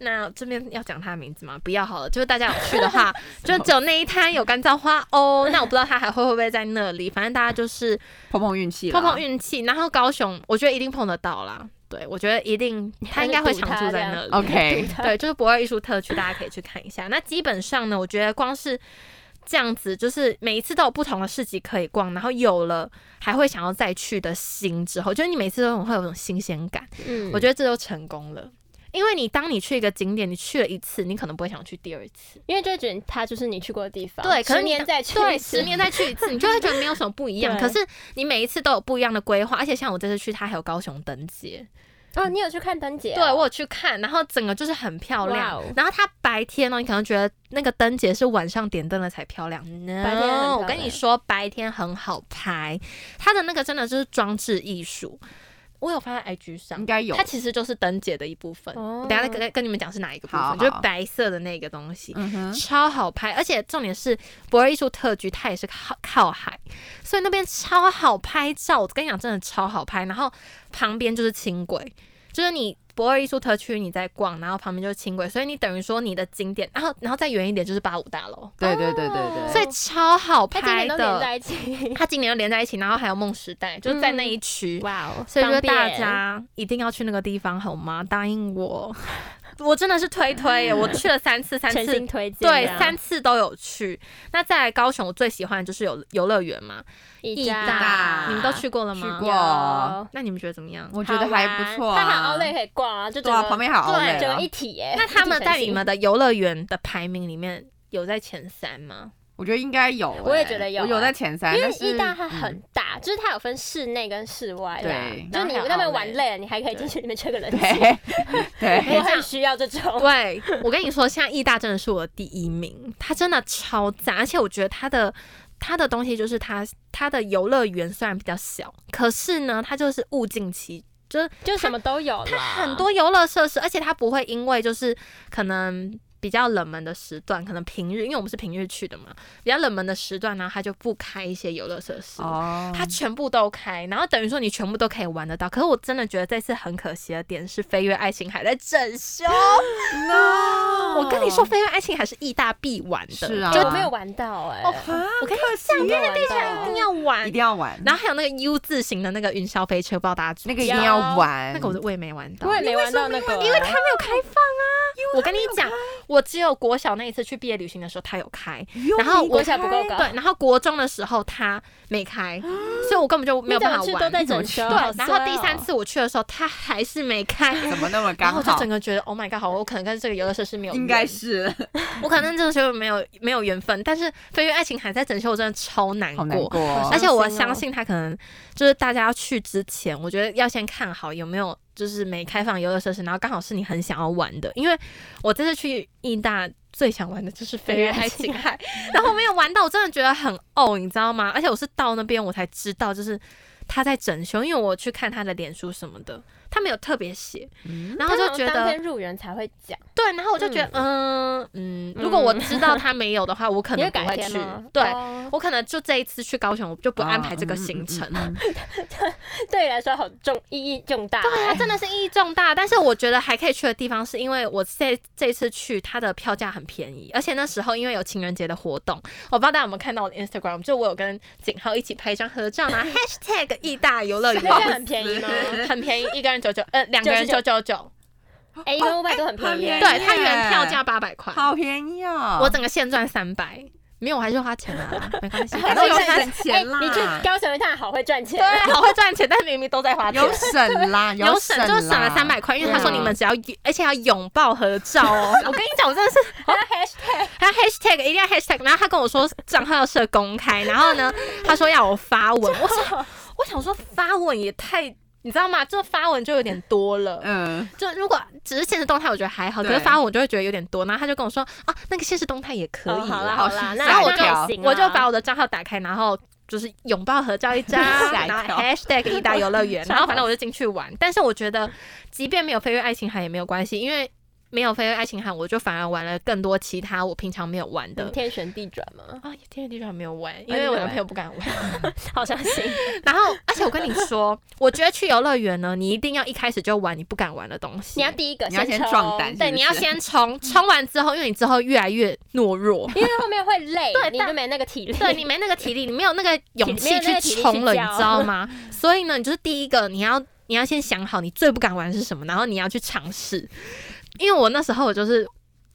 [SPEAKER 1] 那这边要讲它的名字吗？不要好了，就是大家有去的 话，就只有那一摊有干燥花哦。那我不知道它还会不会在那里，反正大家就是
[SPEAKER 2] 碰碰运
[SPEAKER 3] 啊
[SPEAKER 2] 气啦，
[SPEAKER 1] 碰碰运气。然后高雄，我觉得一定碰得到啦。对，我觉得一定，它应该会常驻在那
[SPEAKER 3] 哦
[SPEAKER 1] 里。
[SPEAKER 2] OK，
[SPEAKER 1] 对，就是博尔艺术特区，大家可以去看一下。那基本上呢，我觉得光是这样子，就是每一次都有不同的市集可以逛，然后有了还会想要再去的心之后，就是你每次都会有种新鲜感。
[SPEAKER 3] 嗯，
[SPEAKER 1] 我觉得这就成功了，因为你当你去一个景点，你去了一次，你可能不会想去第二次。
[SPEAKER 3] 因为就会觉得它就是你去过的地方，
[SPEAKER 1] 对可
[SPEAKER 3] 十
[SPEAKER 1] 是你
[SPEAKER 3] 年再去，
[SPEAKER 1] 对，十，年再去一次，你就会觉得没有什么不一 样。
[SPEAKER 3] 对
[SPEAKER 1] 可是你每一次都有不一样的规划，而且像我这次去，它还有高雄灯节，
[SPEAKER 3] 哦，你有去看灯节
[SPEAKER 1] 对
[SPEAKER 3] 哦？
[SPEAKER 1] 我有去看，然后整个就是很漂亮。
[SPEAKER 3] 哇哦
[SPEAKER 1] 然后它白天哦呢，你可能觉得那个灯节是晚上点灯了才漂亮。No，
[SPEAKER 3] 白天很漂亮
[SPEAKER 1] 我跟你说，白天很好拍，它的那个真的就是装置艺术。我有发在 IG 上
[SPEAKER 2] 应，该有
[SPEAKER 1] 它。其实就是灯节的一部分。
[SPEAKER 3] 哦
[SPEAKER 1] 我等一下再跟跟你们讲是哪一个部
[SPEAKER 2] 好
[SPEAKER 1] 分，就
[SPEAKER 2] 好
[SPEAKER 1] 是白色的那个东西。
[SPEAKER 2] 嗯哼，
[SPEAKER 1] 超好拍，而且重点是博尔艺术特区，它也是靠靠海，所以那边超好拍照。我跟你讲，真的超好拍。然后旁边就是轻轨，就是你博尔艺术特区你在逛，然后旁边就是轻轨，所以你等于说你的景点，然后然后再远一点就是八五大楼，
[SPEAKER 2] 对对对对对，
[SPEAKER 1] 所以超好
[SPEAKER 3] 它今
[SPEAKER 1] 拍
[SPEAKER 3] 年都连
[SPEAKER 1] 的。
[SPEAKER 3] 在一 起，
[SPEAKER 1] 它今年又连在一起，然后还有梦时代，就是在那一区。
[SPEAKER 3] 哇哦，
[SPEAKER 1] 嗯所以说大
[SPEAKER 3] 方便
[SPEAKER 1] 家一定要去那个地方，好吗？答应我， 我真的是推推耶，我去了三次，三
[SPEAKER 3] 诚
[SPEAKER 1] 次
[SPEAKER 3] 心推荐啊这
[SPEAKER 1] 对
[SPEAKER 3] 样，，
[SPEAKER 1] 三次都有去。那再来高雄，我最喜欢的就是有游乐园嘛，
[SPEAKER 3] 义
[SPEAKER 1] 义
[SPEAKER 3] 大
[SPEAKER 1] 大，你们都去过了
[SPEAKER 2] 去
[SPEAKER 1] 吗？
[SPEAKER 2] 过
[SPEAKER 3] 有
[SPEAKER 1] 那你们觉得怎么样？
[SPEAKER 2] 我觉得还不错
[SPEAKER 3] 它还有
[SPEAKER 2] 啊。
[SPEAKER 3] 奥莱可以逛啊，就
[SPEAKER 2] 对
[SPEAKER 3] 整
[SPEAKER 2] 啊，
[SPEAKER 3] 个
[SPEAKER 2] 旁边还有奥
[SPEAKER 3] 对，
[SPEAKER 2] 莱
[SPEAKER 3] 整个
[SPEAKER 2] 啊
[SPEAKER 3] 一体耶。
[SPEAKER 1] 那他们在
[SPEAKER 3] 一体成
[SPEAKER 1] 你
[SPEAKER 3] 型
[SPEAKER 1] 们的游乐园的排名里面有在前三吗？
[SPEAKER 2] 我觉得应该有、
[SPEAKER 3] 我也
[SPEAKER 2] 欸
[SPEAKER 3] 觉得有
[SPEAKER 2] 我有
[SPEAKER 1] 哎
[SPEAKER 3] 欸
[SPEAKER 2] 在前三，
[SPEAKER 3] 因为
[SPEAKER 2] 但是
[SPEAKER 3] 义大它
[SPEAKER 2] 嗯
[SPEAKER 3] 很大，就是它有分室内跟室外啦
[SPEAKER 2] 对。
[SPEAKER 3] 就是你
[SPEAKER 1] 然后还有
[SPEAKER 3] 他们
[SPEAKER 1] outlet
[SPEAKER 3] 玩累了，你还可以进去里面吹个冷气。
[SPEAKER 2] 对对，
[SPEAKER 3] 我很需要这种。
[SPEAKER 1] 对，我跟你说，像义大真的是我的第一名，它真的超赞，而且我觉得它的它的东西就是它它的游乐园虽然比较小，可是呢，它就是物尽其就是
[SPEAKER 3] 就什么都有啦，
[SPEAKER 1] 很多游乐设施，而且它不会因为就是可能。比较冷门的时段，可能平日，因为我们是平日去的嘛，比较冷门的时段呢，它就不开一些游乐设施。
[SPEAKER 2] 哦
[SPEAKER 1] 它全部都开，然后等于说你全部都可以玩得到。可是我真的觉得这次很可惜的点是，飞跃爱琴海在整修。
[SPEAKER 2] no，
[SPEAKER 1] 我跟你说，飞跃爱琴海是义大必玩的，
[SPEAKER 2] 哦是啊
[SPEAKER 1] 就
[SPEAKER 3] 我 没有玩到哎、
[SPEAKER 1] 哦
[SPEAKER 2] 啊，
[SPEAKER 1] 我跟你
[SPEAKER 2] 想
[SPEAKER 3] 没有玩
[SPEAKER 1] 讲，一
[SPEAKER 3] 到
[SPEAKER 1] 定。要玩
[SPEAKER 2] 一。定要玩，
[SPEAKER 1] 然后还有那个 U 字形的那个云霄飞车，不知道大家知
[SPEAKER 2] 那
[SPEAKER 1] 不
[SPEAKER 2] 个一
[SPEAKER 1] 知
[SPEAKER 2] 定
[SPEAKER 1] 道
[SPEAKER 2] 要
[SPEAKER 3] 要
[SPEAKER 2] 玩，
[SPEAKER 1] 那个我就我也没玩到，
[SPEAKER 3] 我也没玩到那个，
[SPEAKER 1] 因为它没有开放啊。我跟你讲，我只有国小那一次去毕业旅行的时候，它有开。然后
[SPEAKER 3] 国
[SPEAKER 1] 我
[SPEAKER 3] 小不够高，
[SPEAKER 1] 对，然后国中的时候它没 开，所以我根本就没有
[SPEAKER 3] 你怎
[SPEAKER 1] 办
[SPEAKER 3] 么
[SPEAKER 1] 法
[SPEAKER 3] 去
[SPEAKER 1] 玩。
[SPEAKER 3] 都在
[SPEAKER 2] 怎么
[SPEAKER 3] 整
[SPEAKER 2] 去
[SPEAKER 3] 修。
[SPEAKER 1] 对啊
[SPEAKER 3] 好，
[SPEAKER 1] 然
[SPEAKER 3] 衰
[SPEAKER 1] 后第
[SPEAKER 3] 哦
[SPEAKER 1] 三次我去的时候，它还是没开，
[SPEAKER 2] 怎么那么
[SPEAKER 1] 然
[SPEAKER 2] 刚
[SPEAKER 1] 后我就
[SPEAKER 2] 好
[SPEAKER 1] 整？个觉得，Oh my god，好，我可能跟这个游乐设施没有
[SPEAKER 2] 应
[SPEAKER 1] 缘
[SPEAKER 2] 该是
[SPEAKER 1] 我可能这个时候没有没有缘分，但是《飞跃爱琴海》在整修我真的超难
[SPEAKER 2] 好
[SPEAKER 1] 过，
[SPEAKER 2] 难过哦，
[SPEAKER 1] 而且我
[SPEAKER 3] 伤心哦
[SPEAKER 1] 相信他可能就是大家要去之前，我觉得要先看好有没有就是没开放游乐设施，然后刚好是你很想要玩的，因为我这次去义大。最想玩的就是飞跃爱 琴海，然后没有玩到，我真的觉得很哦，你知道吗？而且我是到那边我才知道，就是他在整修，因为我去看他的脸书什么的，他没有特别写，然后
[SPEAKER 3] 他
[SPEAKER 1] 就
[SPEAKER 3] 好像
[SPEAKER 1] 觉得
[SPEAKER 3] 当天入园才会讲，
[SPEAKER 1] 对，然后我就觉得，嗯嗯，如果我知道他没有的话，我可
[SPEAKER 3] 你
[SPEAKER 1] 能
[SPEAKER 3] 会
[SPEAKER 1] 不
[SPEAKER 3] 改
[SPEAKER 1] 会
[SPEAKER 3] 天
[SPEAKER 1] 去
[SPEAKER 3] 吗？。
[SPEAKER 1] 对，
[SPEAKER 3] 哦
[SPEAKER 1] 我可能就这一次去高雄，我就不安排这个行程。
[SPEAKER 2] 啊嗯嗯嗯嗯嗯
[SPEAKER 3] 对你来说好重，意义重大。
[SPEAKER 1] 对啊，真的是意义重大。但是我觉得还可以去的地方，是因为我这这次去，它的票价很便宜，而且那时候因为有情人节的活动，我不知道大家有没有看到我的 Instagram，就我有跟景浩一起拍一张合照， 然后 hashtag 义大游 乐园
[SPEAKER 3] 那个很便宜吗？
[SPEAKER 1] 很便宜，一个人九九，呃，两个人九九九，
[SPEAKER 3] 哎，一跟五百都很便宜啊
[SPEAKER 2] 哎
[SPEAKER 3] 耶。
[SPEAKER 1] 对，它
[SPEAKER 2] 耶
[SPEAKER 1] 原票价八百块，
[SPEAKER 2] 好便宜哦，
[SPEAKER 1] 我整个现赚三百，没有，我还是花钱啊，没 关系，
[SPEAKER 2] 反
[SPEAKER 1] 反
[SPEAKER 2] 正
[SPEAKER 1] 正有
[SPEAKER 2] 有省
[SPEAKER 3] 哎，
[SPEAKER 2] 钱啦，
[SPEAKER 3] 你去高雄一趟好会赚钱。
[SPEAKER 1] 对，啊好会赚钱，但明明都在花钱
[SPEAKER 2] 有。省啦，
[SPEAKER 1] 有
[SPEAKER 2] 省
[SPEAKER 1] 省就省了
[SPEAKER 2] 啦
[SPEAKER 1] 三百，块，因为他说
[SPEAKER 3] 嗯
[SPEAKER 1] 你们只要，而且要拥抱合照 哦。我跟你讲，我真的是
[SPEAKER 3] 还 有 hashtag，
[SPEAKER 1] 他 hashtag 一定要 hashtag，然后他跟我说账号要设公开， 然后呢，他说要我发文， 我想我想说发文也太，你知道吗？这发文就有点多了。
[SPEAKER 2] 嗯，
[SPEAKER 1] 就如果只是现实动态，我觉得还好，可是
[SPEAKER 2] 对
[SPEAKER 1] 发文我就会觉得有点多。然后他就跟我说啊，那个现实动态也可以
[SPEAKER 3] 哦
[SPEAKER 1] 啦，
[SPEAKER 3] 好啦
[SPEAKER 2] 好
[SPEAKER 3] 好啦，那
[SPEAKER 1] 然后我
[SPEAKER 3] 那
[SPEAKER 1] 就
[SPEAKER 3] 还行啦
[SPEAKER 1] 我就把我的账号打开，然后就是拥抱合照一张
[SPEAKER 2] 吓，一
[SPEAKER 1] 然后
[SPEAKER 2] 跳
[SPEAKER 1] hashtag 一大游乐 园，然后反正我就进去玩。但是我觉得，即便没有飞跃爱琴海也没有关系，因为没有飞跃爱琴海，我就反而玩了更多其他我平常没有玩的。
[SPEAKER 3] 天旋地转 嘛，
[SPEAKER 1] 啊、天天地啊转没有玩，因
[SPEAKER 3] 没
[SPEAKER 1] 为
[SPEAKER 3] 有
[SPEAKER 1] 我
[SPEAKER 3] 玩
[SPEAKER 1] 男朋友不敢玩。
[SPEAKER 3] 好伤心。
[SPEAKER 1] 然后，而且我跟你说，我觉得去游乐园呢，你一定要一开始就玩你不敢玩的东西。
[SPEAKER 3] 你要第一个
[SPEAKER 2] 你要先
[SPEAKER 3] 冲
[SPEAKER 2] 壮胆
[SPEAKER 1] 对，你要先冲，冲完之后，因为你之后越来越懦弱，
[SPEAKER 3] 因为后面会累，
[SPEAKER 1] 对
[SPEAKER 3] 你
[SPEAKER 1] 但
[SPEAKER 3] 就没那个体力。
[SPEAKER 1] 对 你没那个体力，你没有那个勇
[SPEAKER 3] 没
[SPEAKER 1] 气
[SPEAKER 3] 有那个体力去
[SPEAKER 1] 冲了，你
[SPEAKER 3] 叫
[SPEAKER 1] 知道 吗？所以呢，你就是第一个，你要你要先想好你最不敢玩的是什么，然后你要去尝试。因为我那时候我就是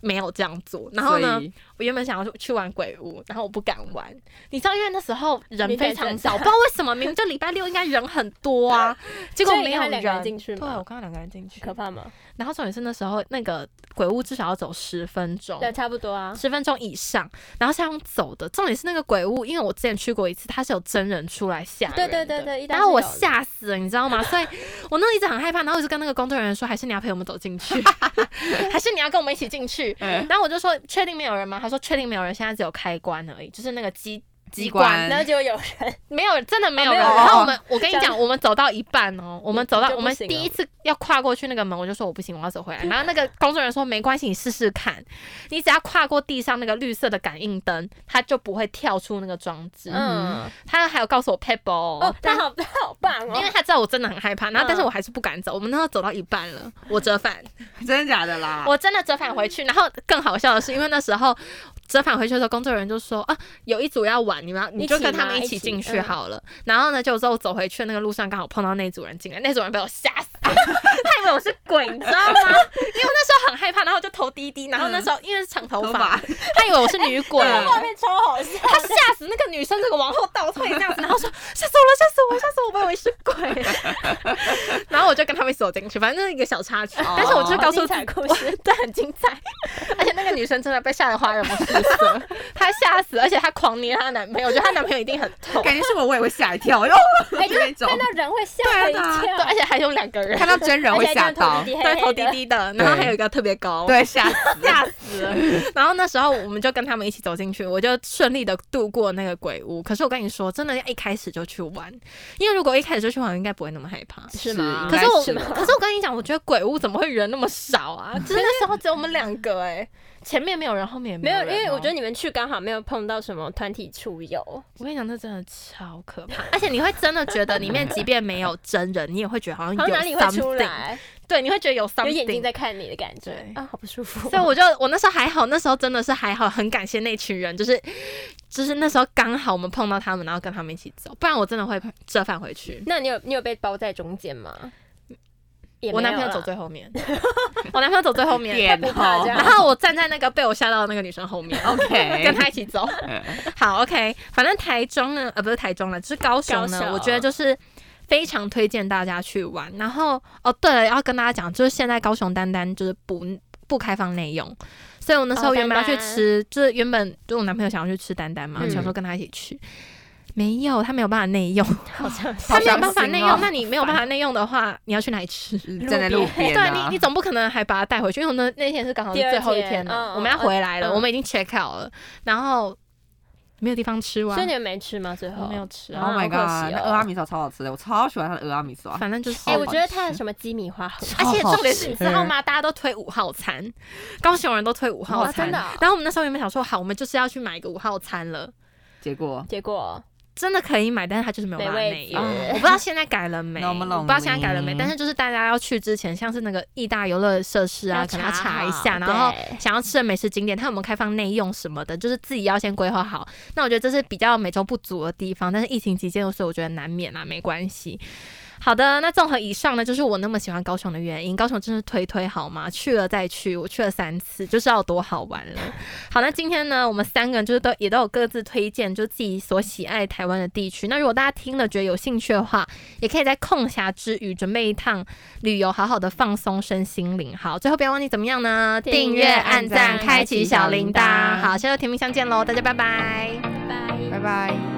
[SPEAKER 1] 没有这样做，然后呢
[SPEAKER 2] 所，以？
[SPEAKER 1] 我原本想要去玩鬼屋，然后我不敢玩。你知道，因为那时候人
[SPEAKER 3] 你
[SPEAKER 1] 非
[SPEAKER 3] 被
[SPEAKER 1] 常
[SPEAKER 3] 整
[SPEAKER 1] 少，不知道为什么，明明就礼拜六应该人很多啊，结果
[SPEAKER 3] 所以
[SPEAKER 1] 没
[SPEAKER 3] 你
[SPEAKER 1] 有
[SPEAKER 3] 还两个人
[SPEAKER 1] 人。
[SPEAKER 3] 进去
[SPEAKER 1] 对，啊我
[SPEAKER 3] 吗？
[SPEAKER 1] 刚刚两个人进去，
[SPEAKER 3] 可怕吗？
[SPEAKER 1] 然后重点是那时候那个鬼屋至少要走十分钟，
[SPEAKER 3] 对，差不多啊。
[SPEAKER 1] 十分钟以上，然后是要用走的。重点是那个鬼屋，因为我之前去过一次，它是有真人出来吓人的
[SPEAKER 3] 对对对对一般
[SPEAKER 1] 然
[SPEAKER 3] 是
[SPEAKER 1] 后我
[SPEAKER 3] 有的
[SPEAKER 1] 吓死了，你知道吗？所以我那一直很害怕，然后我就跟那个工作人员说，还是你要陪我们走进 去，还是你要跟我们一起进去？
[SPEAKER 2] 嗯
[SPEAKER 1] 然后我就说，确定没有人吗？他说确定没有人，现在只有开关而已，就是那个机。
[SPEAKER 2] 机
[SPEAKER 1] 机
[SPEAKER 2] 关
[SPEAKER 1] 关
[SPEAKER 3] 然后就有人，
[SPEAKER 1] 没有，真的没有
[SPEAKER 3] 哦没
[SPEAKER 1] 人。
[SPEAKER 3] 有
[SPEAKER 2] 人
[SPEAKER 1] 然后我们，我跟你
[SPEAKER 3] 这
[SPEAKER 1] 讲，
[SPEAKER 3] 样
[SPEAKER 1] 我们走到一半哦，我们走到
[SPEAKER 3] 就
[SPEAKER 1] 我
[SPEAKER 3] 不
[SPEAKER 1] 们
[SPEAKER 3] 行了
[SPEAKER 1] 第一次要跨过去那个门，我就说我不行，我要走回来。然后那 个工作人员说没关系，你试试看，你只要跨过地上那个绿色的感应灯，它就不会跳出那个装置。
[SPEAKER 3] 嗯，
[SPEAKER 1] 他还有告诉我 pebble，、
[SPEAKER 3] 哦
[SPEAKER 1] 哦，
[SPEAKER 3] 他好 他好棒
[SPEAKER 1] 因为
[SPEAKER 3] 哦，
[SPEAKER 1] 他知道我真的很害怕，然后
[SPEAKER 3] 嗯
[SPEAKER 1] 但是我还是不敢走。我们那时候走到一半了，我折返，
[SPEAKER 2] 真的假的啦？
[SPEAKER 1] 我真的折返回去。然后更好笑的是，因为那时候折返回去的时候，工作人员就说啊，有一组要玩，你们要你就
[SPEAKER 3] 一起吗
[SPEAKER 1] 跟他们一起进去
[SPEAKER 3] 一起嗯
[SPEAKER 1] 好了。然后呢，就之后走回去的那个路上刚好碰到那组人进来，那组人被我吓死，太以为我是鬼，你知道 吗？因为我那时候很害怕，然后我就头低低，然后那时候因为是长头
[SPEAKER 2] 嗯头
[SPEAKER 1] 发
[SPEAKER 2] 发，
[SPEAKER 1] 他以为我是女鬼，
[SPEAKER 3] 画面超好笑，
[SPEAKER 1] 他吓死那个女生，这个往后倒退这样子，然后说吓死我了，吓死我了，吓死我了，我以为是鬼。 然后我就跟他们走进去，反正那是一个小插曲，
[SPEAKER 2] 哦
[SPEAKER 1] 但是我就告诉
[SPEAKER 3] 好精彩故事，
[SPEAKER 1] 对，很精彩。 而且那个女生真的被吓得花容失 色，她吓死，而且她狂捏她的男朋友，我觉得她男朋友一定很 痛。
[SPEAKER 2] 感觉是我，我也会吓一跳，哦，
[SPEAKER 3] 哎，
[SPEAKER 2] 就
[SPEAKER 3] 就是
[SPEAKER 2] 那
[SPEAKER 3] 看
[SPEAKER 2] 种
[SPEAKER 3] 到人会吓一
[SPEAKER 2] 对啊
[SPEAKER 1] 对，而
[SPEAKER 3] 跳，
[SPEAKER 1] 且还有两个人
[SPEAKER 2] 看，到真人
[SPEAKER 3] 而
[SPEAKER 2] 会
[SPEAKER 3] 且
[SPEAKER 2] 吓
[SPEAKER 3] 还
[SPEAKER 2] 到
[SPEAKER 3] 头，低低黑
[SPEAKER 1] 对，
[SPEAKER 3] 黑
[SPEAKER 1] 头低
[SPEAKER 3] 的，
[SPEAKER 1] 低的，然后还有一个特别高，
[SPEAKER 2] 对，吓死。
[SPEAKER 1] 吓死了。然后那时候我们就跟他们一起走进去，我就顺利的度过那个鬼屋。可是我跟你说，真的要一开始就去玩，因为如果一开始就去玩，我应该不会那么害怕。
[SPEAKER 3] 是吗？
[SPEAKER 2] 应
[SPEAKER 1] 可
[SPEAKER 2] 该
[SPEAKER 1] 是我，
[SPEAKER 2] 是吧
[SPEAKER 1] 可是我跟你讲，我觉得鬼屋怎么会人那么少啊？就是那时候只有我们两个哎、前面没有人，后面也
[SPEAKER 3] 没
[SPEAKER 1] 有
[SPEAKER 3] 有，
[SPEAKER 1] 人
[SPEAKER 3] 因
[SPEAKER 1] 哦
[SPEAKER 3] 为我觉得你们去刚好没有碰到什么团体出游，
[SPEAKER 1] 我跟你讲，那真的超可怕，而且你会真的觉得里面即便没有真人，你也会觉得好像有
[SPEAKER 3] 好像哪里会出
[SPEAKER 1] something
[SPEAKER 3] 来，
[SPEAKER 1] 对，你会觉得有 something
[SPEAKER 3] 有眼睛在看你的感觉
[SPEAKER 1] 对，
[SPEAKER 3] 啊，好不舒服。
[SPEAKER 1] 所以我就我那时候还好，那时候真的是还好，很感谢那群人，就是就是那时候刚好我们碰到他们，然后跟他们一起走，不然我真的会折返回去。
[SPEAKER 3] 那你有你有被包在中间吗？也
[SPEAKER 1] 我
[SPEAKER 3] 没
[SPEAKER 1] 男
[SPEAKER 3] 有
[SPEAKER 1] 朋友
[SPEAKER 3] 啦
[SPEAKER 1] 走最后 面，我男朋友走最后面，
[SPEAKER 2] 点
[SPEAKER 3] 不
[SPEAKER 2] 头
[SPEAKER 3] 怕这样
[SPEAKER 1] 然后我站在那个被我吓到的那个女生后 面，
[SPEAKER 3] 哦
[SPEAKER 1] 跟
[SPEAKER 2] ，OK，
[SPEAKER 1] 她一起走。好，OK，反正台中呢，呃，不是台中了，就是高雄呢，
[SPEAKER 3] 高雄
[SPEAKER 1] 我觉得就是。非常推荐大家去玩，然后哦，对了，要跟大家讲，就是现在高雄丹丹就是不不开放内用，所以我那时候
[SPEAKER 3] 哦
[SPEAKER 1] 原本要
[SPEAKER 3] 丹
[SPEAKER 1] 去
[SPEAKER 3] 丹
[SPEAKER 1] 吃，就是原本就我男朋友想要去吃丹丹嘛，
[SPEAKER 3] 嗯
[SPEAKER 1] 想说跟他一起去，没有，他没有办法内用，
[SPEAKER 3] 好 像是
[SPEAKER 1] 他没有
[SPEAKER 2] 伤
[SPEAKER 1] 办法
[SPEAKER 2] 心
[SPEAKER 1] 内
[SPEAKER 2] 哦
[SPEAKER 1] 用，那你没有办法内用的话，你要去哪里吃？
[SPEAKER 2] 站 在路 边
[SPEAKER 1] 对
[SPEAKER 2] 啊
[SPEAKER 1] 你，你，总不可能还把他带回去，因为我们那那天是刚好是
[SPEAKER 3] 第二
[SPEAKER 1] 最后一
[SPEAKER 3] 天
[SPEAKER 1] 天了，
[SPEAKER 3] 嗯
[SPEAKER 1] 我们要回来了，
[SPEAKER 3] 嗯
[SPEAKER 1] 我们已经 check out 了，然后没有地方吃啊完
[SPEAKER 3] 所以，你们没吃吗？最
[SPEAKER 1] 我
[SPEAKER 3] 后
[SPEAKER 1] 没有吃
[SPEAKER 3] 啊
[SPEAKER 1] 啊，
[SPEAKER 2] Oh my
[SPEAKER 3] 好可
[SPEAKER 2] god，那
[SPEAKER 3] 惜哦
[SPEAKER 2] 俄阿米索超好吃的，我超喜欢它的俄阿米索啊。
[SPEAKER 1] 反正就是。
[SPEAKER 3] 哎、
[SPEAKER 2] 好
[SPEAKER 3] 我
[SPEAKER 2] 好
[SPEAKER 3] 觉得它的什么鸡米花很
[SPEAKER 1] 而且
[SPEAKER 2] 好
[SPEAKER 1] 重点是，
[SPEAKER 2] 吃
[SPEAKER 1] 你知道吗？大家都推五号餐， 高雄人都推五号
[SPEAKER 3] 哇
[SPEAKER 1] 餐。
[SPEAKER 3] 真的哦
[SPEAKER 1] 然后我们那时候原本想说，好，我们就是要去买一个五号餐了，
[SPEAKER 2] 结果
[SPEAKER 3] 结
[SPEAKER 1] 啊
[SPEAKER 3] 果
[SPEAKER 1] 真的可以买，但是它就是没有
[SPEAKER 3] 没
[SPEAKER 1] 办法
[SPEAKER 3] 位
[SPEAKER 1] 内
[SPEAKER 3] 置
[SPEAKER 2] 哦
[SPEAKER 1] 用。我不知道现在改了 没，
[SPEAKER 2] No
[SPEAKER 1] 我
[SPEAKER 2] more
[SPEAKER 1] 不知道现在改了没。
[SPEAKER 2] lonely
[SPEAKER 1] 但是就是大家要去之前，像是那个义大游乐设施啊，可能要查一下，
[SPEAKER 3] 好
[SPEAKER 1] 然后
[SPEAKER 3] 对
[SPEAKER 1] 想要吃的美食景点，它有没有开放内用什么的，就是自己要先规划好。那我觉得这是比较美中不足的地方，但是疫情期间，所以我觉得难免啊啦，没关系。好的，那综合以上呢，就是我那么喜欢高雄的原因。高雄真是推推好吗？去了再去，我去了三次，就知道有多好玩了。好，那今天呢，我们三个人就是都也都有各自推荐，就自己所喜爱台湾的地区。那如果大家听了觉得有兴趣的话，也可以在空暇之余准备一趟旅游，好好的放松身心灵。好，最后不要忘记怎么样呢？
[SPEAKER 3] 订
[SPEAKER 1] 订
[SPEAKER 3] 阅
[SPEAKER 1] 阅、按赞、
[SPEAKER 3] 按赞
[SPEAKER 1] 开启小铃铛
[SPEAKER 2] 开启小铃铛。
[SPEAKER 1] 好，下周甜蜜相见喽，大家拜拜。
[SPEAKER 3] 拜拜
[SPEAKER 2] 拜拜。